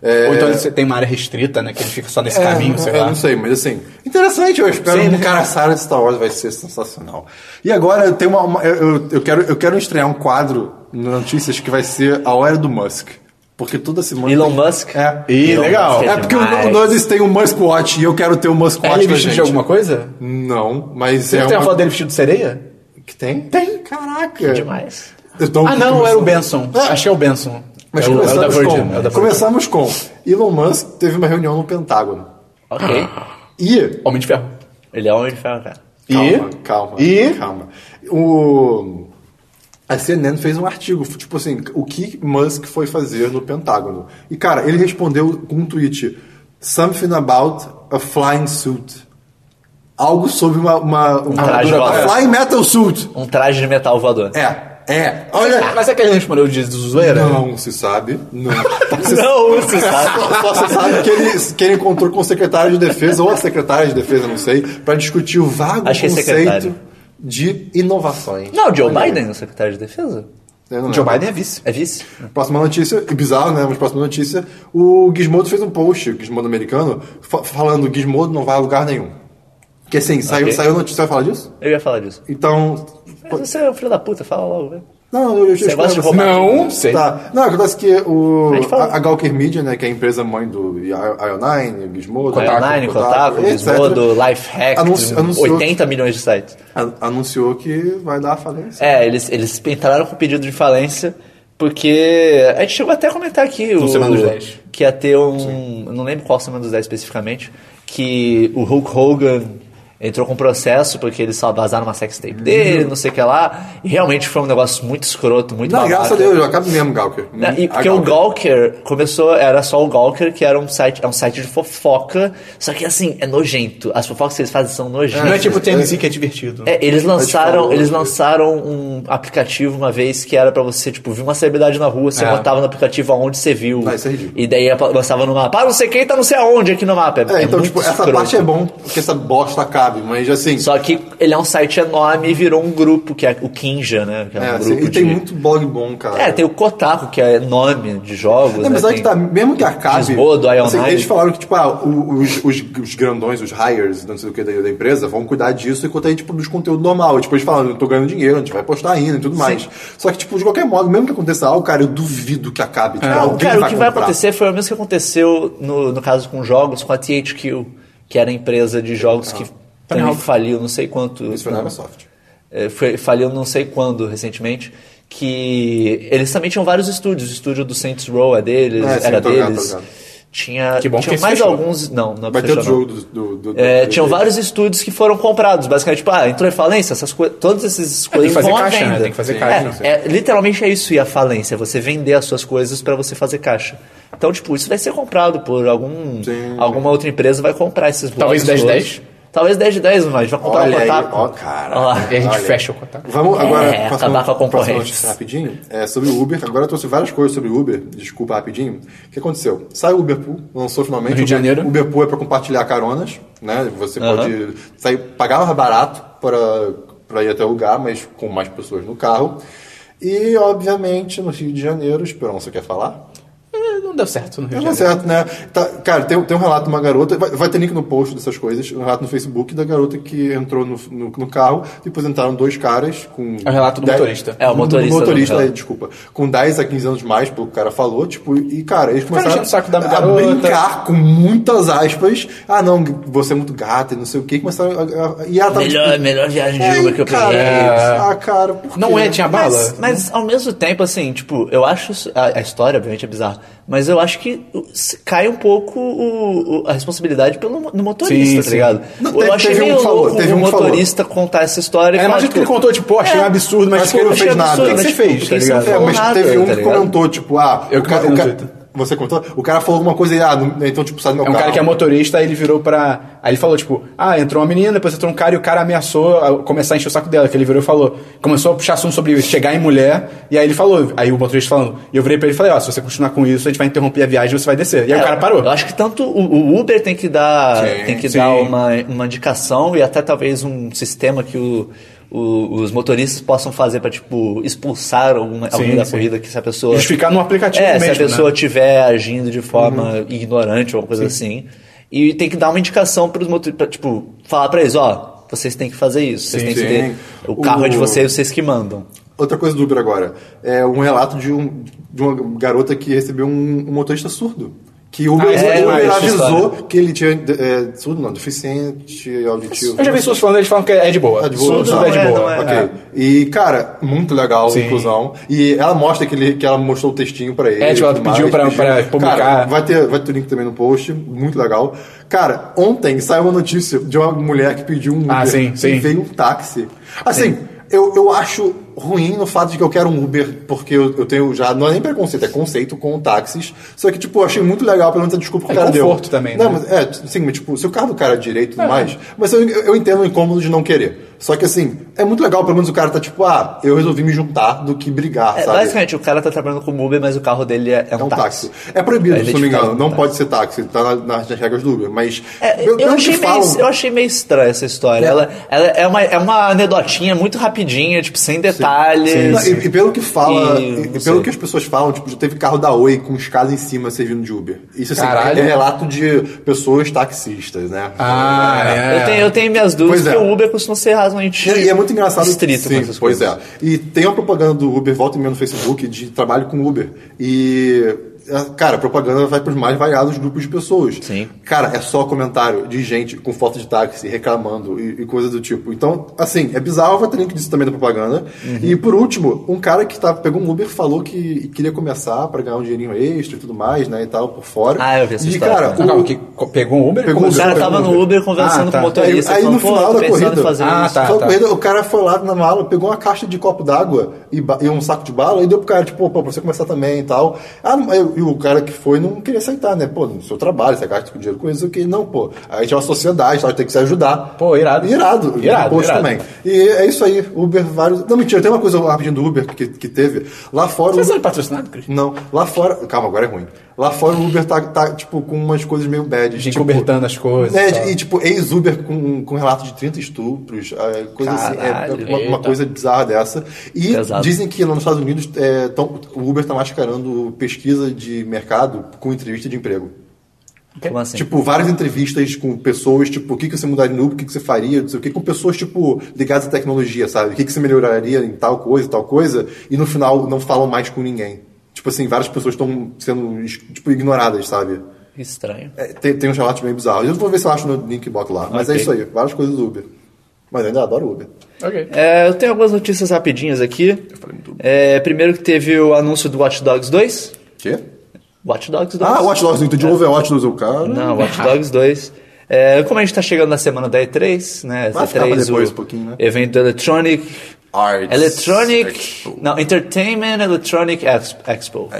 É,
Ou então você tem uma área restrita, né? Que ele fica só nesse
é,
caminho, sei
eu
lá.
não sei, mas assim, interessante, eu espero
Sim,
que
né?
o cara saia de Star Wars vai ser sensacional. E agora eu tenho uma, uma- eu, eu- eu quero eu quero estrear um quadro no notícias que vai ser a hora do Musk, porque toda semana
Elon
tem-
Musk?
É.
Ih,
Elon
legal.
Musk
É porque
demais.
o Nunes tem um Musk Watch e eu quero ter um o Musk
É
Watch
ele
da
vestido
gente.
de alguma coisa?
Não, mas
Você
é
tem uma
uma-
foto dele vestido de sereia?
que tem? Tem, caraca.
Demais.
Eu tô-
Ah, não, era o Benson. Acho que é o Benson.
Mas
é o, é o da
começamos,
Virgin.
com,
é o da Virgin.
começamos com Elon Musk teve uma reunião no Pentágono.
Ok.
E.
Homem de Ferro.
Ele é um homem de ferro, cara.
Calma,
E?
calma.
E?
Calma. O. A CNN fez um artigo, tipo assim, o que Musk foi fazer no Pentágono. E, cara, ele respondeu com um tweet: Something about a flying suit. Algo sobre uma. uma, uma
traje
armadura-
voador.
flying metal suit.
Um traje de metal voador.
É. É, olha.
Mas é que ele respondeu de zoeira?
Não se sabe. Não.
Não, você sabe.
Só, só você sabe que ele, que ele encontrou com o secretário de defesa, ou a secretária de defesa, não sei, pra discutir o vago
Acho que é
conceito
secretário.
de inovações.
Não, Joe Biden é o secretário de defesa.
Eu não
Joe
lembro.
Biden é vice.
É vice?
Próxima notícia, que bizarro, né? Mas próxima notícia, o Gizmodo fez um post, o Gizmodo americano, fa- falando Gizmodo não vai a lugar nenhum. Porque assim, saiu,
Ah, Ok.
saiu a notícia, você vai falar disso?
Eu ia falar disso.
Então.
Mas você é um filho da puta, fala logo. velho.
Não, eu, eu
Você gosta de
eu-
roubar? um
Não, sei.
Tá. Não, acontece que o,
A gente fala.
a, a Gawker Media, né, que é a empresa mãe do I- IO9, Gizmodo,
Online, Kotaku,
etc.,
Gizmodo, um Lifehack,
anunci- anunciou,
80 milhões de sites.
an- anunciou que vai dar a falência.
É, eles, eles entraram com pedido de falência, porque a gente chegou até a comentar aqui o,
Semana dos 10.
que ia ter um. eu Não lembro qual semana dos 10 especificamente, que o Hulk Hogan entrou com processo porque eles só vazaram uma sextape dele, não sei o que lá. E realmente foi um negócio muito escroto, muito
Não,
É, babaca.
graças a Deus, eu acabo mesmo, Gawker.
Né? E
A
porque o Gawker começou, era só o Gawker, que era um site, é um site de fofoca, só que assim, é nojento. As fofocas que eles fazem são nojentas.
Não é tipo o TMZ que é divertido.
É, eles lançaram,
falou,
eles
né?
lançaram um aplicativo uma vez que era pra você, tipo, vir uma celebridade na rua, você botava no aplicativo aonde você viu.
É. Ah, isso é ridículo.
E daí apa- lançava no mapa. Ah, não sei quem tá não sei aonde aqui no mapa. É,
É, então,
muito
tipo, essa
escroto.
parte é bom, porque essa bosta cabe, mas assim.
Só que ele é um site enorme e virou um grupo, que é o Kinja, né? Que é um
é, assim,
grupo
e tem
de-
muito blog bom, cara.
É, tem o Kotaku, que é nome de jogos.
É,
né?
mas aí
Tem-
que tá, mesmo que acabe.
Gizmodo, Ion Nine.
eles falaram que, tipo, ah, o- os, os, os grandões, os hires, não sei o que da, da empresa, vão cuidar disso enquanto aí, tipo, dos conteúdos normal. E, tipo, eles falam, eu tô ganhando dinheiro, a gente vai postar ainda e tudo mais. Só que, tipo, de qualquer modo, mesmo que aconteça algo, cara, eu duvido que acabe. Tipo,
Não,
alguém
É. cara, o que vai
comprar.
acontecer foi o mesmo que aconteceu no, no caso com jogos, com a THQ, que era a empresa de jogos que também faliu, não sei quanto.
Ah. Isso foi na Microsoft.
É, foi, faliu não sei quando recentemente, que eles também tinham vários estúdios. O estúdio do Saints Row é deles,
É, sim,
era
tô ligado, tô
deles.
ligado.
Tinha,
bom
tinha
que
mais
fechou.
alguns. Não, não
Vai ter
fechou,
outro
não.
jogo do. do, do-
É,
do-
tinham
do-
vários estúdios que foram comprados, basicamente, tipo, ah, entrou em falência, essas coi- todas essas coisas
fazer
vão à
caixa, né?
venda.
Tem que fazer caixa,
É,
não sei.
é, literalmente é isso, e a falência, é você vender as suas coisas pra você fazer caixa. Então, tipo, isso vai ser comprado por algum
Sim.
alguma outra empresa vai comprar esses
Talvez
blogs
10,
todos. Talvez 10 de 10, mas vai comprar
Olha
o
aí,
Kotaku.
ó, cara.
Ó lá.
E a gente
Olha.
fecha o contato.
Vamos agora um
É,
próxima-
acabar com a
próxima
concorrência.
notícia rapidinho. É sobre o Uber. Agora eu trouxe várias coisas sobre o Uber. Desculpa rapidinho. O que aconteceu? Saiu o Uber Pool, lançou finalmente.
No Rio de
O Uber-
Janeiro.
O Uber Pool é para compartilhar caronas, né? Você
Aham.
pode sair, pagar mais barato para para ir até o lugar, mas com mais pessoas no carro. E obviamente no Rio de Janeiro, Esperão, você quer falar?
É, Não deu certo no Rio de
Tá
Janeiro.
certo, né? Tá- cara, tem, tem um relato de uma garota, vai, vai ter link no post dessas coisas, um relato no Facebook da garota que entrou no, no, no carro, depois entraram dois caras com.
É o relato do
dez-
motorista.
É, o motorista
Do motorista,
do relato.
é, desculpa. Com 10 a 15 anos mais, pelo que o cara falou, tipo, e cara, eles começaram
enchendo o saco da
a
garota.
brincar com muitas aspas. Ah, não, você é muito gata e não sei o que, começaram a. a- e ela tava.
Melhor,
tipo,
melhor viagem de
"Ai,
Uber que eu
cara,
peguei.
Ah, cara, por quê?
Não é, tinha bala?
Mas, mas ao mesmo tempo, assim, tipo, eu acho. isso- A, a história, obviamente, é bizarra. Mas eu acho que o- se- cai um pouco o- o- a responsabilidade pelo, mo- no motorista,
Sim,
tá
sim.
ligado?
Não,
eu
teve-
achei
teve um
meio
que falou,
louco
teve
o
um que falou.
motorista contar essa história. e
É,
falar,
imagina que ele
tipo,
contou, tipo, pô, achei
é,
um absurdo, mas
mas
que ele
como
não
fez
fez
nada.
nada. O que, que
Mas,
você
tipo,
fez,
por
tá
que que você
ligado?
fez?
É, mas
Falou
teve
nada,
um
tá
que
ligado?
comentou, tipo, ah,
Eu
o
que
cara,
contei
o
no
cara-
Twitter.
você contou? O cara falou alguma coisa e, ah, não- então, tipo, sai do meu
É um
carro.
cara que é motorista, aí ele virou pra. Aí ele falou, tipo, ah, entrou uma menina, depois entrou um cara e o cara ameaçou a- começar a encher o saco dela. Que ele virou e falou. Começou a puxar assunto sobre chegar em mulher, e aí ele falou. Aí o motorista falando. E eu virei pra ele e falei, ó, se você continuar com isso, a gente vai interromper a viagem e você vai descer. E aí
É,
o cara parou.
Eu acho que tanto o, o Uber tem que dar,
Sim,
tem que
sim.
dar uma, uma indicação e até talvez um sistema que o- o- os motoristas possam fazer pra tipo expulsar alguma, alguém da
sim.
corrida que se a pessoa
Justificar no aplicativo
é, se
mesmo,
a pessoa
né? Uhum.
estiver agindo de forma ignorante ou alguma coisa assim e tem que dar uma indicação para os motoristas tipo falar pra eles ó vocês têm que fazer isso vocês
Sim,
têm que
sim.
ter o carro é de
O-
vocês vocês que mandam
Outra coisa do Uber agora. É um relato de, um, de uma garota que recebeu um, um motorista surdo. Que o Uber,
Ah, é,
o Uber
é, essa
avisou
história.
que ele tinha é, surdo, não, deficiente auditivo.
Eu já vi pessoas falando, eles falam que é de boa.
Tá de boa?
Surdo
Não,
é de
é,
boa.
não
Ok. E, cara, muito legal a inclusão. E ela mostra que, ele, que ela mostrou o textinho pra ele.
É, tipo, ela
e tudo
pediu pra- pra publicar.
Cara, vai, ter, vai ter o link também no post. Muito legal. Cara, ontem saiu uma notícia de uma mulher que pediu um Uber.
Ah, sim,
e
sim.
veio um táxi. Assim... Eu, eu acho ruim no fato de que eu quero um Uber, porque eu, eu tenho já. Não é nem preconceito, é conceito com táxis. Só que, tipo, eu achei muito legal, pelo menos a desculpa que o
É
cara deu.
conforto também,
Não,
né?
É.
mas é, sim, mas tipo, se o carro do cara é direito e tudo mais. Mas eu, eu entendo o incômodo de não querer. Só que assim, é muito legal, pelo menos o cara tá tipo, ah, eu resolvi me juntar do que brigar,
É,
sabe?
basicamente, o cara tá trabalhando com Uber, mas o carro dele é, é um,
É um táxi.
táxi.
É proibido,
É
se não me
identificado
engano.
como
Não
táxi.
pode ser táxi, tá na- nas regras do Uber. Mas.
É,
pelo-
eu,
pelo que
achei
falam-
meio, eu achei meio estranha essa história.
É.
Ela, ela é, uma, é uma anedotinha muito rapidinha, tipo, sem detalhes.
Não, e, e pelo que fala,
E-
e, e
não
pelo
sei.
que as pessoas falam, tipo, já teve carro da Oi com os caras em cima servindo de Uber. Isso assim,
Caralho.
é relato de pessoas taxistas, né?
Ah, é.
Eu, tenho, eu tenho minhas
Pois
dúvidas,
é.
porque o Uber costuma ser razoavelmente
E, e é muito engraçado.
estrito
Sim,
com essas
pois
coisas.
é. E tem uma propaganda do Uber, volta e meia no Facebook, de trabalho com Uber. E. é, Cara, a propaganda vai para os mais variados grupos de pessoas.
Sim.
Cara, é só comentário de gente com foto de táxi reclamando e, e coisa do tipo. Então, assim, é bizarro, vai ter link disso também na propaganda.
Uhum.
E por último, um cara que tá, pegou um Uber falou que queria começar para ganhar um dinheirinho extra e tudo mais, né, e tal, por fora.
Ah, eu vi essa
E,
história
cara,
também.
Não, calma,
o-
que co- pegou um Uber?
Pegou
Como
um
O
assim?
cara
Uber.
tava no Uber conversando
Ah, tá.
com o
Aí,
motorista.
aí
e falou,
no final
Pô, tô
da
pensando
corrida,
Em fazer
Ah,
isso.
tá.
no final da corrida, o cara foi lá na mala, pegou uma caixa de copo d'água e, ba- e um saco de bala e deu pro cara, tipo, pô, pra você começar também e tal. Ah, não- aí o- e o cara que foi não queria aceitar, né? Pô, no seu trabalho, você gasta com dinheiro com isso, que não, pô. A gente é uma sociedade, tá? tem que se ajudar.
Pô, irado.
Irado.
Irado,
Post
irado.
também. E é isso aí, Uber vários... Não, mentira, tem uma coisa rapidinho do Uber que, que teve. Lá fora... o
Vocês
Uber-
são patrocinados, Cris?
Não, lá fora... Calma, agora é ruim. Lá fora o Uber tá, tá, tipo, com umas coisas meio bad.
Gente
tipo,
cobertando as coisas.
né,
e tal.
e tipo, ex-Uber com, com relato de 30 estupros, é, coisa assim, é,
Caralho,
uma, uma
eita.
coisa bizarra dessa. E
Pesado.
dizem que lá nos Estados Unidos é, tão- o Uber tá mascarando pesquisa de mercado com entrevista de emprego.
Como assim?
Tipo, várias entrevistas com pessoas, tipo, o que, que você mudaria no Uber, o que, que você faria, não sei o que, com pessoas, tipo, ligadas à tecnologia, sabe? O que, que você melhoraria em tal coisa, tal coisa, e no final não falam mais com ninguém. Tipo assim, várias pessoas estão sendo, tipo, ignoradas, sabe?
Que Estranho.
É, tem, tem uns relatos bem bizarros. Eu vou ver se eu acho no Linkbox lá. Mas é
Ok.
isso aí. Várias coisas do Uber. Mas eu ainda adoro Uber.
Ok.
É, eu tenho algumas notícias rapidinhas aqui. É, primeiro que teve o anúncio do Watch Dogs 2.
Quê?
Watch Dogs 2.
Ah, Watch Dogs. Tu de Overwatch no cara.
Não, Watch Dogs 2. É, como a gente tá chegando na semana da E3, né?
Vai
E3,
ficar pra depois
o
um pouquinho, né?
Evento do Electronic.
Arts
Electronic.
Expo.
Não, Entertainment Electronic Ex- Expo.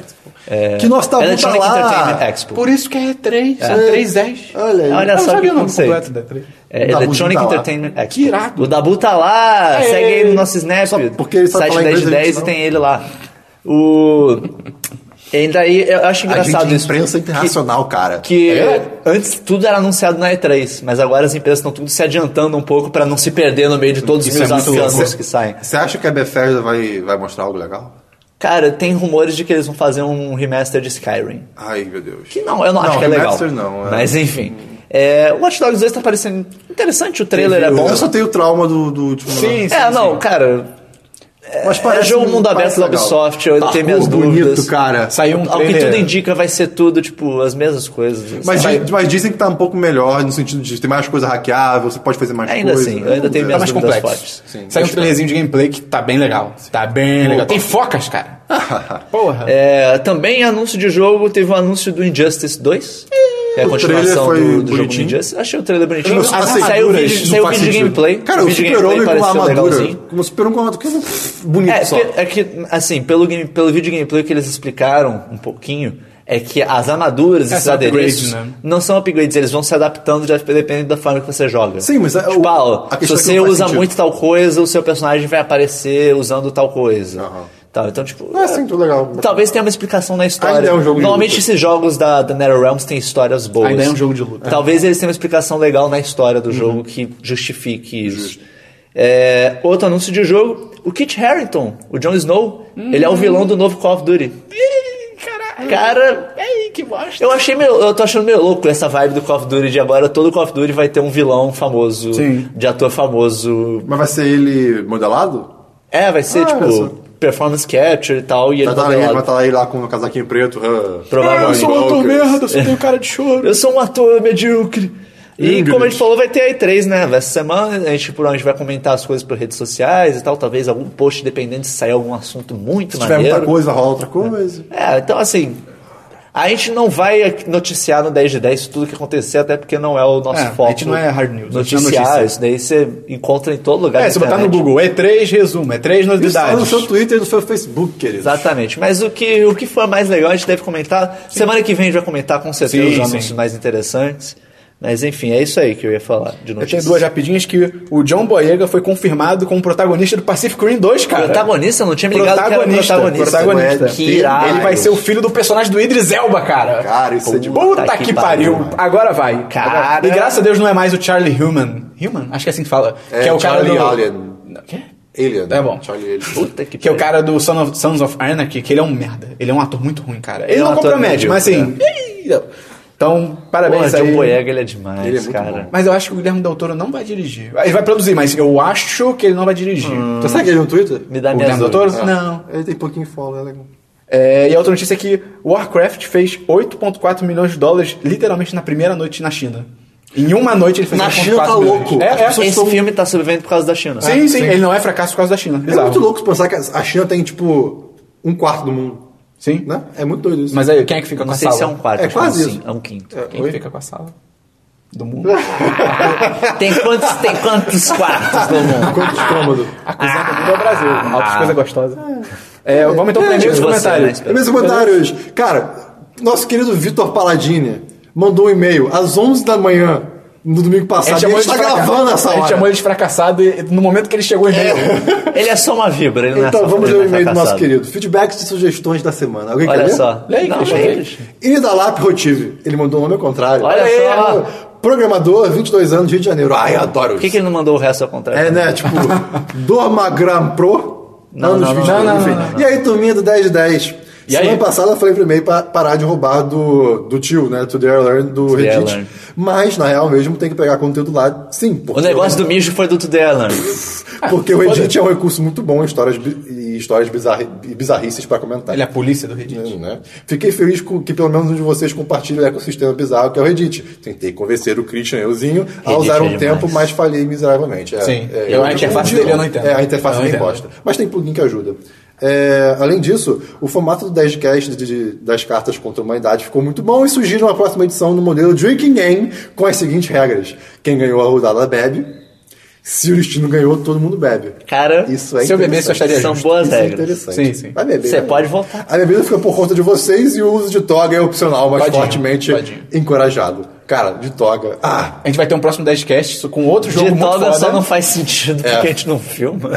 É,
Que nosso tabu tá
Electronic
lá.
Entertainment Expo.
Por isso que é E3. São
É.
310.
Olha aí.
Olha
Eu não
só
sabia
que
o nome
conceito.
completo da E3.
É,
O Dabu
Electronic
tá lá.
Entertainment Expo.
Que irado.
O Dabu tá lá,
É,
segue
é,
ele
é.
no nosso Snap.
Só porque ele sabe
site
falar
10
inglês,
de
a gente
10 e
não.
tem ele lá. O... E daí, eu acho
A
engraçado
gente é
isso.
imprensa
que-
internacional, cara.
que
É verdade.
antes tudo era anunciado na E3, mas agora as empresas estão tudo se adiantando um pouco pra não se perder no meio de todos
Isso
os
é muito
anúncios
louco.
que saem.
Você acha que a Bethesda vai, vai mostrar algo legal?
Cara, tem rumores de que eles vão fazer um remaster de Skyrim.
Ai, meu Deus.
Que não, eu não, acho
Não,
que é legal.
remaster não, é.
Mas enfim. É, o Watch Dogs 2 tá parecendo interessante, o trailer é bom.
Eu só tenho trauma do, do último.
Sim,
né?
sim.
É, não, cara,
Mas
é jogo mundo aberto
parece
da
legal.
Ubisoft, eu ainda tenho minhas
Parkour bonito,
dúvidas.
cara.
Saiu um
Ao que
é.
trailer.
tudo indica, vai ser tudo, tipo, as mesmas coisas.
Mas,
Sai-
diz- mas dizem que tá um pouco melhor no sentido de ter mais coisa hackeável, você pode fazer mais
Ainda
coisa.
assim, eu ainda tenho
Vamos ver.
Tá mais
minhas dúvidas
complexo.
fortes.
Sim,
Saiu um
acho
trailerzinho de gameplay que tá bem legal. Tá bem legal. Tem focas, cara. Porra.
É, também anúncio de jogo, teve um anúncio do Injustice 2. Que é a
O
continuação
trailer foi
do, do jogo do
bonitinho.
Injustice. Achei o trailer bonitinho.
Mas,
Ah, saiu
assim,
o
armadura,
vídeo,
isso
saiu o
não faz
vídeo de
sentido.
gameplay.
Cara, o
vídeo de
Super Homem com
gameplay
uma
pareceu
armadura.
legalzinho.
O Super Homem com uma armadura. que Bonito
É,
só.
porque- é que, assim, pelo, game, pelo vídeo gameplay que eles explicaram um pouquinho, é que as
É
armaduras, esses
são upgrades,
adereços,
né?
não são upgrades, eles vão se adaptando de- dependendo da forma que você joga.
Sim, mas é
tipo,
o-
ah, ó,
a
se
questão é que
você
não faz
usa
sentido.
muito tal coisa, o seu personagem vai aparecer usando tal coisa.
Aham.
Tal, então, tipo.
Ah, sim, tudo legal.
Talvez tenha uma explicação na história.
Ainda é um jogo de
Normalmente
luta.
esses jogos da, da NetherRealms têm histórias boas.
Ainda é um jogo de luta. Uhum.
Talvez eles tenham uma explicação legal na história do jogo que justifique isso. É, outro anúncio de jogo, o Kit Harington, o Jon Snow, ele é o vilão do novo Call of Duty.
Uhum. Caralho.
Cara,
Ei, que bosta.
eu achei meio, eu tô achando meio louco essa vibe do Call of Duty de agora. Todo Call of Duty vai ter um vilão famoso,
Sim.
de ator famoso.
Mas vai ser ele modelado?
É, vai ser
Ah,
tipo
olha só.
performance capture e tal e ele
Vai
tá
estar aí,
do
vai
lado.
estar aí lá com o casaquinho preto. ah,
Provavelmente.
Eu sou um ator
Walker.
merda, só tenho cara de choro.
Eu sou um ator medíocre. E
Ingrid.
como a gente falou, vai ter a E3, né? Essa semana a gente por onde vai comentar as coisas por redes sociais e tal, talvez algum post dependendo se sair algum assunto muito
Se tiver muita
maneiro.
coisa, rola outra coisa.
É, então assim, a gente não vai noticiar no 10 de 10 tudo que acontecer, até porque não é o nosso
É, a
foco.
gente não é hard news, a gente não
Noticiar,
noticia.
isso daí você encontra em todo lugar.
É,
da
se botar no
internet.
Google, E3 resumo, é E3
Isso tá no
novidades.
seu Twitter e no seu Facebook, querido.
Exatamente, mas o que, o que for mais legal a gente deve comentar. Semana que vem a gente vai comentar com certeza
Sim,
os
sim.
anúncios mais interessantes. Mas enfim, é isso aí que eu ia falar de
Eu tenho
notícias.
duas rapidinhas que o John Boyega foi confirmado como protagonista do Pacific Rim 2, cara.
Protagonista? Não tinha me ligado
protagonista,
que era protagonista.
protagonista.
Que irado.
Ele vai ser o filho do personagem do Idris Elba, cara.
Cara, isso é de
Puta que, pariu.
mano.
Agora vai.
Cara.
Agora- E graças a Deus não é mais o Charlie Human. Human? Acho que é assim que fala.
É,
que é o
Charlie
cara do...
Alien.
Quê?
Alien.
É bom.
Charlie Alien.
Puta que,
Que é o
pariu.
cara do Son of- Sons of Anarchy, que ele é um merda. Ele é um ator muito ruim, cara. Ele
é um
não
ator
compromete, mas assim...
medíocre, né?
Então, parabéns
Porra,
aí.
John Boyega, ele é demais,
Ele é muito
cara.
Mas eu acho que o Guilherme Del Toro não vai dirigir. Ele vai produzir, mas eu acho que ele não vai dirigir.
Hum,
Tu sabe que ele no Twitter?
Me dá
O
minha
Guilherme Del Toro? Não.
Ele tem pouquinho follow, é legal.
É, e a outra notícia é que Warcraft fez 8,4 milhões de dólares literalmente na primeira noite na China. Em uma noite ele fez
Na
8,4
China tá
milhões.
louco. As
É, é.
pessoas
Sim,
Esse filme tá sobrevivendo por causa da China.
sim, ele não é fracasso por causa da China.
É
Bizarro.
muito louco pensar que a China tem, tipo, um quarto do mundo.
Sim.
Né? É muito doido isso.
Mas aí, quem é que fica
Não
com a
sei
sala?
se é um quarto,
É
acho que
quase
é um,
isso.
sim, é um quinto.
Quem fica com a sala? Do mundo.
Tem quantos, tem quantos quartos no mundo?
Quantos cômodos?
A cozinha do mundo é o Brasil. Altas coisas gostosas. É, vamos então pra
É,
e-mail dos
tipo você,
comentários.
né?
E meus comentários. Cara, nosso querido Vitor Paladini mandou um e-mail às 11 da manhã no domingo passado. E a gente tá
fraca-
gravando essa
Ele
hora.
chamou ele de fracassado e, no momento que ele chegou, ele
Ele é só uma vibra, ele não é
Então,
só
vamos
ele
ler
não
o
é
e-mail do nosso
fracassado.
querido. Feedbacks e sugestões da semana. Alguém quer
Olha
ler?
só.
Lê aí,
Não,
Christian,
lê aí,
lê.
Christian.
Iridalap Rotive. Ele mandou o nome ao contrário.
Olha
Ele é
só.
Programador, 22 anos, Rio de Janeiro. Ai, eu adoro
Por que, que ele não mandou o resto ao contrário?
É, né? Tipo, Dormagram Pro.
Não,
anos
não, não,
20,
não, não,
enfim.
não,
E aí, turminha do 10 de 10.
E
Semana
aí?
passada eu falei pro e-mail pra parar de roubar do, do tio, né? To the Airline do
the
Reddit.
Airline.
Mas, na real mesmo, tem que pegar conteúdo lá, sim. Porque,
O negócio do Ah, mijo foi do Tudela.
porque o Reddit é um recurso muito bom em histórias, bi- e histórias bizarri, e bizarrices pra comentar.
Ele é a polícia do Reddit.
Hum, né? Fiquei feliz com que pelo menos um de vocês compartilha o ecossistema bizarro que é o Reddit. Tentei convencer o Christian euzinho a
Reddit
usar
é
um
demais.
tempo, mas falhei miseravelmente. É,
Sim.
é,
Eu- a interface dele eu não entendo.
É, a interface
Eu não
dele
entendo.
bosta. Mas tem plugin que ajuda. É, além disso, o formato do 10cast de- de- das cartas contra a humanidade ficou muito bom e surgiram uma próxima edição no modelo Drinking Game com as seguintes regras: quem ganhou a rodada bebe, se o destino ganhou, todo mundo bebe.
Cara,
Isso é
Se eu bebesse, eu
interessante.
acharia
são
justo.
boas
Isso é
regras.
interessante.
Sim, sim.
Vai beber,
Você
vai
pode
beber.
voltar.
A bebida fica por conta de vocês e o uso de toga é opcional, mas
Todinho,
fortemente
todinho.
encorajado. Cara, de toga. Ah!
A gente vai ter um próximo 10cast isso com outro jogo
de
muito
toga
foda. É.
só não faz sentido porque a gente não filma.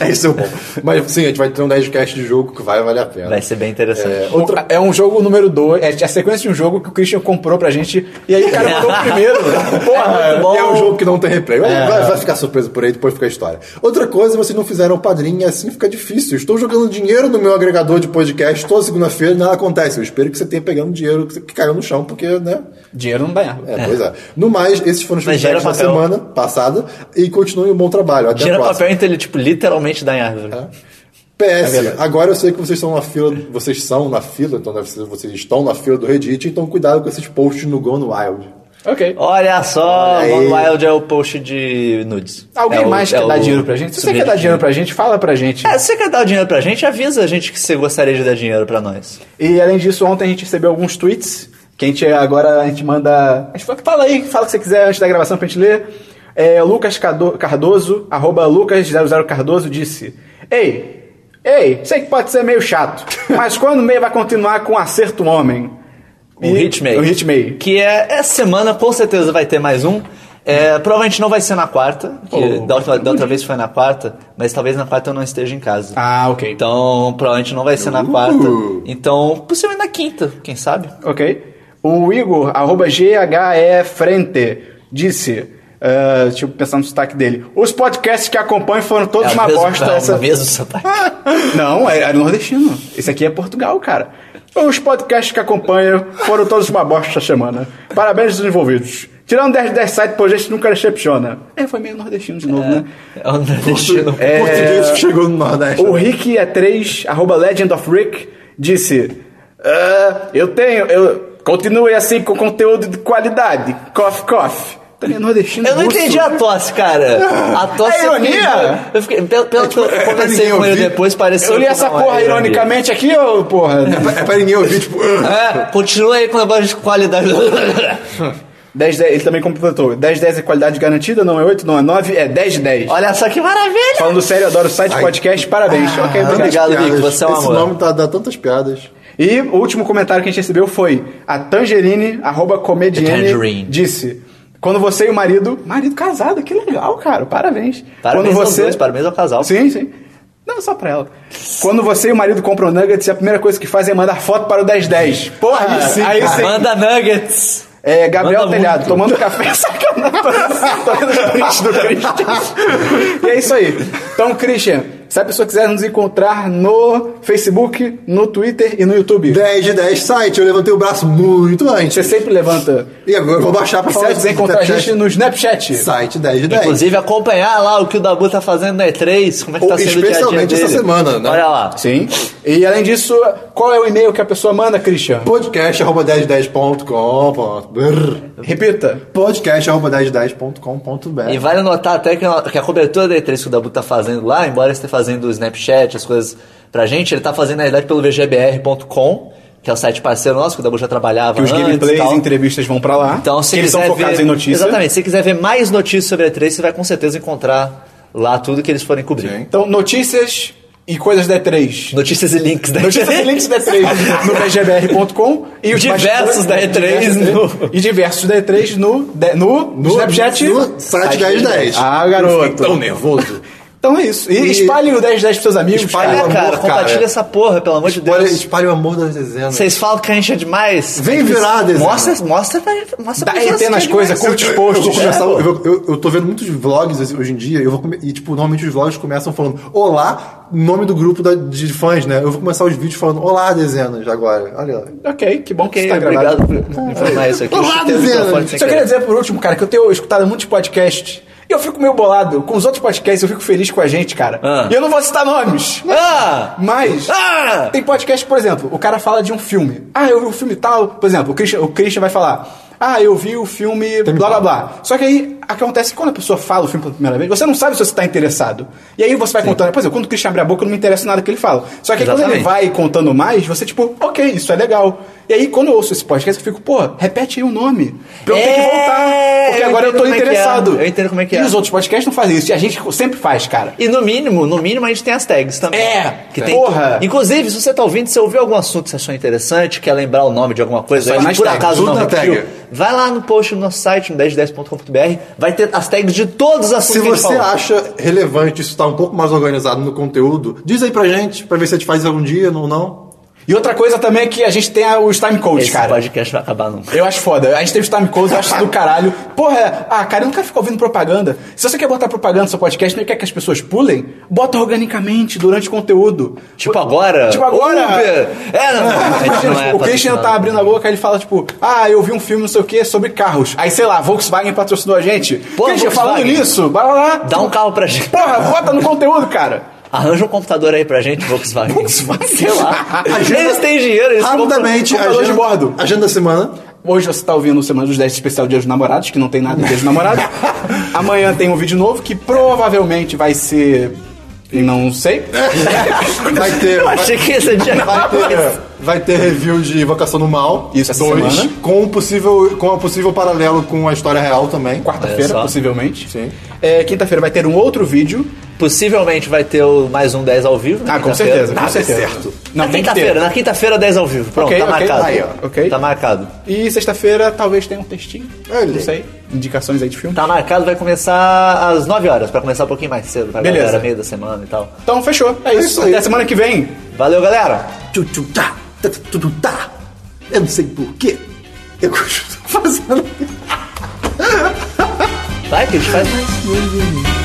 é isso é bom. Mas sim, a gente vai ter um 10cast de jogo que vai valer a pena.
Vai ser bem interessante.
É, outra...
É um jogo número 2, é a sequência de um jogo que o Christian comprou pra gente, e aí o cara mandou o primeiro.
É
Porra,
muito bom.
É um jogo que não tem replay. Vai, vai ficar surpreso por aí, depois fica a história. Outra coisa, vocês não fizeram o padrinho e assim fica difícil. Estou jogando dinheiro no meu agregador de podcast toda segunda-feira e nada acontece. Eu espero que você tenha pegando dinheiro que caiu no chão, porque, né?
dinheiro não dá errado.
É, pois é. No mais, esses foram os
Mas gera
feedbacks da
papel.
semana passada e continuem um bom trabalho. Até
Tira
a próxima.
papel então ele, tipo, literalmente dá em árvore.
PS, agora eu sei que vocês são na fila, vocês são na fila, então deve ser- vocês estão na fila do Reddit, então cuidado com esses posts no Gone Wild.
Ok.
Olha só,
Olha aí.
o Wild é o post de nudes.
Alguém
É o-
mais
é
quer dar
o
dinheiro pra gente? Se você
subreddit.
quer dar dinheiro pra gente, fala pra gente.
É, se você quer dar o dinheiro pra gente, avisa a gente que você gostaria de dar dinheiro pra nós.
E além disso, ontem a gente recebeu alguns tweets, que a gente agora a gente manda. A gente fala, fala aí, fala o que você quiser antes da gravação pra gente ler. É, Lucas Cado- Cardoso, arroba Lucas00 Cardoso, disse: Ei, ei, sei que pode ser meio chato, mas quando o meio vai continuar com um acerto homem?
O Hitmay.
O Hitmay.
Que é essa semana, com certeza vai ter mais um. É, provavelmente não vai ser na quarta, que
Oh,
da, outra, da outra vez foi na quarta, mas talvez na quarta eu não esteja em casa.
Ah, ok.
Então, provavelmente não vai ser
Uh!
na quarta. Então, possivelmente na quinta, quem sabe?
Ok. O Igor, arroba GHE Frente, disse. ah, deixa eu pensar no sotaque dele. Os podcasts que acompanham foram todos
É o
uma
mesmo-
bosta.
é o
essa-
mesmo sotaque.
Não, é, é nordestino. Esse aqui é Portugal, cara. Os podcasts que acompanham foram todos uma bosta essa semana. Parabéns aos envolvidos. Tirando 10 de 10 sites, por gente nunca decepciona. É, foi meio nordestino de novo, né?
É o nordestino.
O Português que chegou no Nordeste.
O Rick é 3, arroba Legend of Rick, disse: "Ah, Eu tenho, eu continue assim com conteúdo de qualidade. Coffee, coffee. Também é nordestino.
Eu não
russo.
entendi a tosse, cara. A tosse.
É ironia? Tipo, é
Eu fiquei, pelo pelo que eu conversei
ninguém
com ele
ouvir.
depois, pareceu.
Eu li
que
essa
não é
porra
ironia.
ironicamente aqui, ô porra?
É pra ninguém ouvir, tipo.
É, continua aí com o negócio de qualidade.
10, 10, ele também completou. 10, 10 é qualidade garantida, não é 8, não é 9, é 10, 10.
Olha só que maravilha!
Falando sério, adoro o site, podcast, parabéns. ok,
obrigado,
obrigado.
Vic,
piadas.
você é um
Esse
amor.
nome tá, dá tantas piadas.
E o último comentário que a gente recebeu foi a Tangerine, arroba comedienne,
The Tangerine.
disse... Quando você e o marido... Marido casado, que legal, cara. Parabéns.
Parabéns
Quando
aos
você,
dois, parabéns ao casal.
Sim, sim. Não, só pra ela. Quando você e o marido compram nuggets, a primeira coisa que fazem é mandar foto para o 1010. Porra, aí sim, aí sim.
Manda nuggets!
É, Gabriel
Manda
Telhado,
muito.
tomando café, sacanagem. Tô vendo os prints do Christian. E é isso aí. Então, Christian, se a pessoa quiser nos encontrar no Facebook, no Twitter e no YouTube,
10 de 10 site, eu levantei o braço muito antes.
você sempre levanta.
E agora eu vou baixar pra
E se ela quiser
do
encontrar a
Snapchat.
gente no Snapchat,
Site 10 de 10.
Inclusive, acompanhar lá o que o Dabu tá fazendo na E3, como é que tá
Ou
sendo o dia a dia
especialmente essa
dele.
semana, né?
Olha lá.
Sim. E além disso, qual é o e-mail que a pessoa manda, Christian?
podcast.1010.com.br
Repita.
E
podcast.1010.com.br
vale notar até que, que a cobertura da E3 que o Dabu tá fazendo lá, embora ele esteja fazendo o Snapchat, as coisas pra gente, ele tá fazendo na verdade pelo vgbr.com, que é o site parceiro nosso, que o Dabu já trabalhava
Que os
antes e
gameplays
tal.
e entrevistas vão pra lá.
Então, se
que eles são
quiser
focados
ver,
em notícias.
Exatamente. Se quiser ver mais notícias sobre a E3, você vai com certeza encontrar lá tudo que eles forem cobrir.
Sim.
Então, notícias e coisas da E3.
Notícias e links da
Notícias e
E3.
links da E3 no bgbr.com e os
Diversos
bastidores-
da E3
diversos da E3. E diversos da E3 no, de- no, Snapchat.
no site 1010.
Ah, garoto.
Tão nervoso.
Então é isso. E, espalhe o 1010 pros seus amigos.
Espalhe
É,
cara.
o
cara,
amor,
compartilha
cara.
essa porra, pelo amor de Deus.
Olha, espalha o amor das dezenas.
Vocês falam que a gente é demais.
Vem virar a dezena.
Mostra, mostra, pra- mostra
Dá
pra gente
ET nas
que é
coisas, curte
demais.
os
Eu, vou
né,
posts.
começar, eu, eu, eu tô vendo muitos vlogs assim, hoje em dia eu vou come- e, tipo, normalmente os vlogs começam falando Olá, nome do grupo da- de fãs, né? Eu vou começar os vídeos falando Olá, dezenas, agora. Olha lá.
Ok, que bom que você
Ok,
tá gravado.
obrigado por informar isso aqui.
Olá,
Chutei o
dezena.
microfone sem
Só
querer.
queria dizer por último, cara, que eu tenho escutado muitos podcasts e eu fico meio bolado. Com os outros podcasts eu fico feliz com a gente, cara.
Ah.
E eu não vou citar nomes.
Ah!
Mas
Ah!
tem podcast, por exemplo, o cara fala de um filme. Ah, eu vi um filme tal. Por exemplo, o Christian, o Christian vai falar. Ah, eu vi o filme blá blá blá. Só que aí acontece que quando a pessoa fala o filme pela primeira vez, você não sabe se você está interessado. E aí você vai contando. Por exemplo, quando o Christian abre a boca, eu não me interessa nada que ele fala. Só que aí, quando ele
Exatamente.
vai contando mais, você tipo, ok, isso é legal. E aí quando eu ouço esse podcast, eu fico, pô, repete aí o nome. Pra eu ter que
É,
voltar. Porque
eu
agora eu
entendo
tô
como é que é.
interessado.
Eu entendo como é que é.
E os outros podcasts não fazem isso. E a gente sempre faz, cara.
E no mínimo, no mínimo a gente tem as tags também.
É,
que tem.
porra.
Inclusive, se você tá ouvindo, se ouviu algum assunto que você achou interessante, quer lembrar o nome de alguma coisa,
Só
aí,
nas
por
tags,
acaso
tudo
não
na
repetiu,
tag.
vai lá no post no nosso site, no 1010.com.br, vai ter as tags de todos os assuntos
Se
que a gente
você
falou.
acha relevante isso estar um pouco mais organizado no conteúdo, diz aí pra gente, pra ver se a gente faz algum dia ou não.
E outra coisa também é que a gente tem a- os time codes,
Esse
cara.
podcast vai acabar nunca.
Eu acho foda. A gente teve os time codes, eu acho isso do caralho. Porra, é- ah, cara, eu nunca fico ouvindo propaganda. Se você quer botar propaganda no seu podcast, não quer que as pessoas pulem, bota organicamente durante o conteúdo.
Tipo agora.
Tipo agora.
Uber. É, não, não, a gente não é
o Christian
patrocinado.
tá abrindo a boca, ele fala tipo, ah, eu vi um filme, não sei o que, sobre carros. Aí, sei lá, Volkswagen patrocinou a gente.
Pô,
Christian, falando
Volkswagen.
nisso, vai lá.
Dá um carro pra gente.
Porra, bota no conteúdo, cara.
Arranja um computador aí pra gente, Volkswagen. Volkswagen? Sei lá. Eles têm dinheiro, eles compram-
Rapidamente,
computador de bordo.
agenda da semana.
Hoje você está ouvindo o Semana dos 10 especial Dia dos Namorados, que não tem nada em Dia dos Namorados. Amanhã tem um vídeo novo que provavelmente vai ser. Não sei.
Vai ter.
Eu
vai-
achei que esse dia era
Vai
uma
ter, vai ter review de Invocação do Mal.
Isso, essa
dois,
semana.
Com um possível, com um possível paralelo com a história real também.
Olha
Quarta-feira,
só.
possivelmente.
Sim.
É, Quinta-feira vai ter um outro vídeo.
Possivelmente vai ter o mais um 10 ao vivo. na
Ah, com
quinta-feira.
certeza, com
Nada é
certeza.
certo.
Não,
na
tem que ter.
quinta-feira, né? na quinta-feira 10 ao vivo. Pronto,
Ok,
tá
ok,
marcado.
aí, ó, ok.
Tá marcado.
E sexta-feira talvez tenha um textinho.
Olha.
Não sei. Indicações aí de filme.
Tá marcado, vai começar às 9 horas, pra começar um pouquinho mais cedo, pra
Beleza.
galera, meio da semana e tal.
Então fechou. É isso.
isso aí.
Até semana que vem.
Valeu, galera!
Tu, tu, tá, tá, tu, tu, tá. Eu não sei porquê. Eu continuo fazendo.
Vai, que a gente faz um mais.
isso.